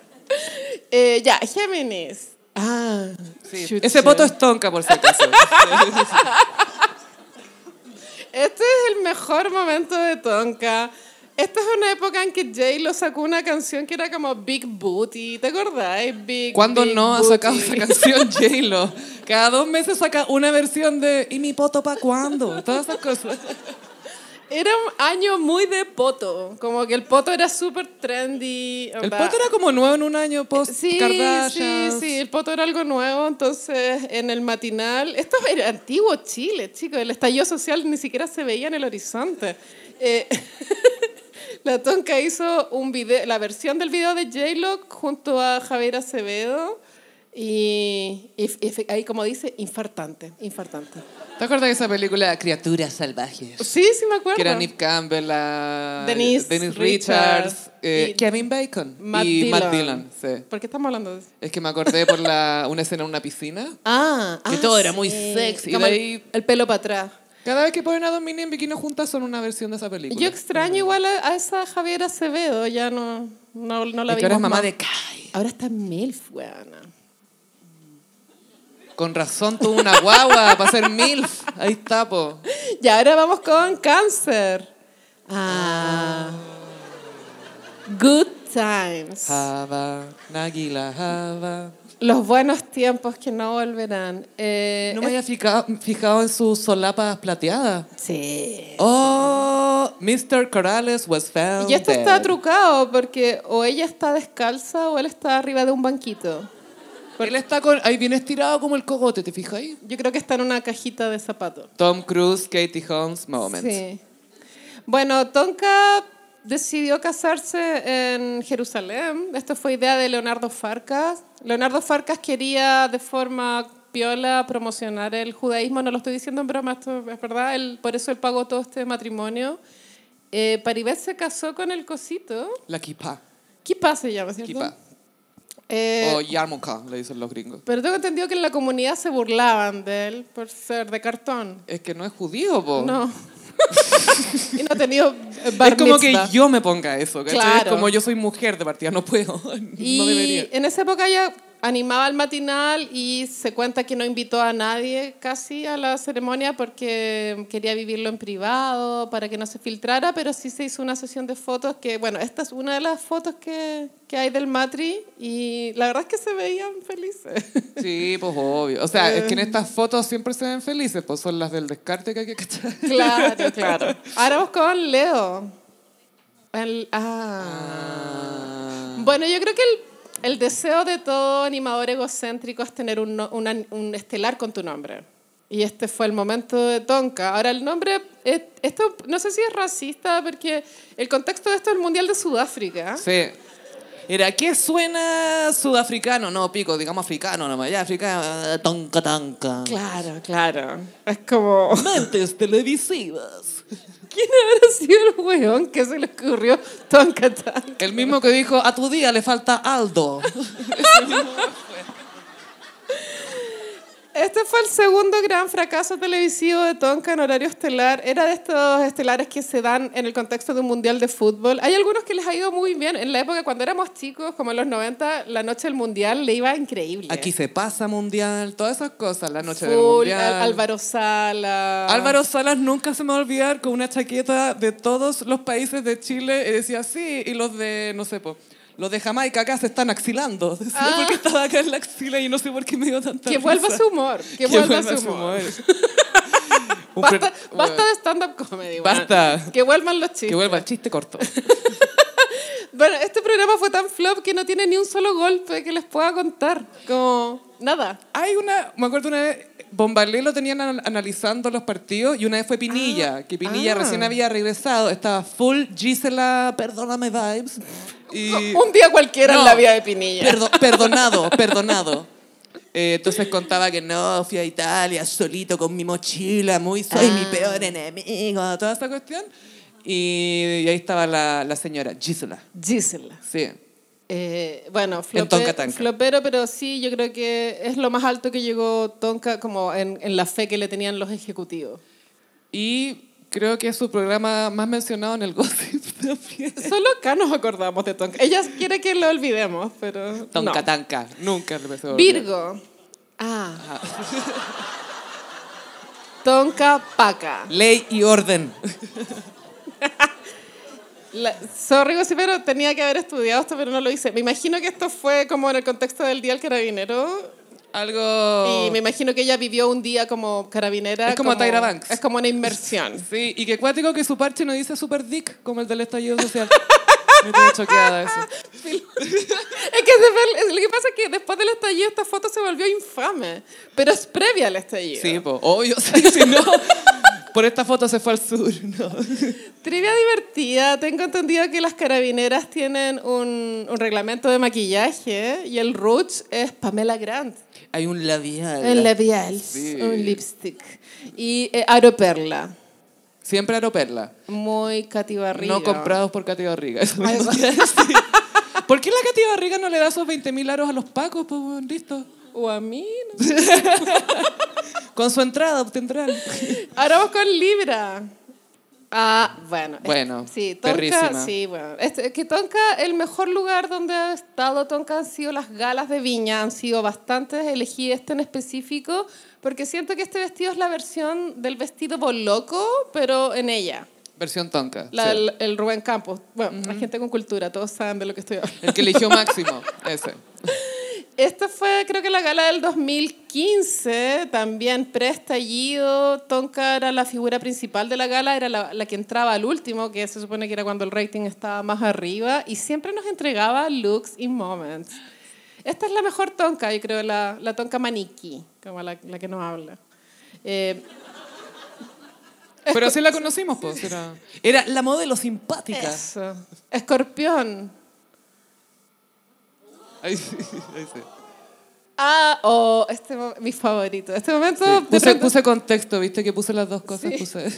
B: Eh, ya, Géminis. Ah,
A: Sí.
B: chucha.
A: Ese voto es Tonka, por si acaso.
B: Este es el mejor momento de Tonka. Esta es una época en que Jay lo sacó una canción que era como Big Booty. ¿Te acordáis? Big
A: ¿Cuándo
B: Big
A: no ha
B: Booty?
A: sacado esa canción J-Lo? Cada dos meses saca una versión de ¿Y mi poto pa' cuándo? Todas esas cosas.
B: Era un año muy de poto. Como que el poto era súper trendy.
A: El
B: onda.
A: poto era como nuevo en un año post
B: Sí, sí,
A: Kardashian.
B: sí, el poto era algo nuevo, entonces en el matinal, esto era antiguo Chile, chicos, el estallido social ni siquiera se veía en el horizonte. Eh, la Tonka hizo un video, la versión del video de J-Lo junto a Javier Acevedo y, y- y ahí como dice, infartante, infartante.
A: ¿Te acuerdas de esa película Criaturas Salvajes?
B: Sí, sí me acuerdo.
A: Que era Nick Campbell, la-
B: Denise
A: Richards,
B: Richards,
A: eh,
B: y-
A: Kevin Bacon
B: Matt
A: y
B: Dillon.
A: Matt Dillon. sí.
B: ¿Por qué estamos hablando de eso?
A: Es que me acordé por la, una escena en una piscina.
B: Ah,
A: Que todo era muy sexy,
B: Como
A: de
B: el-
A: ahí-
B: el pelo para atrás.
A: Cada vez que ponen a dos mini en bikini juntas son una versión de esa película.
B: Yo extraño igual a, a esa Javiera Acevedo, ya no, no, no la
A: Y
B: vimos
A: que ahora es mamá
B: más.
A: de Kai.
B: Ahora está MILF, weona.
A: Con razón tuvo una guagua para ser MILF. Ahí está, po.
B: Y ahora vamos con Cáncer. Ah. Good Times.
A: Ah. Java, Nagila, Java.
B: Los buenos tiempos que no volverán. Eh,
A: No me
B: es-
A: había fica- fijado en sus solapas plateadas.
B: Sí.
A: Oh, Mr. Corales was found.
B: Y esto está
A: dead.
B: trucado porque o ella está descalza o él está arriba de un banquito.
A: Él está con, ahí bien estirado como el cogote, ¿te fijas ahí?
B: Yo creo que está en una cajita de zapatos.
A: Tom Cruise, Katie Holmes, moment.
B: Sí. Bueno, Tonka decidió casarse en Jerusalén. Esto fue idea de Leonardo Farcas. Leonardo Farcas quería de forma piola promocionar el judaísmo, no lo estoy diciendo en broma, esto es verdad, él- por eso él pagó todo este matrimonio. Eh, Paribet se casó con el cosito.
A: La kippah.
B: Kipa se llama, ¿cierto?
A: Kippah.
B: Eh,
A: o yarmulka, le dicen los gringos.
B: pero tengo entendido que en la comunidad se burlaban de él por ser de cartón.
A: Es que no es judío, po.
B: No. y no ha tenido bar
A: Oh. Es como que
B: mitzvah.
A: yo me ponga eso, ¿cachai? Es
B: Claro.
A: Como yo soy mujer de partida, no puedo.
B: Y
A: No debería.
B: en esa época ella animaba al matinal y se cuenta que no invitó a nadie casi a la ceremonia porque quería vivirlo en privado, para que no se filtrara, pero sí se hizo una sesión de fotos que, bueno, esta es una de las fotos que, que hay del Matri y la verdad es que se veían felices.
A: Sí, pues obvio. O sea, es que en
B: Eh.
A: estas fotos siempre se ven felices, pues son las del descarte que hay que cachar.
B: claro, claro. Ahora vamos con Leo. El- ah. Bueno, yo creo que el, el deseo de todo animador egocéntrico es tener un, no- una- un estelar con tu nombre. Y este fue el momento de Tonka. Ahora, el nombre, es- esto no sé si es racista, porque el contexto de esto es el Mundial de Sudáfrica.
A: Sí. Era, ¿qué suena sudafricano? No, pico, digamos africano nomás. Ya, africano, tonca, tonca.
B: Claro, claro. Es como...
A: Mentes televisivas.
B: ¿Quién habrá sido el weón que se le ocurrió Tonka Tonka?
A: El mismo que dijo, a tu día le falta Aldo.
B: Este fue el segundo gran fracaso televisivo de Tonka en horario estelar. Era de estos estelares que se dan en el contexto de un mundial de fútbol. Hay algunos que les ha ido muy bien. En la época, cuando éramos chicos, como en los 90, la noche del mundial le iba increíble.
A: Aquí se pasa mundial, todas esas cosas, la noche del
B: Full,
A: mundial.
B: Al- Álvaro Sala.
A: Álvaro Salas nunca se me va a olvidar con una chaqueta de todos los países de Chile y decía sí, y los de, no sé, po, los de Jamaica acá se están axilando. Decía
B: Ah.
A: porque estaba acá en la axila y no sé por qué me dio tanta
B: Que
A: risa.
B: vuelva su humor. Que, vuelva, su humor.
A: Un per-
B: Basta, basta de stand-up comedy. weón.
A: Basta.
B: Que vuelvan los chistes.
A: Que vuelva el chiste corto.
B: Bueno, este programa fue tan flop que no tiene ni un solo golpe que les pueda contar. Como nada.
A: Hay una, me acuerdo una vez, Bombalé lo tenían an- analizando los partidos y una vez fue Pinilla, que Pinilla
B: ah.
A: recién había regresado, estaba full Gisela, perdóname vibes. Y,
B: Un día cualquiera en
A: No.
B: la vida de Pinilla.
A: Perdo- perdonado, perdonado. Eh, entonces contaba que no, fui a Italia solito con mi mochila, muy soy mi
B: Ah.
A: peor enemigo, toda esa cuestión. Y, y ahí estaba la, la señora, Gisela.
B: Gisela.
A: Sí.
B: Eh, bueno, flope-
A: Tonka Tanka.
B: flopero, pero sí, yo creo que es lo más alto que llegó Tonka como en, en la fe que le tenían los ejecutivos.
A: Y creo que es su programa más mencionado en el Gossip también.
B: Solo acá nos acordamos de Tonka. Ella quiere que lo olvidemos, pero no.
A: Tonka tanca, nunca le pensé volver.
B: Virgo. Ah. Tonka Paca.
A: Ley y orden.
B: La, sorry, sí, pero tenía que haber estudiado esto, pero no lo hice. Me imagino que esto fue como en el contexto del Día del Carabinero,
A: Algo...
B: Y me imagino que ella vivió un día como carabinera.
A: Es como Tyra Banks.
B: Oh. Es como una inmersión.
A: Sí, y que cuático que su parche no dice super dick como el del estallido social. me tiene choqueada eso.
B: es que se ve- es- lo que pasa es que después del estallido esta foto se volvió infame, pero es previa al estallido.
A: Sí, po, obvio, sí, si no, por esta foto se fue al sur, ¿no?
B: Trivia divertida. Tengo entendido que las carabineras tienen un, un reglamento de maquillaje y el rouge es Pamela Grant.
A: Hay un labial.
B: El labial, un lipstick. Y eh, Aroperla.
A: Siempre Aroperla.
B: Muy cativarrilla.
A: No comprados por Cati Barriga. eso mismo quería decir. ¿Por qué la Cati Barriga no le da esos 20.000 aros a los pacos, pues, weón? listo?
B: O a mí. no
A: Con su entrada obtendrán.
B: Ahora vamos con Libra. Ah, bueno. es-
A: Bueno,
B: sí, Tonka,
A: perrísima.
B: sí, bueno. Este, que Tonka, el mejor lugar donde ha estado Tonka han sido las galas de Viña, han sido bastantes. Elegí este en específico porque siento que este vestido es la versión del vestido boloco, pero en ella.
A: Versión tonca.
B: La-
A: sí.
B: el, el Rubén Campos. Bueno, la gente con cultura, todos saben de lo que estoy hablando.
A: El que eligió Máximo, ese.
B: Esta fue, creo que la gala del 2015, también preestallido. Tonka era la figura principal de la gala, era la, la que entraba al último, que se supone que era cuando el rating estaba más arriba, y siempre nos entregaba looks y moments. Esta es la mejor Tonka, yo creo, la, la Tonka maniquí, como la, la que nos habla. Eh,
A: Pero sí la conocimos, pues. Era, era la modelo simpática.
B: eso. Escorpión.
A: Ahí sí, ahí sí.
B: Ah, oh, este, mo- mi favorito. Este momento... de
A: Puse,
B: repente-
A: puse contexto, viste que puse las dos cosas. Puse.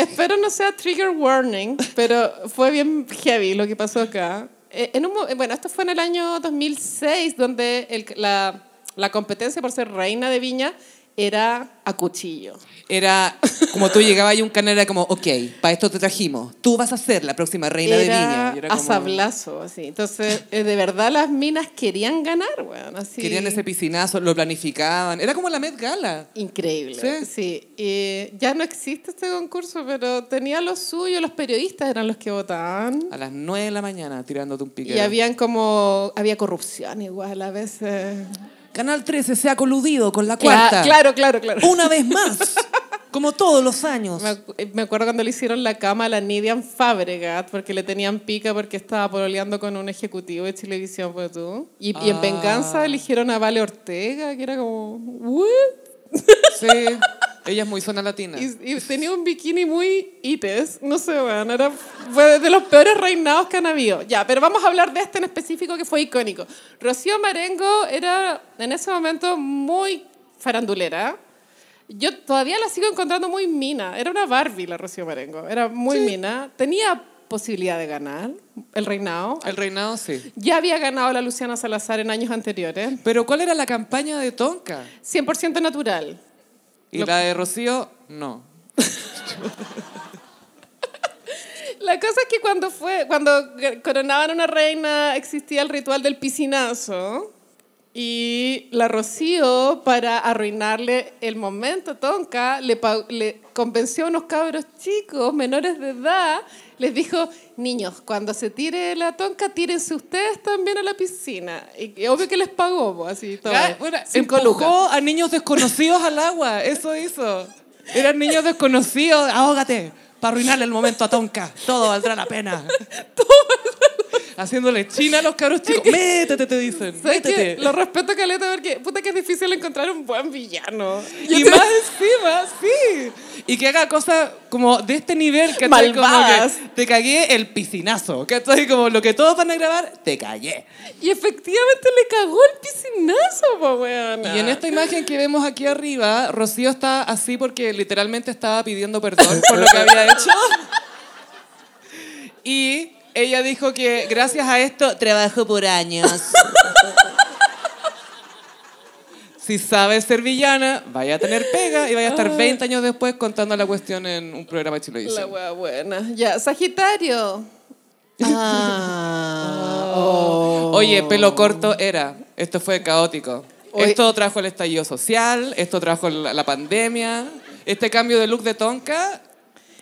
B: Espero no sea trigger warning, pero fue bien heavy lo que pasó acá. Eh, En un, mo- eh, bueno, esto fue en el año 2006, donde el- la, la competencia por ser reina de Viña era a cuchillo.
A: Era como tú llegabas y un canal era como, ok, para esto te trajimos. Tú vas a ser la próxima reina de
B: Era,
A: Viña. Y
B: a
A: como-
B: sablazo, así. Entonces, eh, de verdad las minas querían ganar, weón. Así.
A: Querían ese piscinazo, lo planificaban. Era como la Met Gala.
B: Increíble.
A: Sí.
B: Sí. Y ya no existe este concurso, pero tenía lo suyo, los periodistas eran los que votaban.
A: A las 9 de la mañana tirándote un pique.
B: Y habían como, había corrupción igual a veces.
A: Canal 13 se ha coludido con la cuarta.
B: Cla- Claro, claro, claro.
A: Una vez más. Como todos los años.
B: Me, acu- eh, me acuerdo cuando le hicieron la cama a la Nidian Fabregat, porque le tenían pica porque estaba pololeando con un ejecutivo de televisión, pues tú. Y, y
A: Ah.
B: en venganza eligieron a Vale Ortega, que era como, "¿What?".
A: Sí. Ella es muy zona latina.
B: Y, y tenía un bikini muy ites, no sé, weón, era fue de los peores reinados que han habido. Ya, pero vamos a hablar de este en específico que fue icónico. Rocío Marengo era en ese momento muy farandulera. Yo todavía la sigo encontrando muy mina. Era una Barbie la Rocío Marengo, era muy mina. Tenía posibilidad de ganar el reinado.
A: El reinado, sí.
B: Ya había ganado la Luciana Salazar en años anteriores.
A: Pero ¿cuál era la campaña de Tonka?
B: 100% natural.
A: Y
B: Lo-
A: la de Rocío, no.
B: La cosa es que cuando fue, cuando coronaban una reina existía el ritual del piscinazo y la Rocío para arruinarle el momento tonca le, pa- le convenció a unos cabros chicos menores de edad, les dijo, niños, cuando se tire la tonca, tírense ustedes también a la piscina. Y, y obvio que les pagó, po, así todo.
A: Ya, bueno,
B: Cinco lucas.
A: empujó a niños desconocidos al agua, eso hizo. Eran niños desconocidos, ahógate, para arruinarle el momento a Tonka, todo valdrá la pena. Haciéndole china a los cabros chicos. Métete, te dicen.
B: ¿Sabes qué?
A: Métete.
B: Lo respeto, Caleta, porque puta que es difícil encontrar un buen villano. Yo
A: Y
B: te-
A: más encima, sí. Y que haga cosas como de este nivel, que
B: Malvadas.
A: te cagué el piscinazo, que estoy como lo que todos van a grabar, te callé.
B: Y efectivamente le cagó el piscinazo, po, weona.
A: Y en esta imagen que vemos aquí arriba, Rocío está así porque literalmente estaba pidiendo perdón por lo que había hecho. Y ella dijo que gracias a esto trabajo por años. Si sabes ser villana, vaya a tener pega y vaya a estar 20 años después contando la cuestión en un programa de
B: La
A: televisión.
B: wea buena. Ya, Sagitario. Ah, oh.
A: Oye, pelo corto era. Esto fue caótico.
B: Oye.
A: Esto trajo el estallido social, esto trajo la, la pandemia, este cambio de look de Tonka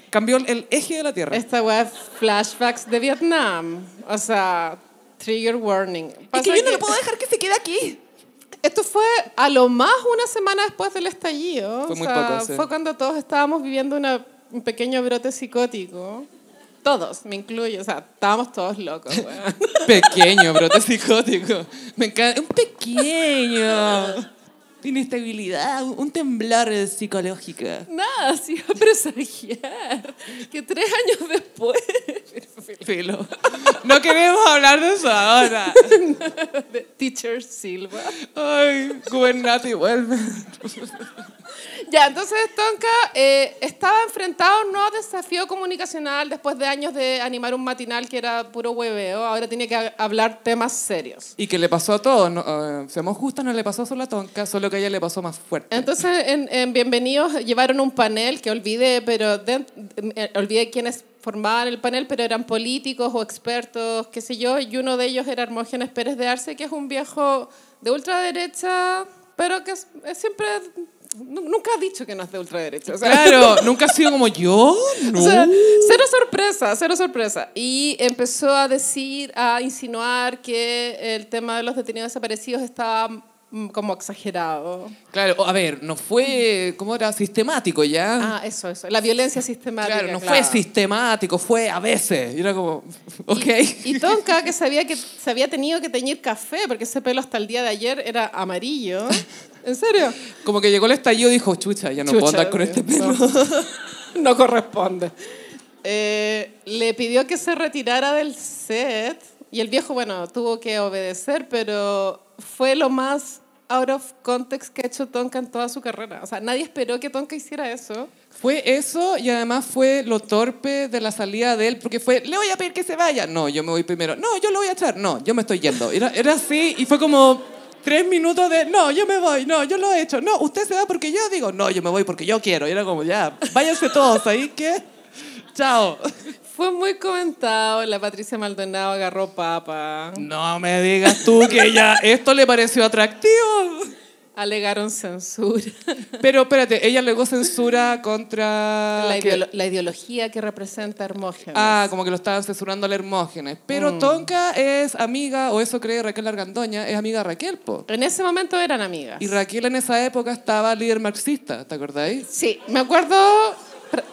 A: cambió el- el eje de la Tierra.
B: Esta wea es flashbacks de Vietnam. O sea, trigger warning. Pasa que-
A: dejar que se quede aquí.
B: Esto fue a lo más una semana después del estallido.
A: Fue
B: O
A: muy
B: sea,
A: poco, sí.
B: Fue cuando todos estábamos viviendo una- un pequeño brote psicótico. Todos, me incluyo. O sea, estábamos todos locos, weón.
A: Pequeño, brote psicótico. Me encanta. Un pequeño. Inestabilidad, un temblor psicológico.
B: Nada, se iba a presagiar. Que tres años después.
A: Filo. No queremos hablar de eso ahora.
B: de Teacher Silva.
A: Ay, gubernati, vuelve.
B: Ya, entonces Tonka eh, estaba enfrentado a un nuevo desafío comunicacional después de años de animar un matinal que era puro hueveo. Ahora tiene que ha- hablar temas serios.
A: Y que le pasó a todos. No, eh, seamos justas, no le pasó solo a Tonka, solo que a ella le pasó más fuerte.
B: Entonces, en, en Bienvenidos llevaron un panel que olvidé, pero de- eh, olvidé quiénes formaban el panel, pero eran políticos o expertos, qué sé yo, y uno de ellos era Hermógenes Pérez de Arce, que es un viejo de ultraderecha, pero que es- es siempre, nu- nunca ha dicho que no es de ultraderecha. o sea,
A: Claro, nunca ha sido como yo. No.
B: O sea, cero sorpresa, cero sorpresa. Y empezó a decir, a insinuar que el tema de los detenidos desaparecidos estaba mm, como exagerado.
A: claro, o- a ver, no fue, ¿cómo era? Sistemático ya.
B: Ah, eso, eso. La violencia sistemática.
A: claro, no fue sistemático, fue a veces. Y era como, ok.
B: Y, y Tonka, que sabía que se había tenido que teñir café, porque ese pelo hasta el día de ayer era amarillo. ¿En serio?
A: como que llegó el estallido y dijo, chucha, ya no puedo
B: Chucha,
A: andar con este pelo.
B: No, no corresponde. Eh, le pidió que se retirara del set y el viejo, bueno, tuvo que obedecer, pero fue lo más out of context que ha hecho Tonka en toda su carrera. O sea, nadie esperó que Tonka hiciera eso.
A: Fue eso y además fue lo torpe de la salida de él, porque fue, le voy a pedir que se vaya. No, yo me voy primero. No, yo lo voy a echar. No, yo me estoy yendo. Era, era así y fue como,
C: tres minutos de, no, yo me voy, no, yo lo he hecho, no, usted se va porque yo digo, no, yo me voy porque yo quiero. Y era como, ya, váyanse todos ahí, que, chao.
B: Fue muy comentado, la Patricia Maldonado agarró papa.
C: No me digas tú que ya esto le pareció atractivo.
B: Alegaron censura.
A: Pero espérate, ella alegó censura contra...
B: la,
A: que-
B: ideolo- la ideología que representa Hermógenes.
A: Ah, como que lo estaban censurando al Hermógenes.
C: Mm.
A: Pero Tonka es amiga, o eso cree Raquel Argandoña, es amiga de Raquel, po.
B: En ese momento eran amigas.
A: Y Raquel en esa época estaba líder marxista, ¿te acordáis?
B: Sí, me acuerdo,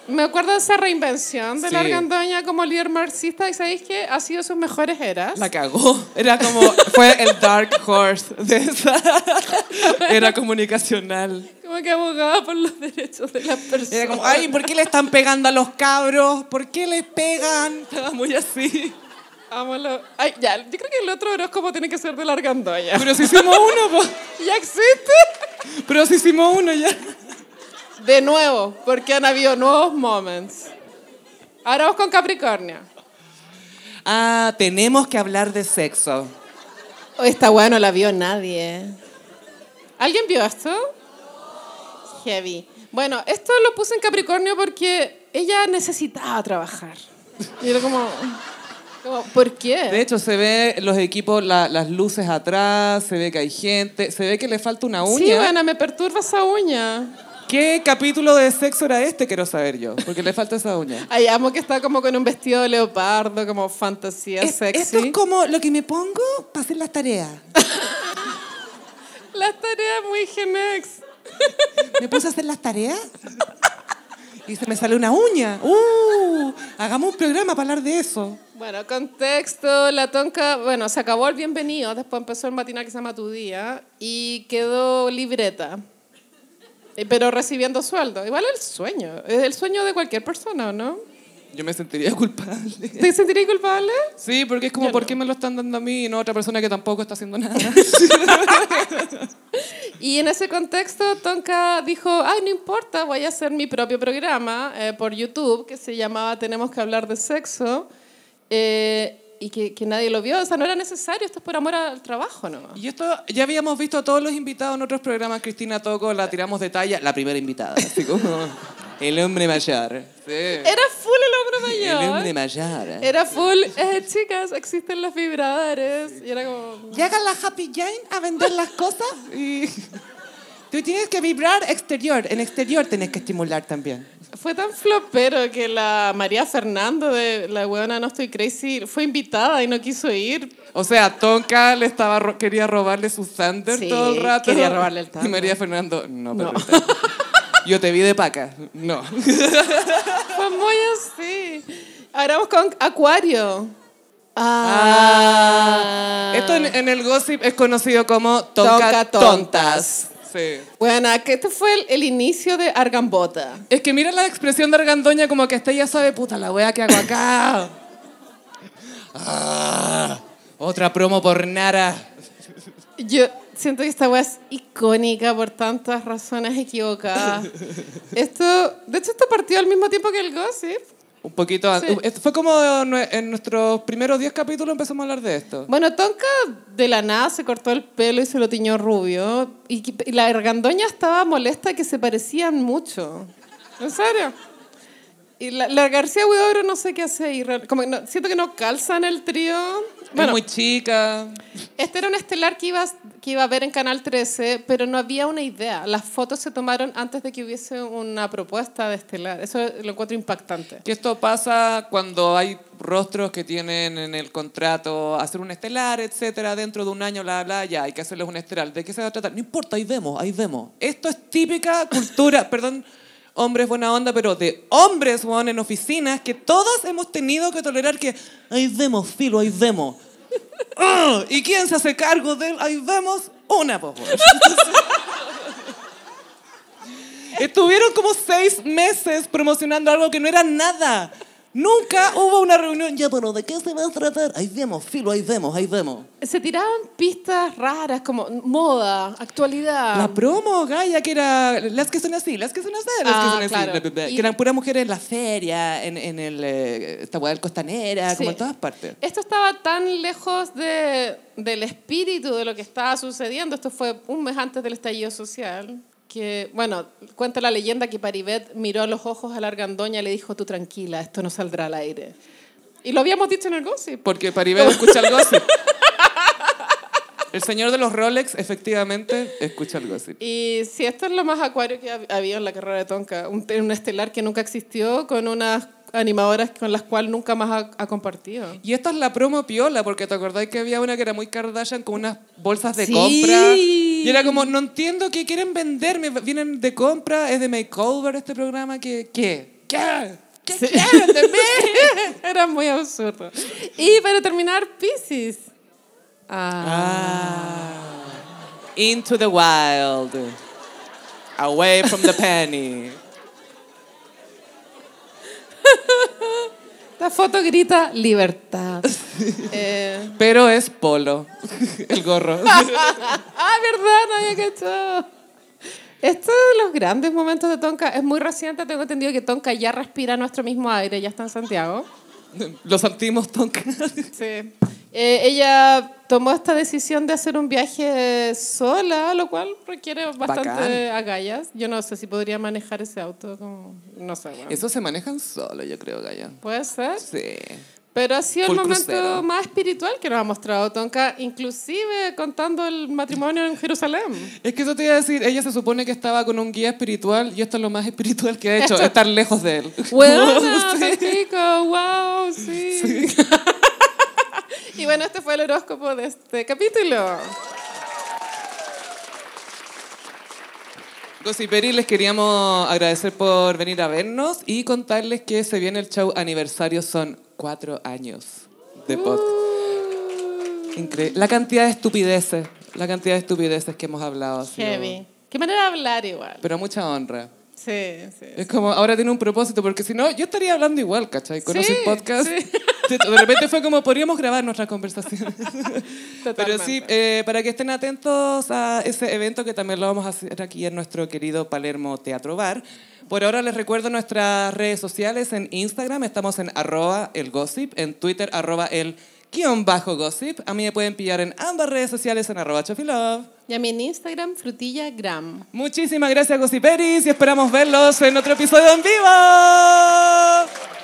B: me acuerdo de esa reinvención de la
A: Sí.
B: Argandoña como líder marxista y sabéis que ha sido sus mejores eras.
C: La cagó. Era como, fue el dark horse de esa. Era comunicacional.
B: Como que abogaba por los derechos de las personas.
C: Era como, ay, ¿por qué le están pegando a los cabros? ¿Por qué les pegan? Estaba muy así.
B: Amo lo- Ay, ya, yo creo que el otro horóscopo tiene que ser de la Argandoña.
C: Pero si hicimos uno, po.
B: ¿Ya existe?
C: Pero si hicimos uno ya.
B: De nuevo, porque han habido nuevos moments. Ahora vamos con Capricornio.
C: Ah, tenemos que hablar de sexo.
B: Oh, Esta weá no la vio nadie. ¿Alguien vio esto? Heavy. Bueno, esto lo puse en Capricornio porque ella necesitaba trabajar. Y era como, como, ¿por
A: De
B: qué?
A: hecho, se ve los equipos, la- las luces atrás, se ve que hay gente, se ve que le falta una uña.
B: Sí, bueno, me perturba esa uña.
A: ¿Qué capítulo de sexo era este? Quiero saber yo, porque le falta esa uña.
B: Ay, amo que está como con un vestido de leopardo, como fantasía
C: Es-
B: sexy.
C: Esto es como lo que me pongo para hacer las tareas.
B: Las tareas muy genex.
C: Me puse a hacer las tareas y se me sale una uña. ¡Uh! Hagamos un programa para hablar de eso.
B: Bueno, contexto, la tonca, bueno, se acabó el bienvenido, después empezó el matinal que se llama Tu Día y quedó libreta, Eh, pero recibiendo sueldo. Igual el sueño, es el sueño de cualquier persona, ¿o ¿no?
A: Yo me sentiría culpable.
B: ¿Te sentirías culpable?
A: Sí, porque es como, ¿por qué me lo están dando a mí y no a otra persona que tampoco está haciendo nada?
B: Y en ese contexto, Tonka dijo, ay, no importa, voy a hacer mi propio programa eh, por YouTube que se llamaba Tenemos que hablar de sexo eh, y que, que nadie lo vio, o sea, no era necesario, esto es por amor al trabajo, ¿no?
A: Y esto ya habíamos visto a todos los invitados en otros programas. Cristina Toco, la tiramos de talla, la primera invitada. Así como, el hombre mayor. Sí.
B: Era full el hombre mayor.
C: El hombre mayor.
B: Era full, eh, chicas, existen los vibradores. Y era como,
C: Llega la Happy Jane a vender las cosas y... Tú tienes que vibrar exterior. En exterior tenés que estimular también.
B: fue tan flopero que la María Fernando de la huevona No Estoy Crazy fue invitada y no quiso ir.
A: O sea, Tonka le estaba ro- quería robarle su Thunder
B: Sí,
A: todo el rato.
B: quería robarle el thunder.
A: Y María Fernando, no,
B: No.
A: perrita. Yo te vi de paca. No.
B: Fue muy así. Ahora vamos con Acuario. Ah.
A: Esto en, en el gossip es conocido como Tonka,
B: Tonka
A: tontas. Sí.
B: Bueno, que este fue el, el inicio de Argambota.
A: Es que mira la expresión de Argandoña como que hasta ella sabe, puta la wea que hago acá. Ah, otra promo por Nara.
B: Yo siento que esta weá es icónica por tantas razones equivocadas. Esto, de hecho, esto partió al mismo tiempo que el gossip.
A: Un poquito antes.
B: Sí.
A: Esto Fue como nue- en nuestros primeros 10 capítulos empezamos a hablar de esto.
B: Bueno, Tonka de la nada se cortó el pelo y se lo tiñó rubio. Y, que- y la argandoña estaba molesta que se parecían mucho. ¿En serio? Y la, la García Huidobro no sé qué hace ahí. real- Como que no- siento que no calzan el trío.
A: es
B: Bueno,
A: muy chica.
B: este era un estelar que iba, a- que iba a ver en Canal 13, pero no había una idea. Las fotos se tomaron antes de que hubiese una propuesta de estelar. Eso lo encuentro impactante.
A: Que esto pasa cuando hay rostros que tienen en el contrato hacer un estelar, etcétera, dentro de un año, bla, bla, ya, hay que hacerles un estelar. ¿De qué se va a tratar? No importa, ahí vemos, ahí vemos. Esto es típica cultura, perdón, hombres buena onda, pero de hombres, weón, en oficinas que todos hemos tenido que tolerar que ahí vemos, filo, ahí vemos. ¡Ah! ¿Y quién se hace cargo de ahí vemos? Una, pues, weón. Estuvieron como seis meses promocionando algo que no era nada. Nunca hubo una reunión, ya, pero ¿de qué se va a tratar? Ahí vemos, filo, ahí vemos, ahí vemos.
B: Se tiraban pistas raras como moda, actualidad.
A: La promo, Gaia, que era las que son así, las que son así, las
B: Ah,
A: que son así.
B: claro.
A: bla, bla, bla,
B: Y-
A: Que eran puras mujeres en la feria, en, en el, eh, esta hueá del costanera,
B: Sí.
A: Ah, como en todas partes.
B: Esto estaba tan lejos de- del espíritu de lo que estaba sucediendo. Esto fue un mes antes del estallido social. Que, bueno, cuenta la leyenda que Paribet miró a los ojos a la argandoña y le dijo, tú tranquila, esto no saldrá al aire. Y lo habíamos dicho en el gossip.
A: Porque Paribet escucha el gossip. El señor de los Rolex, efectivamente, escucha el gossip.
B: Y si esto es lo más acuario que hab- había en la carrera de Tonka, un, te- un estelar que nunca existió con unas animadoras con las cuales nunca más ha, ha compartido.
A: Y esta es la promo piola, porque te acordáis que había una que era muy Kardashian con unas bolsas de
E: Sí.
A: compra. Y era como, no entiendo qué quieren venderme. Vienen de compra, es de makeover este programa. ¿Qué? ¿Qué? ¿Qué? ¿Qué quieren de mí?
B: Era muy absurdo. Y para terminar, Pisces. Ah,
A: Ah. Into the wild. Away from the penny.
B: La foto grita libertad. Eh,
A: Pero es polo. El gorro.
B: ah, verdad, no había cachado. Esto de los grandes momentos de Tonka es muy reciente. Tengo entendido que Tonka ya respira nuestro mismo aire, ya está en Santiago.
A: Los sentimos, Tonka.
B: Sí. Eh, ella tomó esta decisión de hacer un viaje sola, lo cual requiere bastante
A: Bacán.
B: agallas. Yo no sé si podría manejar ese auto, como, no sé. bueno.
A: Eso se manejan solo, yo creo, Gaya.
B: Puede ser.
A: Sí.
B: Pero ha sido el
A: Full
B: momento
A: crucero.
B: más espiritual que nos ha mostrado Tonka, inclusive contando el matrimonio en Jerusalén.
A: Es que eso te iba a decir, ella se supone que estaba con un guía espiritual y esto es lo más espiritual que ha hecho,
B: Esto-
A: estar lejos de él.
B: ¡Bueno, ¡Wow! Sí. y bueno, este fue el horóscopo de este capítulo.
A: Gossiperi, les queríamos agradecer por venir a vernos y contarles que se viene el show aniversario, son cuatro años
B: Uh.
A: de podcast. Incre- La cantidad de estupideces, la cantidad de estupideces que hemos hablado. ha sido-
B: Heavy. Qué manera de hablar igual.
A: Pero mucha honra.
B: Sí, sí.
A: Es como, ahora tiene un propósito, porque si no, yo estaría hablando igual, ¿cachai? Conocí
B: Sí,
A: el podcast.
B: sí.
A: De de repente fue como, podríamos grabar nuestras conversaciones. Pero sí,
B: Totalmente.
A: eh, para que estén atentos a ese evento que también lo vamos a hacer aquí en nuestro querido Palermo Teatro Bar. Por ahora les recuerdo nuestras redes sociales en Instagram, estamos en arroba el gossip, en Twitter arroba el guión bajo gossip. A mí me pueden pillar en ambas redes sociales en arroba chofilove.
B: Y a mí en Instagram, frutillagram.
A: Muchísimas gracias Gossiperis y esperamos verlos en otro episodio en vivo.